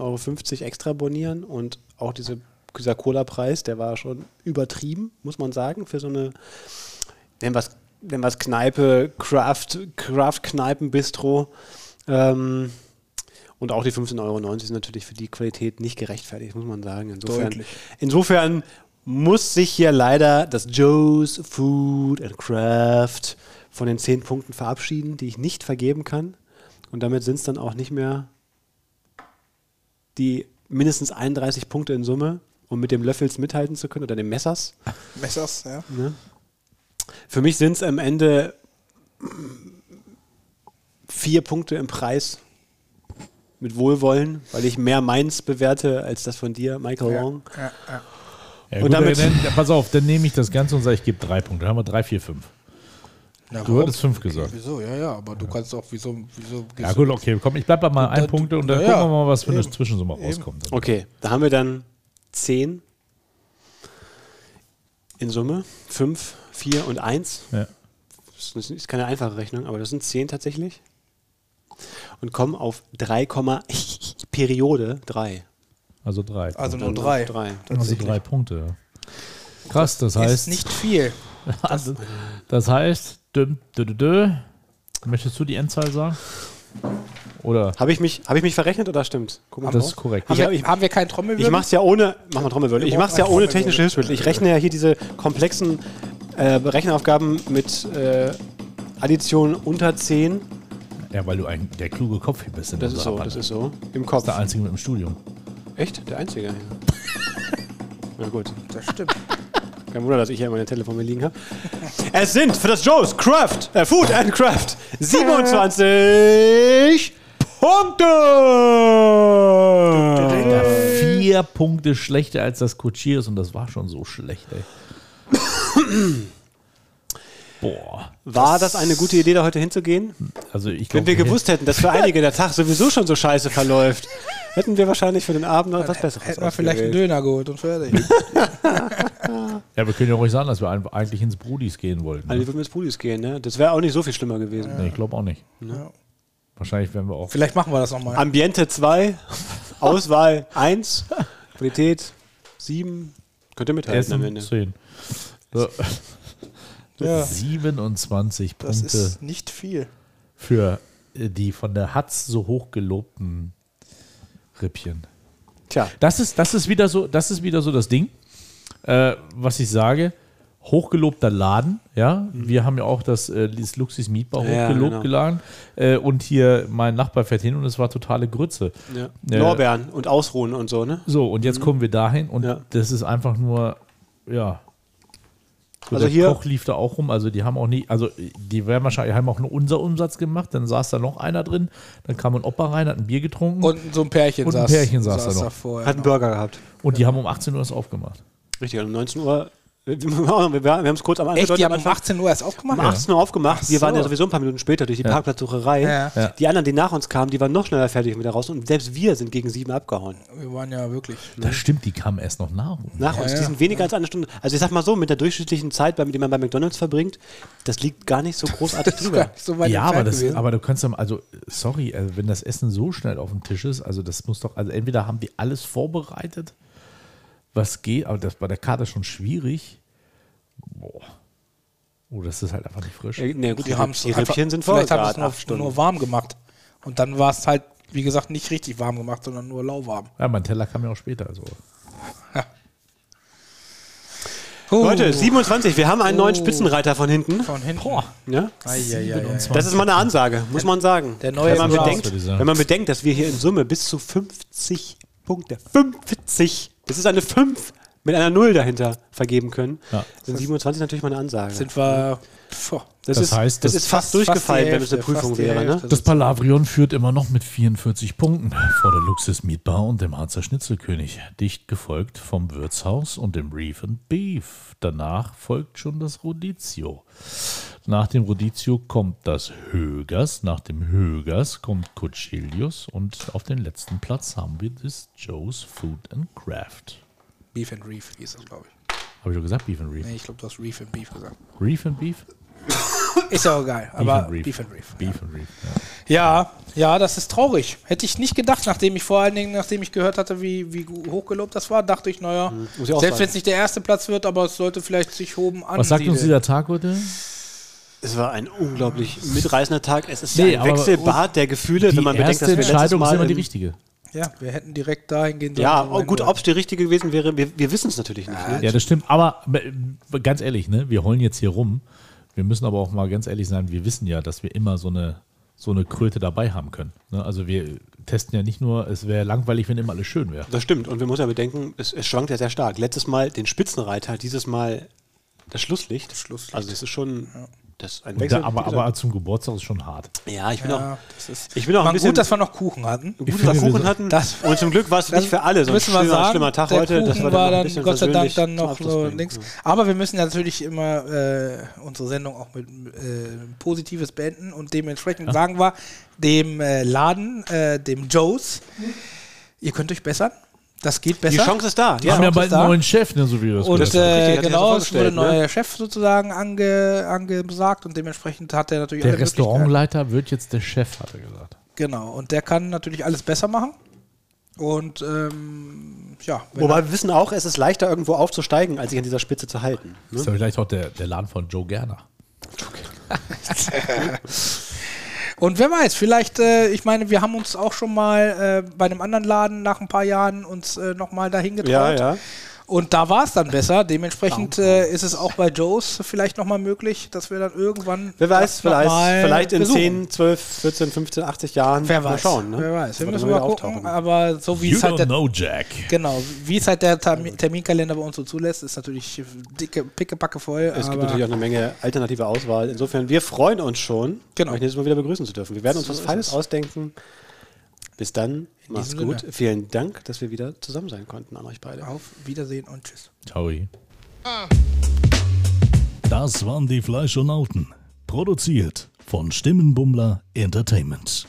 Speaker 3: Euro extra bonieren und auch diese, dieser Cola-Preis, der war schon übertrieben, muss man sagen, für so eine, nennen wir es nennen wir's Kneipe, Craft, Craft-Kneipen-Bistro. Ähm, und auch die 15,90 Euro sind natürlich für die Qualität nicht gerechtfertigt, muss man sagen. Insofern,
Speaker 4: Deutlich.
Speaker 3: insofern muss sich hier leider das Joe's Food and Craft von den 10 Punkten verabschieden, die ich nicht vergeben kann. Und damit sind es dann auch nicht mehr die mindestens 31 Punkte in Summe, um mit dem Löffels mithalten zu können oder dem Messers.
Speaker 4: Messers, ja.
Speaker 3: Für mich sind es am Ende vier Punkte im Preis mit Wohlwollen, weil ich mehr meins bewerte als das von dir, Michael Wong.
Speaker 4: Ja, ja.
Speaker 5: Ja,
Speaker 3: Und damit-
Speaker 5: dann, dann- pass auf, dann nehme ich das Ganze und sage, ich gebe drei Punkte. Dann haben wir drei, vier, fünf.
Speaker 4: Na,
Speaker 5: Du
Speaker 4: warum?
Speaker 5: hattest fünf gesagt.
Speaker 4: Wieso? Ja, ja, aber du kannst auch, wieso, wieso
Speaker 5: Ja, gut, okay, komm, ich bleib bei mal ein
Speaker 4: dann-
Speaker 5: Punkt und dann
Speaker 4: ja,
Speaker 5: gucken wir mal, was für eine
Speaker 4: eben,
Speaker 5: Zwischensumme rauskommt.
Speaker 3: Okay, da haben wir dann zehn in Summe, fünf, vier und eins.
Speaker 5: Ja.
Speaker 3: Das ist- ist keine einfache Rechnung, aber das sind zehn tatsächlich. Und kommen auf 3, [laughs] Periode 3.
Speaker 5: Also drei.
Speaker 4: Also nur
Speaker 5: Punkte.
Speaker 4: drei.
Speaker 3: drei.
Speaker 5: also drei Punkte. Krass, das,
Speaker 4: Ist
Speaker 5: heißt,
Speaker 4: nicht viel.
Speaker 5: [laughs] das, das heißt, düm, dü, dü, dü. möchtest du die Endzahl sagen? Oder?
Speaker 3: Habe ich, mich- hab ich mich verrechnet oder stimmt? Guck mal
Speaker 5: Das
Speaker 3: drauf.
Speaker 5: ist korrekt.
Speaker 4: Haben,
Speaker 3: Ich hab-
Speaker 4: wir,
Speaker 3: ich-
Speaker 4: haben wir keinen Trommelwirbel?
Speaker 3: Ich mach's ja ohne, mach mal Trommelwirbel. Ich mach's ja ohne technische Hilfsmittel. Ich rechne ja hier diese komplexen äh, Rechenaufgaben mit äh, Addition unter 10.
Speaker 5: Ja, weil du ein der kluge Kopf hier bist. in
Speaker 3: Das ist
Speaker 5: unserer
Speaker 3: so,
Speaker 5: Bande.
Speaker 3: das ist so. Im Kopf.
Speaker 5: der einzige mit dem Studium.
Speaker 3: Echt? Der [laughs] einzige. Ja. Na gut.
Speaker 4: Das stimmt.
Speaker 3: [laughs] Kein Wunder, dass ich hier meine Telefon mir liegen habe. Es sind für das Joe's Craft, äh, Food and [laughs] Craft 27 Punkte!
Speaker 5: Vier Punkte schlechter als das Kutschiers und das war schon so schlecht, ey. Boah.
Speaker 3: War das eine gute Idee, da heute hinzugehen?
Speaker 5: Also ich glaube,
Speaker 3: Wenn wir gewusst hätten, dass für einige der Tag sowieso schon so
Speaker 4: [laughs]
Speaker 3: scheiße verläuft, hätten wir wahrscheinlich für den Abend noch was Besseres
Speaker 4: Hätten wir vielleicht einen
Speaker 3: ausgewählt.
Speaker 4: Döner geholt und fertig.
Speaker 5: Ja, wir können ja ruhig sagen, dass wir ein- eigentlich ins Brudis gehen wollten.
Speaker 3: Also, wir
Speaker 5: Ne?
Speaker 3: würden ins Pudis gehen, ne? Das wäre auch nicht so viel schlimmer gewesen.
Speaker 5: Nee, ich glaube auch nicht. Wahrscheinlich werden wir auch.
Speaker 4: Vielleicht machen wir das nochmal.
Speaker 3: Ambiente 2,
Speaker 4: [laughs]
Speaker 3: Auswahl 1, Qualität 7. Könnt ihr mithalten am
Speaker 5: Essen
Speaker 3: Ende.
Speaker 5: 10. So. [laughs]
Speaker 4: Ja.
Speaker 5: 27
Speaker 4: Das
Speaker 5: Punkte
Speaker 4: ist nicht viel.
Speaker 5: für äh, die von der Hatz so hoch gelobten Rippchen.
Speaker 3: Tja,
Speaker 5: Das ist, das ist wieder so, das ist wieder so das Ding, äh, was ich sage. Hochgelobter Laden, ja. Wir haben ja auch das, äh, das Luxis Mietbar
Speaker 3: Mhm. Ja,
Speaker 5: hochgelobt
Speaker 3: genau.
Speaker 5: geladen. Äh, und hier mein Nachbar fährt hin und es war totale Grütze.
Speaker 3: ja.
Speaker 5: Äh,
Speaker 3: Lorbeeren und Ausruhen und so, ne?
Speaker 5: So, und jetzt kommen wir dahin und
Speaker 3: Ja.
Speaker 5: das ist einfach nur, ja. So,
Speaker 3: Also
Speaker 5: der
Speaker 3: hier-
Speaker 5: Koch lief da auch rum, also die haben auch nie, also die werden wahrscheinlich, haben auch nur unser Umsatz gemacht, dann saß da noch einer drin, dann kam ein Opa rein, hat ein Bier getrunken und,
Speaker 4: Und so ein Pärchen
Speaker 5: Und ein
Speaker 4: saß,
Speaker 5: Pärchen saß da noch.
Speaker 4: davor.
Speaker 3: Hat einen Burger gehabt.
Speaker 5: die haben um 18 Uhr das aufgemacht.
Speaker 3: Richtig, und um 19 Uhr. Wir, wir haben es kurz am Anfang
Speaker 4: Echt, die haben um 18 Uhr erst aufgemacht?
Speaker 3: um 18 Uhr aufgemacht.
Speaker 4: Ach
Speaker 3: Wir waren ja
Speaker 4: so.
Speaker 3: sowieso ein paar Minuten später durch die Parkplatzsucherei.
Speaker 4: Ja.
Speaker 5: Ja.
Speaker 3: Die anderen, die nach uns kamen, die waren noch schneller fertig mit der raus. Und selbst wir sind gegen sieben abgehauen.
Speaker 4: Wir waren ja wirklich.
Speaker 5: Das stimmt, die kamen erst noch nach. uns.
Speaker 3: Nach uns.
Speaker 4: ja.
Speaker 3: Die sind weniger als eine Stunde. Also ich sag mal so, mit der durchschnittlichen Zeit, bei- die man bei McDonalds verbringt, das liegt gar nicht so
Speaker 4: [laughs]
Speaker 3: großartig drüber.
Speaker 4: so weit
Speaker 5: ja, aber,
Speaker 4: entfernt
Speaker 5: das,
Speaker 4: gewesen.
Speaker 5: aber du kannst ja, also, sorry, also, wenn das Essen so schnell auf dem Tisch ist, also das muss doch, also entweder haben die alles vorbereitet, was geht, aber das bei der Karte schon schwierig. Boah. Oh, das ist halt einfach nicht frisch.
Speaker 3: Äh, nee, gut, die,
Speaker 4: haben's
Speaker 3: die
Speaker 4: einfach-
Speaker 3: Rippchen sind voll.
Speaker 4: Vielleicht haben
Speaker 3: gerade
Speaker 4: sie
Speaker 3: acht
Speaker 4: es nur,
Speaker 3: Stunden.
Speaker 4: nur warm gemacht. Und dann war es halt, wie gesagt, nicht richtig warm gemacht, sondern nur lauwarm.
Speaker 5: Ja, mein Teller kam ja auch später. Also.
Speaker 3: Leute, 27, wir haben einen neuen Spitzenreiter von hinten.
Speaker 4: Oh. Von hinten.
Speaker 3: Ne?
Speaker 4: Eieieiei.
Speaker 3: Das ist mal eine Ansage, muss man sagen.
Speaker 4: Der neue
Speaker 3: wenn, man
Speaker 4: Braus,
Speaker 3: bedenkt,
Speaker 5: würde ich sagen.
Speaker 3: wenn man bedenkt, dass wir hier in Summe bis zu 50 Punkte, 50, das ist eine 5 mit einer 0 dahinter vergeben können,
Speaker 5: Ja.
Speaker 3: sind 27 natürlich mal eine Ansage.
Speaker 4: Sind wir. Pff,
Speaker 3: das,
Speaker 5: das
Speaker 3: ist,
Speaker 5: heißt,
Speaker 3: das
Speaker 5: das
Speaker 3: ist fast durchgefallen,
Speaker 4: die
Speaker 3: wenn es eine
Speaker 4: Hälfte,
Speaker 3: Prüfung
Speaker 4: fast die
Speaker 3: wäre. Ne?
Speaker 4: Hälfte.
Speaker 5: Das Palavrion führt immer noch mit 44 Punkten vor der Luxus Mietbar und dem Harzer Schnitzelkönig, dicht gefolgt vom Wirtshaus und dem Reef and Beef. Danach folgt schon das Rodizio. Nach dem Rodizio kommt das Högers, nach dem Högers kommt Cochilius und auf den letzten Platz haben wir das Joe's Food and Craft.
Speaker 4: Beef and Reef hieß das, glaube ich.
Speaker 5: Habe ich doch gesagt, Beef and Reef.
Speaker 4: Nee, ich glaube, du hast Reef and Beef gesagt.
Speaker 5: Reef and Beef?
Speaker 4: Ist ja auch geil, aber Beef and Reef.
Speaker 5: Beef and Reef. Ja.
Speaker 4: Ja, ja, das ist traurig. Hätte ich nicht gedacht, nachdem ich vor allen Dingen, nachdem ich gehört hatte, wie, wie gu- hochgelobt das war, dachte ich, naja,
Speaker 3: Hm, muss ich auch
Speaker 4: selbst
Speaker 3: sagen.
Speaker 4: wenn es nicht der erste Platz wird, aber es sollte vielleicht sich oben an.
Speaker 5: Was sagt uns dieser Tag heute?
Speaker 3: Es war ein unglaublich mitreißender Tag. Es ist
Speaker 5: Nee,
Speaker 3: ein
Speaker 5: aber-
Speaker 3: Wechselbad der Gefühle, wenn man bedenkt, dass wir letztes
Speaker 5: Entscheidung
Speaker 3: Mal
Speaker 5: ist immer die
Speaker 3: im-
Speaker 5: richtige.
Speaker 4: Ja, wir hätten direkt dahin gehen sollen.
Speaker 3: Ja,
Speaker 4: wo
Speaker 3: oh,
Speaker 4: wir
Speaker 3: gut,
Speaker 4: hinwollen.
Speaker 3: ob es die richtige gewesen wäre, wir, wir wissen es natürlich nicht. Ne?
Speaker 5: Ja, das stimmt. Aber äh, ganz ehrlich, ne, wir heulen jetzt hier rum. Wir müssen aber auch mal ganz ehrlich sein, wir wissen ja, dass wir immer so eine, so eine Kröte dabei haben können. Ne? Also wir testen ja nicht nur, es wäre langweilig, wenn immer alles schön wäre.
Speaker 3: Das stimmt. Und wir müssen ja bedenken, es, es schwankt ja sehr stark. Letztes Mal den Spitzenreiter, dieses Mal das Schlusslicht.
Speaker 4: Schlusslicht.
Speaker 3: Also das ist schon das ist ein
Speaker 5: Und
Speaker 3: Wechsel.
Speaker 5: Da, aber,
Speaker 3: wie gesagt.
Speaker 5: aber zum Geburtstag ist schon hart.
Speaker 3: ja, ich bin auch.
Speaker 4: Ja, das ist
Speaker 3: Ich bin auch ein
Speaker 4: war
Speaker 3: bisschen-
Speaker 4: gut, dass wir noch Kuchen hatten.
Speaker 3: Gut, dass wir
Speaker 5: finde,
Speaker 3: Kuchen
Speaker 5: wir-
Speaker 3: hatten.
Speaker 4: das-
Speaker 3: und zum Glück war es nicht für alle so ein
Speaker 4: müssen wir
Speaker 3: schlimmer,
Speaker 4: sagen,
Speaker 3: schlimmer Tag
Speaker 4: der
Speaker 3: heute.
Speaker 4: Kuchen
Speaker 3: dass wir
Speaker 4: war
Speaker 3: noch ein
Speaker 4: dann
Speaker 3: bisschen
Speaker 4: Gott sei Dank
Speaker 3: versöhnlich
Speaker 4: dann
Speaker 3: zum
Speaker 4: noch
Speaker 3: Abschluss
Speaker 4: so
Speaker 3: bringen.
Speaker 4: links. Aber wir müssen natürlich immer äh, unsere Sendung auch mit äh, Positives beenden und dementsprechend sagen wir dem äh, Laden, äh, dem Joes, ihr könnt euch bessern. Das geht
Speaker 3: Die
Speaker 4: besser.
Speaker 3: Chance ist da.
Speaker 5: Wir haben ja
Speaker 4: Chance
Speaker 5: bald
Speaker 4: ist da.
Speaker 5: einen neuen Chef, ne, so wie wir das
Speaker 4: Und
Speaker 5: gehört haben.
Speaker 3: richtig,
Speaker 4: äh,
Speaker 3: hat er so
Speaker 4: genau, es wurde
Speaker 3: vorgestellt,
Speaker 4: ein neuer Chef sozusagen ange, angesagt und dementsprechend hat er natürlich
Speaker 5: Der
Speaker 4: alle
Speaker 5: Restaurantleiter wird jetzt der Chef, hat er gesagt.
Speaker 4: Möglichkeiten. Genau, und der kann natürlich alles besser machen. Und ähm, ja, wenn
Speaker 3: Wobei wir wissen auch, es ist leichter, irgendwo aufzusteigen, als sich an dieser Spitze zu halten. ne?
Speaker 5: Das ist ja vielleicht auch der, der Laden von Joe Gerner.
Speaker 4: Und wer weiß, vielleicht, äh, ich meine, wir haben uns auch schon mal äh, bei einem anderen Laden nach ein paar Jahren uns äh, nochmal dahin getraut. Und da war es dann besser.
Speaker 3: Genau.
Speaker 4: Dementsprechend äh, ist es auch bei Joes vielleicht nochmal möglich, dass wir dann irgendwann.
Speaker 3: Wer
Speaker 4: das
Speaker 3: weiß,
Speaker 4: noch
Speaker 3: vielleicht,
Speaker 4: mal
Speaker 3: vielleicht in
Speaker 4: besuchen.
Speaker 3: 10, 12, 14, 15, 80 Jahren.
Speaker 4: Wer
Speaker 3: Mal
Speaker 4: weiß.
Speaker 3: schauen. Ne?
Speaker 4: Wer weiß. Wir
Speaker 3: Ob
Speaker 4: müssen
Speaker 3: da
Speaker 4: mal
Speaker 3: wieder
Speaker 4: gucken.
Speaker 3: auftauchen.
Speaker 4: Aber so wie
Speaker 5: You
Speaker 4: es halt
Speaker 5: don't
Speaker 4: der,
Speaker 5: know, Jack.
Speaker 4: genau, wie es halt der Termin, Terminkalender bei uns so zulässt, ist natürlich dicke, pickepacke voll.
Speaker 3: Es gibt
Speaker 4: Äh, aber-
Speaker 3: natürlich auch eine Menge alternative Auswahl. Insofern, wir freuen uns schon,
Speaker 4: Genau.
Speaker 3: euch nächstes Mal wieder begrüßen zu dürfen. Wir werden uns was Feines ausdenken. Bis dann, macht's
Speaker 4: diesem
Speaker 3: gut.
Speaker 4: Sinne.
Speaker 3: Vielen Dank, dass wir wieder zusammen sein konnten an euch beide.
Speaker 4: auf Wiedersehen und Tschüss.
Speaker 5: Ciao.
Speaker 2: Das waren die Fleischonauten. Produziert von Stimmenbummler Entertainment.